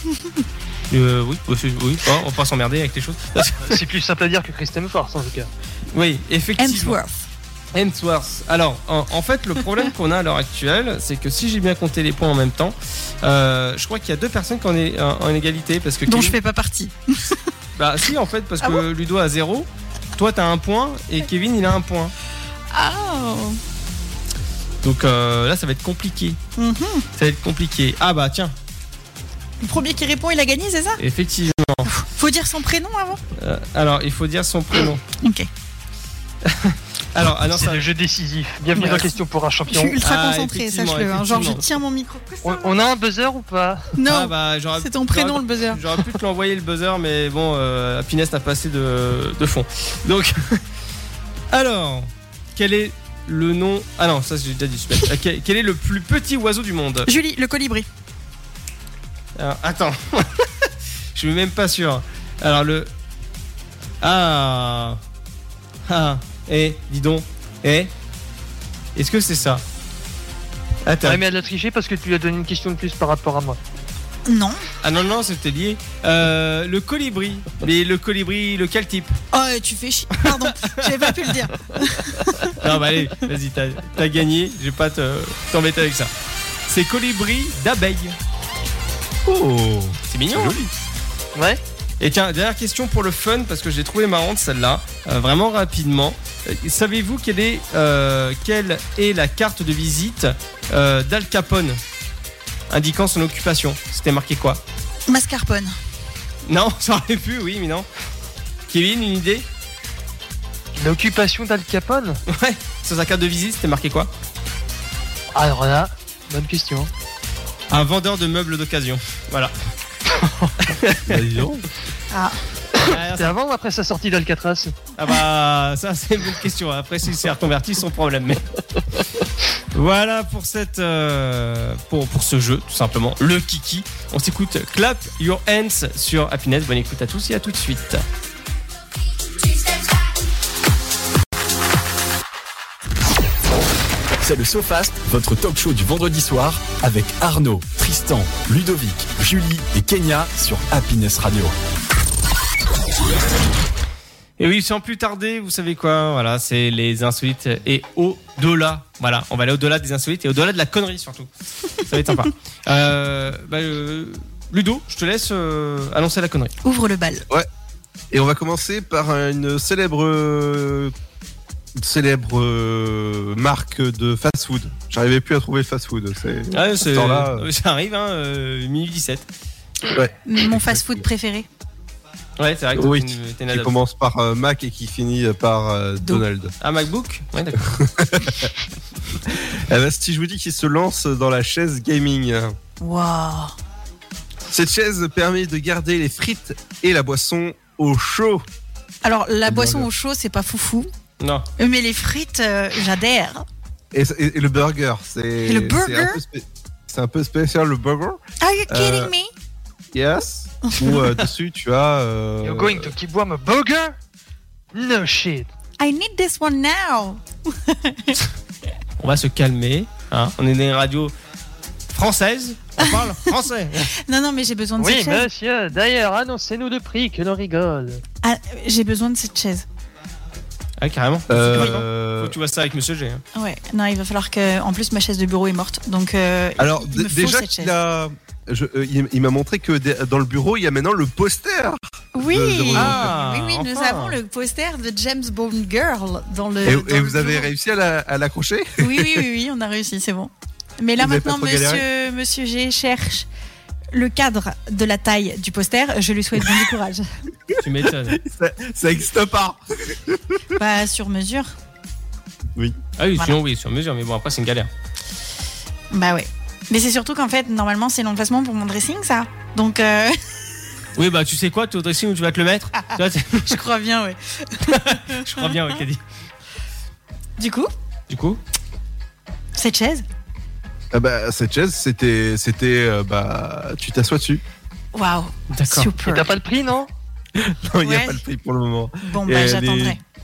oui, oui, c'est- oui. Oh, on va pas s'emmerder avec les choses. C'est plus simple à dire que Chris Hemsworth en tout cas. Oui, effectivement. Hemsworth. Hemsworth. Alors, en, en fait, le problème qu'on a à l'heure actuelle, c'est que si j'ai bien compté les points en même temps, euh, je crois qu'il y a deux personnes qui en est en, en égalité parce que Dont Kevin- je fais pas partie. bah si en fait parce Ah que Ludo a zéro, toi t'as un point et Kevin il a un point. Ah. Donc euh, là, ça va être compliqué. Mhm. Ça va être compliqué. Ah bah tiens, Le premier qui répond, il a gagné, c'est ça effectivement. Faut dire son prénom avant Euh, alors, il faut dire son prénom. Ok. Alors, ah non, c'est ça. le jeu décisif. Bienvenue dans Ouais. Question pour un Je suis champion. ultra Ah, concentrée, effectivement, sache-le. hein. Genre, je effectivement. tiens mon micro. On, on a un buzzer ou pas Ah Non, bah, j'aurais c'est ton prénom le buzzer. j'aurais pu te l'envoyer le buzzer, mais bon, euh, Happiness n'a pas assez de, de fond. Donc, alors, quel est le nom. Ah non, ça, j'ai déjà dit super. Euh, quel, quel est le plus petit oiseau du monde Julie, le colibri. Alors, Attends. Je suis même pas sûr. Alors, le. Ah. Ah. Eh, dis donc. Eh. Est-ce que c'est ça Attends. Ouais, mais elle a triché parce que tu lui as donné une question de plus par rapport à moi. Non. Ah non, non, c'était lié. Euh, le colibri. Mais le colibri, lequel type Oh, tu fais chier. Pardon, j'avais pas pu le dire. Non, bah allez, vas-y, t'as t'as gagné. Je vais pas te- t'embêter avec ça. C'est colibri d'abeille. Oh C'est mignon. hein Ouais. Et tiens, dernière question pour le fun, parce que j'ai trouvé marrante celle-là, euh, vraiment rapidement. Euh, Savez-vous quelle est, euh, quelle est la carte de visite euh, d'Al Capone indiquant son occupation C'était marqué quoi Mascarpone. Non, ça aurait pu, oui, mais non. Kevin, une idée L'occupation d'Al Capone Ouais, sur sa carte de visite, c'était marqué quoi Alors là, bonne question. Un vendeur de meubles d'occasion. Voilà. Bah, dis donc. Ah, Euh, C'est avant ou après sa sortie d'Alcatraz Ah bah ça c'est une bonne question. Après si c'est reconverti, son problème. Mais Voilà pour cette euh, pour, pour ce jeu tout simplement, le Kiki. On s'écoute Clap Your Hands sur Happiness. Bonne écoute à tous et à tout de suite. C'est le SoFast, votre talk show du vendredi soir avec Arnaud, Tristan, Ludovic, Julie et Kenya sur Happiness Radio. Et oui, sans plus tarder, vous savez quoi Voilà, c'est les insolites et au-delà. Voilà, on va aller au-delà des insolites et au-delà de la connerie surtout. Ça va être sympa. Euh, bah, euh, Ludo, je te laisse euh, annoncer la connerie. Ouvre le bal. Et on va commencer par une célèbre, euh, une célèbre euh, marque de fast-food. J'arrivais plus à trouver le fast-food. c'est- Ah, ce temps-là, euh. ça arrive, hein, euh, minuit 17. Mon fast-food préféré. Ouais, c'est vrai que Oui, t'es une- t'es une Qui adulte. commence par euh, Mac et qui finit par euh, Do. Donald. Ah, MacBook Ouais, d'accord. Eh ben, si je vous dis qu'il se lance dans la chaise gaming. Waouh. Cette chaise permet de garder les frites et la boisson au chaud. Alors, la C'est boisson burger. au chaud, c'est pas foufou. Non. Mais les frites, euh, j'adhère. Et, et- et le burger, c'est Et le burger c'est un peu spé- c'est un peu spécial le burger. Are you kidding Euh, me? Yes. Où euh, dessus tu as. euh, You're going to keep warm a burger? No shit. I need this one now. On va se calmer. hein. On est dans une radio française. On parle français. Non, non, mais j'ai besoin de Oui, cette chaise. monsieur, d'ailleurs, annoncez-nous le prix, que l'on rigole. Ah, j'ai besoin de cette chaise. Ah, carrément. euh, Faut que tu vois ça avec Monsieur G. hein. Ouais, non, il va falloir que. En plus, ma chaise de bureau est morte. Donc, euh, alors il me d- faut déjà cette qu'il chaise. a. je- euh, il il m'a montré que dé- dans le bureau, il y a maintenant le poster. Oui, de- de Roland. Ah, oui, oui nous enfin. avons le poster de James Bond Girl dans le. Et, et Euh, dans le vous avez bureau. réussi à la- à l'accrocher Oui, oui, oui, oui, on a réussi, c'est bon. Mais là Vous avez pas maintenant, trop galéré monsieur, monsieur G cherche le cadre de la taille du poster. Je lui souhaite bon courage. Tu m'étonnes. Ça existe pas. Pas sur mesure. Ah oui, Voilà. sinon, oui, sur mesure. Mais bon, après, c'est une galère. Bah ouais. Mais c'est surtout qu'en fait, normalement, c'est l'emplacement pour mon dressing, ça. Donc, euh, Oui, bah, tu sais quoi, tu au dressing où tu vas te le mettre. Tu vois, c'est- je crois bien, oui. je crois bien, ouais, Caddy. Du coup, Du coup, cette chaise, Ah bah, cette chaise, c'était, c'était, euh, bah, tu t'assois dessus. waouh, d'accord. Et t'as super. pas le prix, non? Non, il n'y a Ouais. pas le prix pour le moment. Bon, Et bah elle j'attendrai. est-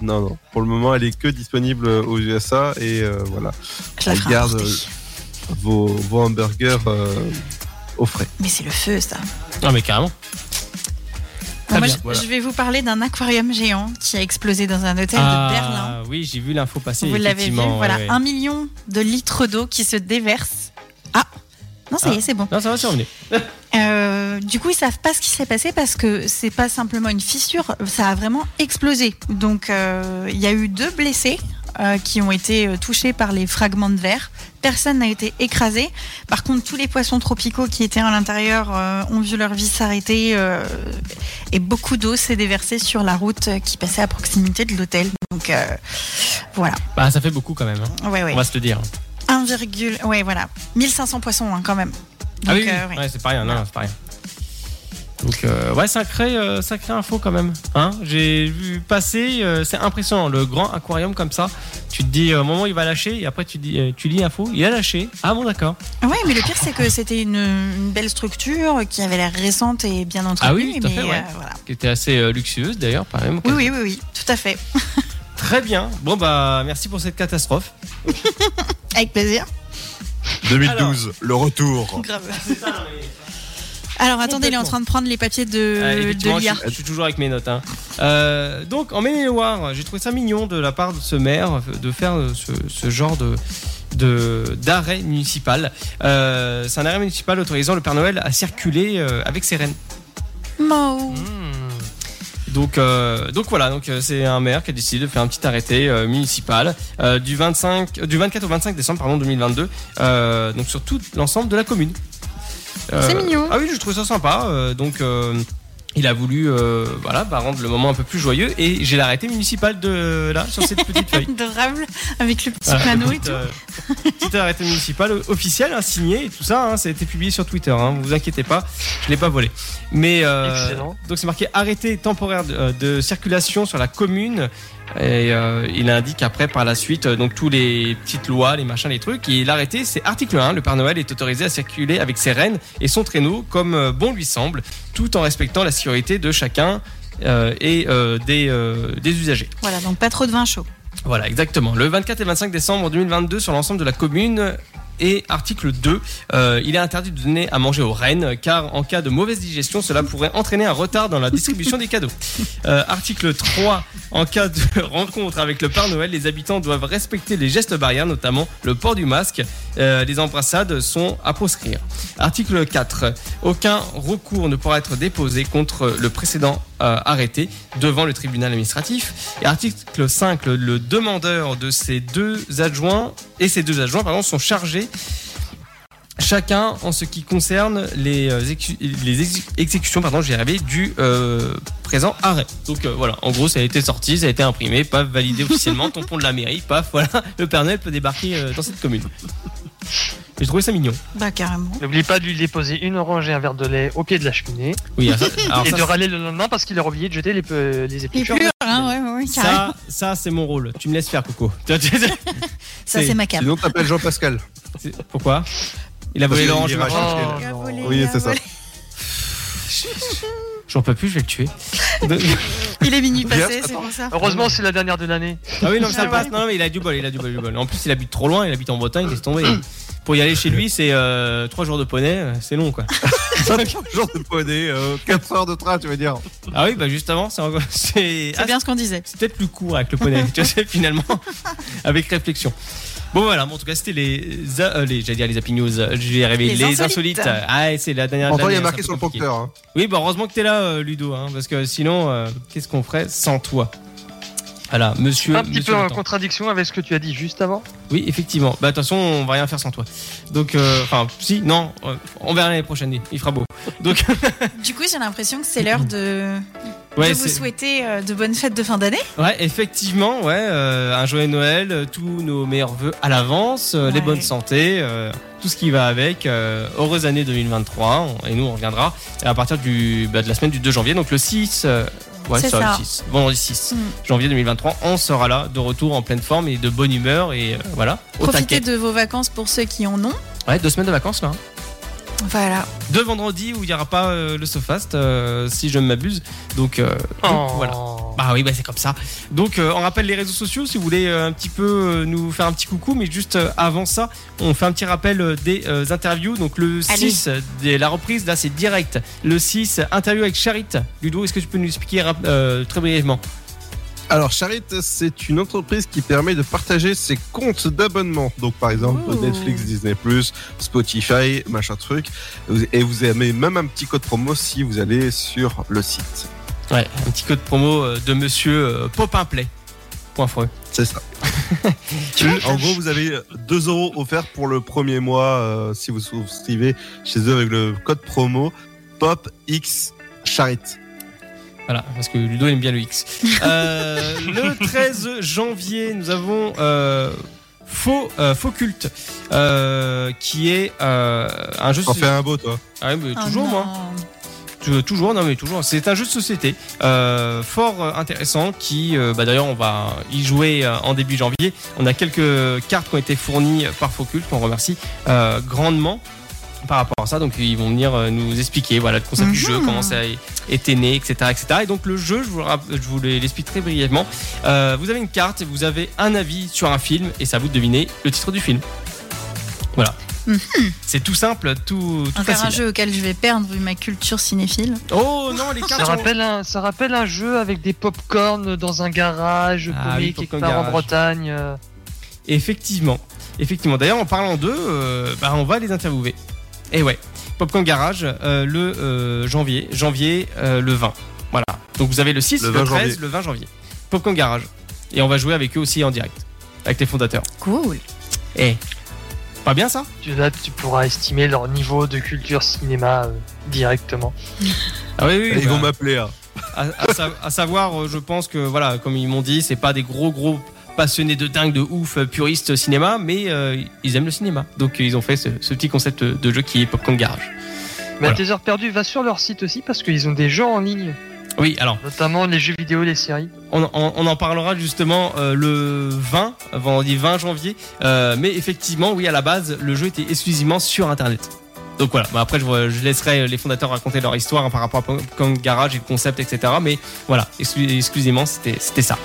Non, non. Pour le moment, elle est que disponible aux USA et euh, voilà. Je la elle ferai garde, euh, apporter. Vos, vos hamburgers euh, au frais. Mais c'est le feu, ça. Non, mais carrément. Bon, moi, bien, je, voilà. je vais vous parler d'un aquarium géant qui a explosé dans un hôtel ah, de Berlin. oui, j'ai vu l'info passer. Vous l'avez vu, effectivement, ouais, voilà, ouais. un million de litres d'eau qui se déversent. Ah, non, ça y est, c'est bon. Non, ça va, c'est revenu. Euh, du coup, ils savent pas ce qui s'est passé parce que c'est pas simplement une fissure, ça a vraiment explosé. Donc, euh, il y a eu deux blessés euh, qui ont été euh, touchés par les fragments de verre. Personne n'a été écrasé. Par contre, tous les poissons tropicaux qui étaient à l'intérieur euh, ont vu leur vie s'arrêter euh, et beaucoup d'eau s'est déversée sur la route euh, qui passait à proximité de l'hôtel. Donc, euh, voilà. Bah, ça fait beaucoup quand même. hein. Ouais, ouais. On va se le dire. 1, ouais, voilà. 1500 poissons hein, quand même. ah Donc, oui, oui, euh, oui. ouais. Ouais, c'est pas rien. Non, non, c'est pas rien. Donc, euh, ouais, sacré, euh, sacré info quand même. Hein J'ai vu passer, euh, c'est impressionnant. Le grand aquarium comme ça, tu te dis, euh, au moment où il va lâcher, et après tu, dis, euh, tu lis l'info, il a lâché. Ah bon, d'accord. Ouais, mais le pire, c'est que c'était une, une belle structure qui avait l'air récente et bien entretenue. Ah oui, tout à mais, fait, ouais. voilà. Qui était assez euh, luxueuse d'ailleurs, par même. Oui, oui, oui, oui, tout à fait. Très bien. Bon, bah, merci pour cette catastrophe. Avec plaisir. 2012, le retour. Grave. Alors, attendez, il est en train de prendre les papiers de, Euh, de effectivement, je, l'IA. suis- je suis toujours avec mes notes. hein. Euh, donc, en Maine-et-Loire, j'ai trouvé ça mignon de la part de ce maire de faire euh, ce, ce genre de de- d'arrêt municipal. Euh, C'est un arrêt municipal autorisant le Père Noël à circuler euh, avec ses rennes. Mo. Mmh, Donc, euh, donc voilà, donc euh, c'est un maire qui a décidé de faire un petit arrêté euh, municipal euh, du 25, euh, du 24 au 25 décembre pardon 2022, euh, donc sur tout l'ensemble de la commune. C'est mignon. Ah oui, je trouve ça sympa. euh, donc euh, il a voulu euh, voilà bah, rendre le moment un peu plus joyeux et j'ai l'arrêté municipal de là sur cette petite feuille. Adorable, avec le petit Voilà, panneau et petite, tout. euh, petit arrêté municipal officiel, hein, signé et tout ça. hein, ça a été publié sur Twitter. Hein, vous inquiétez pas, je l'ai pas volé. Mais euh, Excellent. donc c'est marqué arrêté temporaire de, euh, de circulation sur la commune Et euh, il indique après par la suite euh, donc tous les petites lois, les machins, les trucs. Et l'arrêté, c'est article 1. Le Père Noël est autorisé à circuler avec ses rennes et son traîneau comme euh, bon lui semble, tout en respectant la sécurité de chacun euh, et euh, des, euh, des usagers. Voilà, donc pas trop de vin chaud. Voilà, exactement. Le 24 et 25 décembre 2022, sur l'ensemble de la commune. Et article 2, euh, il est interdit de donner à manger aux rennes, car en cas de mauvaise digestion, cela pourrait entraîner un retard dans la distribution des cadeaux. Euh, article 3, en cas de rencontre avec le Père Noël, les habitants doivent respecter les gestes barrières, notamment le port du masque. Euh, les embrassades sont à proscrire. Article 4, aucun recours ne pourra être déposé contre le précédent euh, arrêté devant le tribunal administratif. Et article 5, le, le demandeur de ses deux adjoints et ses deux adjoints pardon, sont chargés chacun en ce qui concerne les, euh, exécu- les exé- exécutions pardon, j'ai rêvé, du euh, présent arrêt. Donc euh, voilà, en gros, ça a été sorti, ça a été imprimé, paf, validé officiellement, tampon de la mairie, paf, voilà, le Père Noël peut débarquer euh, dans cette commune. J'ai trouvé ça mignon. Bah carrément. N'oublie pas de lui déposer une orange et un verre de lait au pied de la cheminée. Oui, alors ça- alors et ça, de râler le lendemain parce qu'il a oublié de jeter les, pe- les Puis épluchures. pur, hein, ouais, ouais, ouais, carrément. ça, ça, c'est mon rôle. Tu me laisses faire, Coco. Ça, c'est macabre. Sinon, t'appelles Jean-Pascal. C'est- Pourquoi Il a volé Parce qu'il l'orange. ira machin. chercher. Oh, non. Oui, c'est ça. J'en peux plus, je vais le tuer. Il est minuit Bien, passé, c'est pour ça. Heureusement, c'est la dernière de l'année. Ah oui, non, mais ça Ah passe. ouais. Non, mais il a du bol, il a du bol, du bol. En plus, il habite trop loin, il habite en Bretagne, laisse tomber. Pour y aller chez lui, c'est euh, trois jours de poney, euh, c'est long quoi. Genre de poney, 4 heures de train, tu veux dire. Ah oui, bah juste avant, c'est encore- c'est ah, C'est bien ce qu'on disait. c'est peut-être plus court avec le poney, tu sais, finalement, avec réflexion. Bon voilà, bon, en tout cas, c'était les, a- euh, les j'allais dire les happy news, euh, j'ai réveillé Les les, insolites. insolites. Ah, et c'est la dernière. de Pourtant, il y a l'année, marqué c'est sur un peu le compliqué. prompteur. hein. Oui, bah heureusement que t'es là, euh, Ludo, hein, parce que sinon, euh, qu'est-ce qu'on ferait sans toi Voilà, monsieur. Un petit monsieur peu le en temps. contradiction avec ce que tu as dit juste avant. Oui, effectivement. Bah, de toute façon, on va rien faire sans toi. Donc, euh, enfin, si, non, euh, on verra l'année prochaine. Il fera beau. Donc, Du coup, j'ai l'impression que c'est l'heure de, ouais, de vous c'est- souhaiter euh, de bonnes fêtes de fin d'année. ouais, effectivement, ouais, euh, un joyeux Noël, euh, tous nos meilleurs vœux à l'avance, euh, les Ouais. bonnes santé, euh, tout ce qui va avec. euh, heureuse année 2023, on- et nous on reviendra à partir du, bah, de la semaine du 2 janvier, donc le 6. euh, ouais, C'est ça, ça. le 6, vendredi 6 Mm. janvier 2023, on sera là de retour en pleine forme et de bonne humeur et euh, voilà, au Profitez taquet. de vos vacances pour ceux qui en ont. Ouais, deux semaines de vacances là. hein. Voilà. de vendredi où il n'y aura pas euh, le Sofast, euh, si je ne m'abuse. Donc, euh, Oh. donc, voilà. Bah oui, bah c'est comme ça. Donc euh, on rappelle les réseaux sociaux si vous voulez euh, un petit peu euh, nous faire un petit coucou, mais juste euh, avant ça, on fait un petit rappel euh, des euh, interviews. Donc le Allez. 6, euh, des- la reprise, là c'est direct. Le 6, interview avec Charit. Ludo, est-ce que tu peux nous expliquer rap- euh, très brièvement Alors, Charit, c'est une entreprise qui permet de partager ses comptes d'abonnement. Donc, par exemple, Oh. Netflix, Disney, Spotify, machin truc. Et vous avez même un petit code promo si vous allez sur le site. Ouais, un petit code promo euh, de monsieur euh, Popinplay. Point E. freux. C'est ça. en gros, vous avez 2 euros offerts pour le premier mois euh, si vous souscrivez chez eux avec le code promo POPX Charit. Voilà, parce que Ludo aime bien le X. Euh, le 13 janvier, nous avons euh, Faux, euh, Faux Culte, euh, qui est euh, un jeu de T'en fais société. un beau, toi. Ah, mais Oh toujours, moi. non. Tou- Toujours, non, mais toujours. C'est un jeu de société euh, fort euh, intéressant qui, euh, bah, d'ailleurs, on va y jouer euh, en début janvier. On a quelques cartes qui ont été fournies euh, par Focult, qu'on remercie euh, grandement par rapport à ça. Donc, ils vont venir euh, nous expliquer voilà, le concept du Mhm. jeu, comment ça a été né, etc. etc. Et donc, le jeu, je vous, le rapp- je vous l'explique très brièvement. Euh, vous avez une carte, vous avez un avis sur un film, et c'est à vous de deviner le titre du film. Voilà. Mhm. C'est tout simple, tout, tout Encore facile. un jeu auquel je vais perdre vu ma culture cinéphile. Oh non, les Ça cartes sont- rappelle, un, ça rappelle un jeu avec des pop-corn dans un garage Ah paumé oui, quelque popcorn part en garage. Bretagne. euh. Effectivement. Effectivement. D'ailleurs, en parlant d'eux, euh, bah, on va les interviewer. Et ouais, Popcorn Garage, euh, le euh, janvier, janvier euh, le 20. Voilà. Donc vous avez le 6, Le le, 20 13, janvier. le 20 janvier. Popcorn Garage. Et on va jouer avec eux aussi en direct, avec les fondateurs. Cool. Eh, pas bien ça Tu- Là, tu pourras estimer leur niveau de culture cinéma euh, directement. Ah oui, oui. Ils bah, vont m'appeler. hein. à, à sa- à savoir, euh, je pense que voilà, comme ils m'ont dit, c'est pas des gros gros passionnés de dingue, de ouf, euh, puristes cinéma, mais euh, ils aiment le cinéma. Donc euh, ils ont fait ce, ce petit concept de jeu qui est Popcorn Garage. Mais Voilà. à tes heures perdues, va sur leur site aussi parce qu'ils ont des jeux en ligne. Oui, alors, notamment les jeux vidéo, les séries. on, on- on en parlera justement euh, le 20, vendredi 20 janvier. Euh, mais effectivement, oui, à la base, le jeu était exclusivement sur Internet. Donc voilà, Bah, après je, vois- je laisserai les fondateurs raconter leur histoire hein, par rapport à Punk- Punk Garage et le concept, etc. Mais voilà, exclu- exclusivement, c'était c'était ça.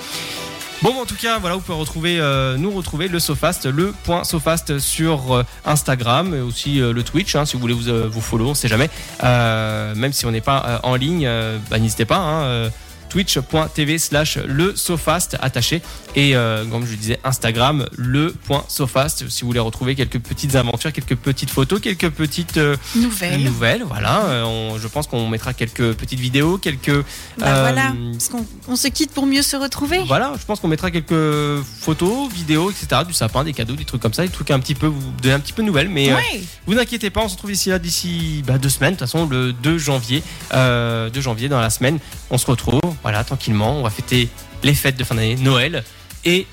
Bon, bah, en tout cas, voilà, vous pouvez retrouver, euh, nous retrouver le Sofast, le point Sofast sur euh, Instagram et aussi euh, le Twitch, hein, si vous voulez vous, euh, vous follow, on sait jamais. Euh, même si on n'est pas euh, en ligne, euh, bah, n'hésitez pas. hein, euh, twitch.tv slash le Sofast attaché et euh, comme je le disais Instagram le point Sofast si vous voulez retrouver quelques petites aventures quelques petites photos quelques petites euh, Nouvelle. nouvelles voilà Euh, on- je pense qu'on mettra quelques petites vidéos quelques Bah euh, voilà, parce qu'on on se quitte pour mieux se retrouver. voilà, je pense qu'on mettra quelques photos, vidéos, etc. Du sapin, des cadeaux, des trucs comme ça, des trucs un petit peu, vous donner un petit peu de nouvelles. Mais euh, Ouais. vous inquiétez pas, on se retrouve ici là d'ici bah, deux semaines. De toute façon, le 2 janvier, euh, 2 janvier dans la semaine, on se retrouve. Voilà, tranquillement, on va fêter les fêtes de fin d'année, Noël et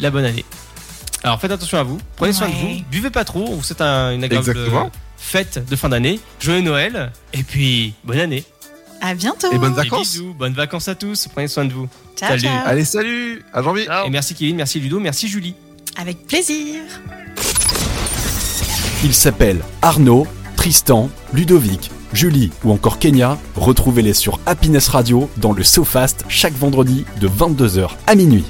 la bonne année. Alors faites attention à vous, prenez soin de Ouais. vous, buvez pas trop. On vous souhaite un- une agréable Exactement. fête de fin d'année, joyeux Noël et puis bonne année. À bientôt. Et bonnes Des vacances. bisous, bonnes vacances à tous. Prenez soin de vous. Ciao, salut. ciao. Allez, salut À janvier Ciao. Et merci Kevin, merci Ludo, merci Julie. Avec plaisir. Ils s'appellent Arnaud, Tristan, Ludovic, Julie ou encore Kenya. Retrouvez-les sur Happiness Radio dans le SoFast chaque vendredi de 22h à minuit.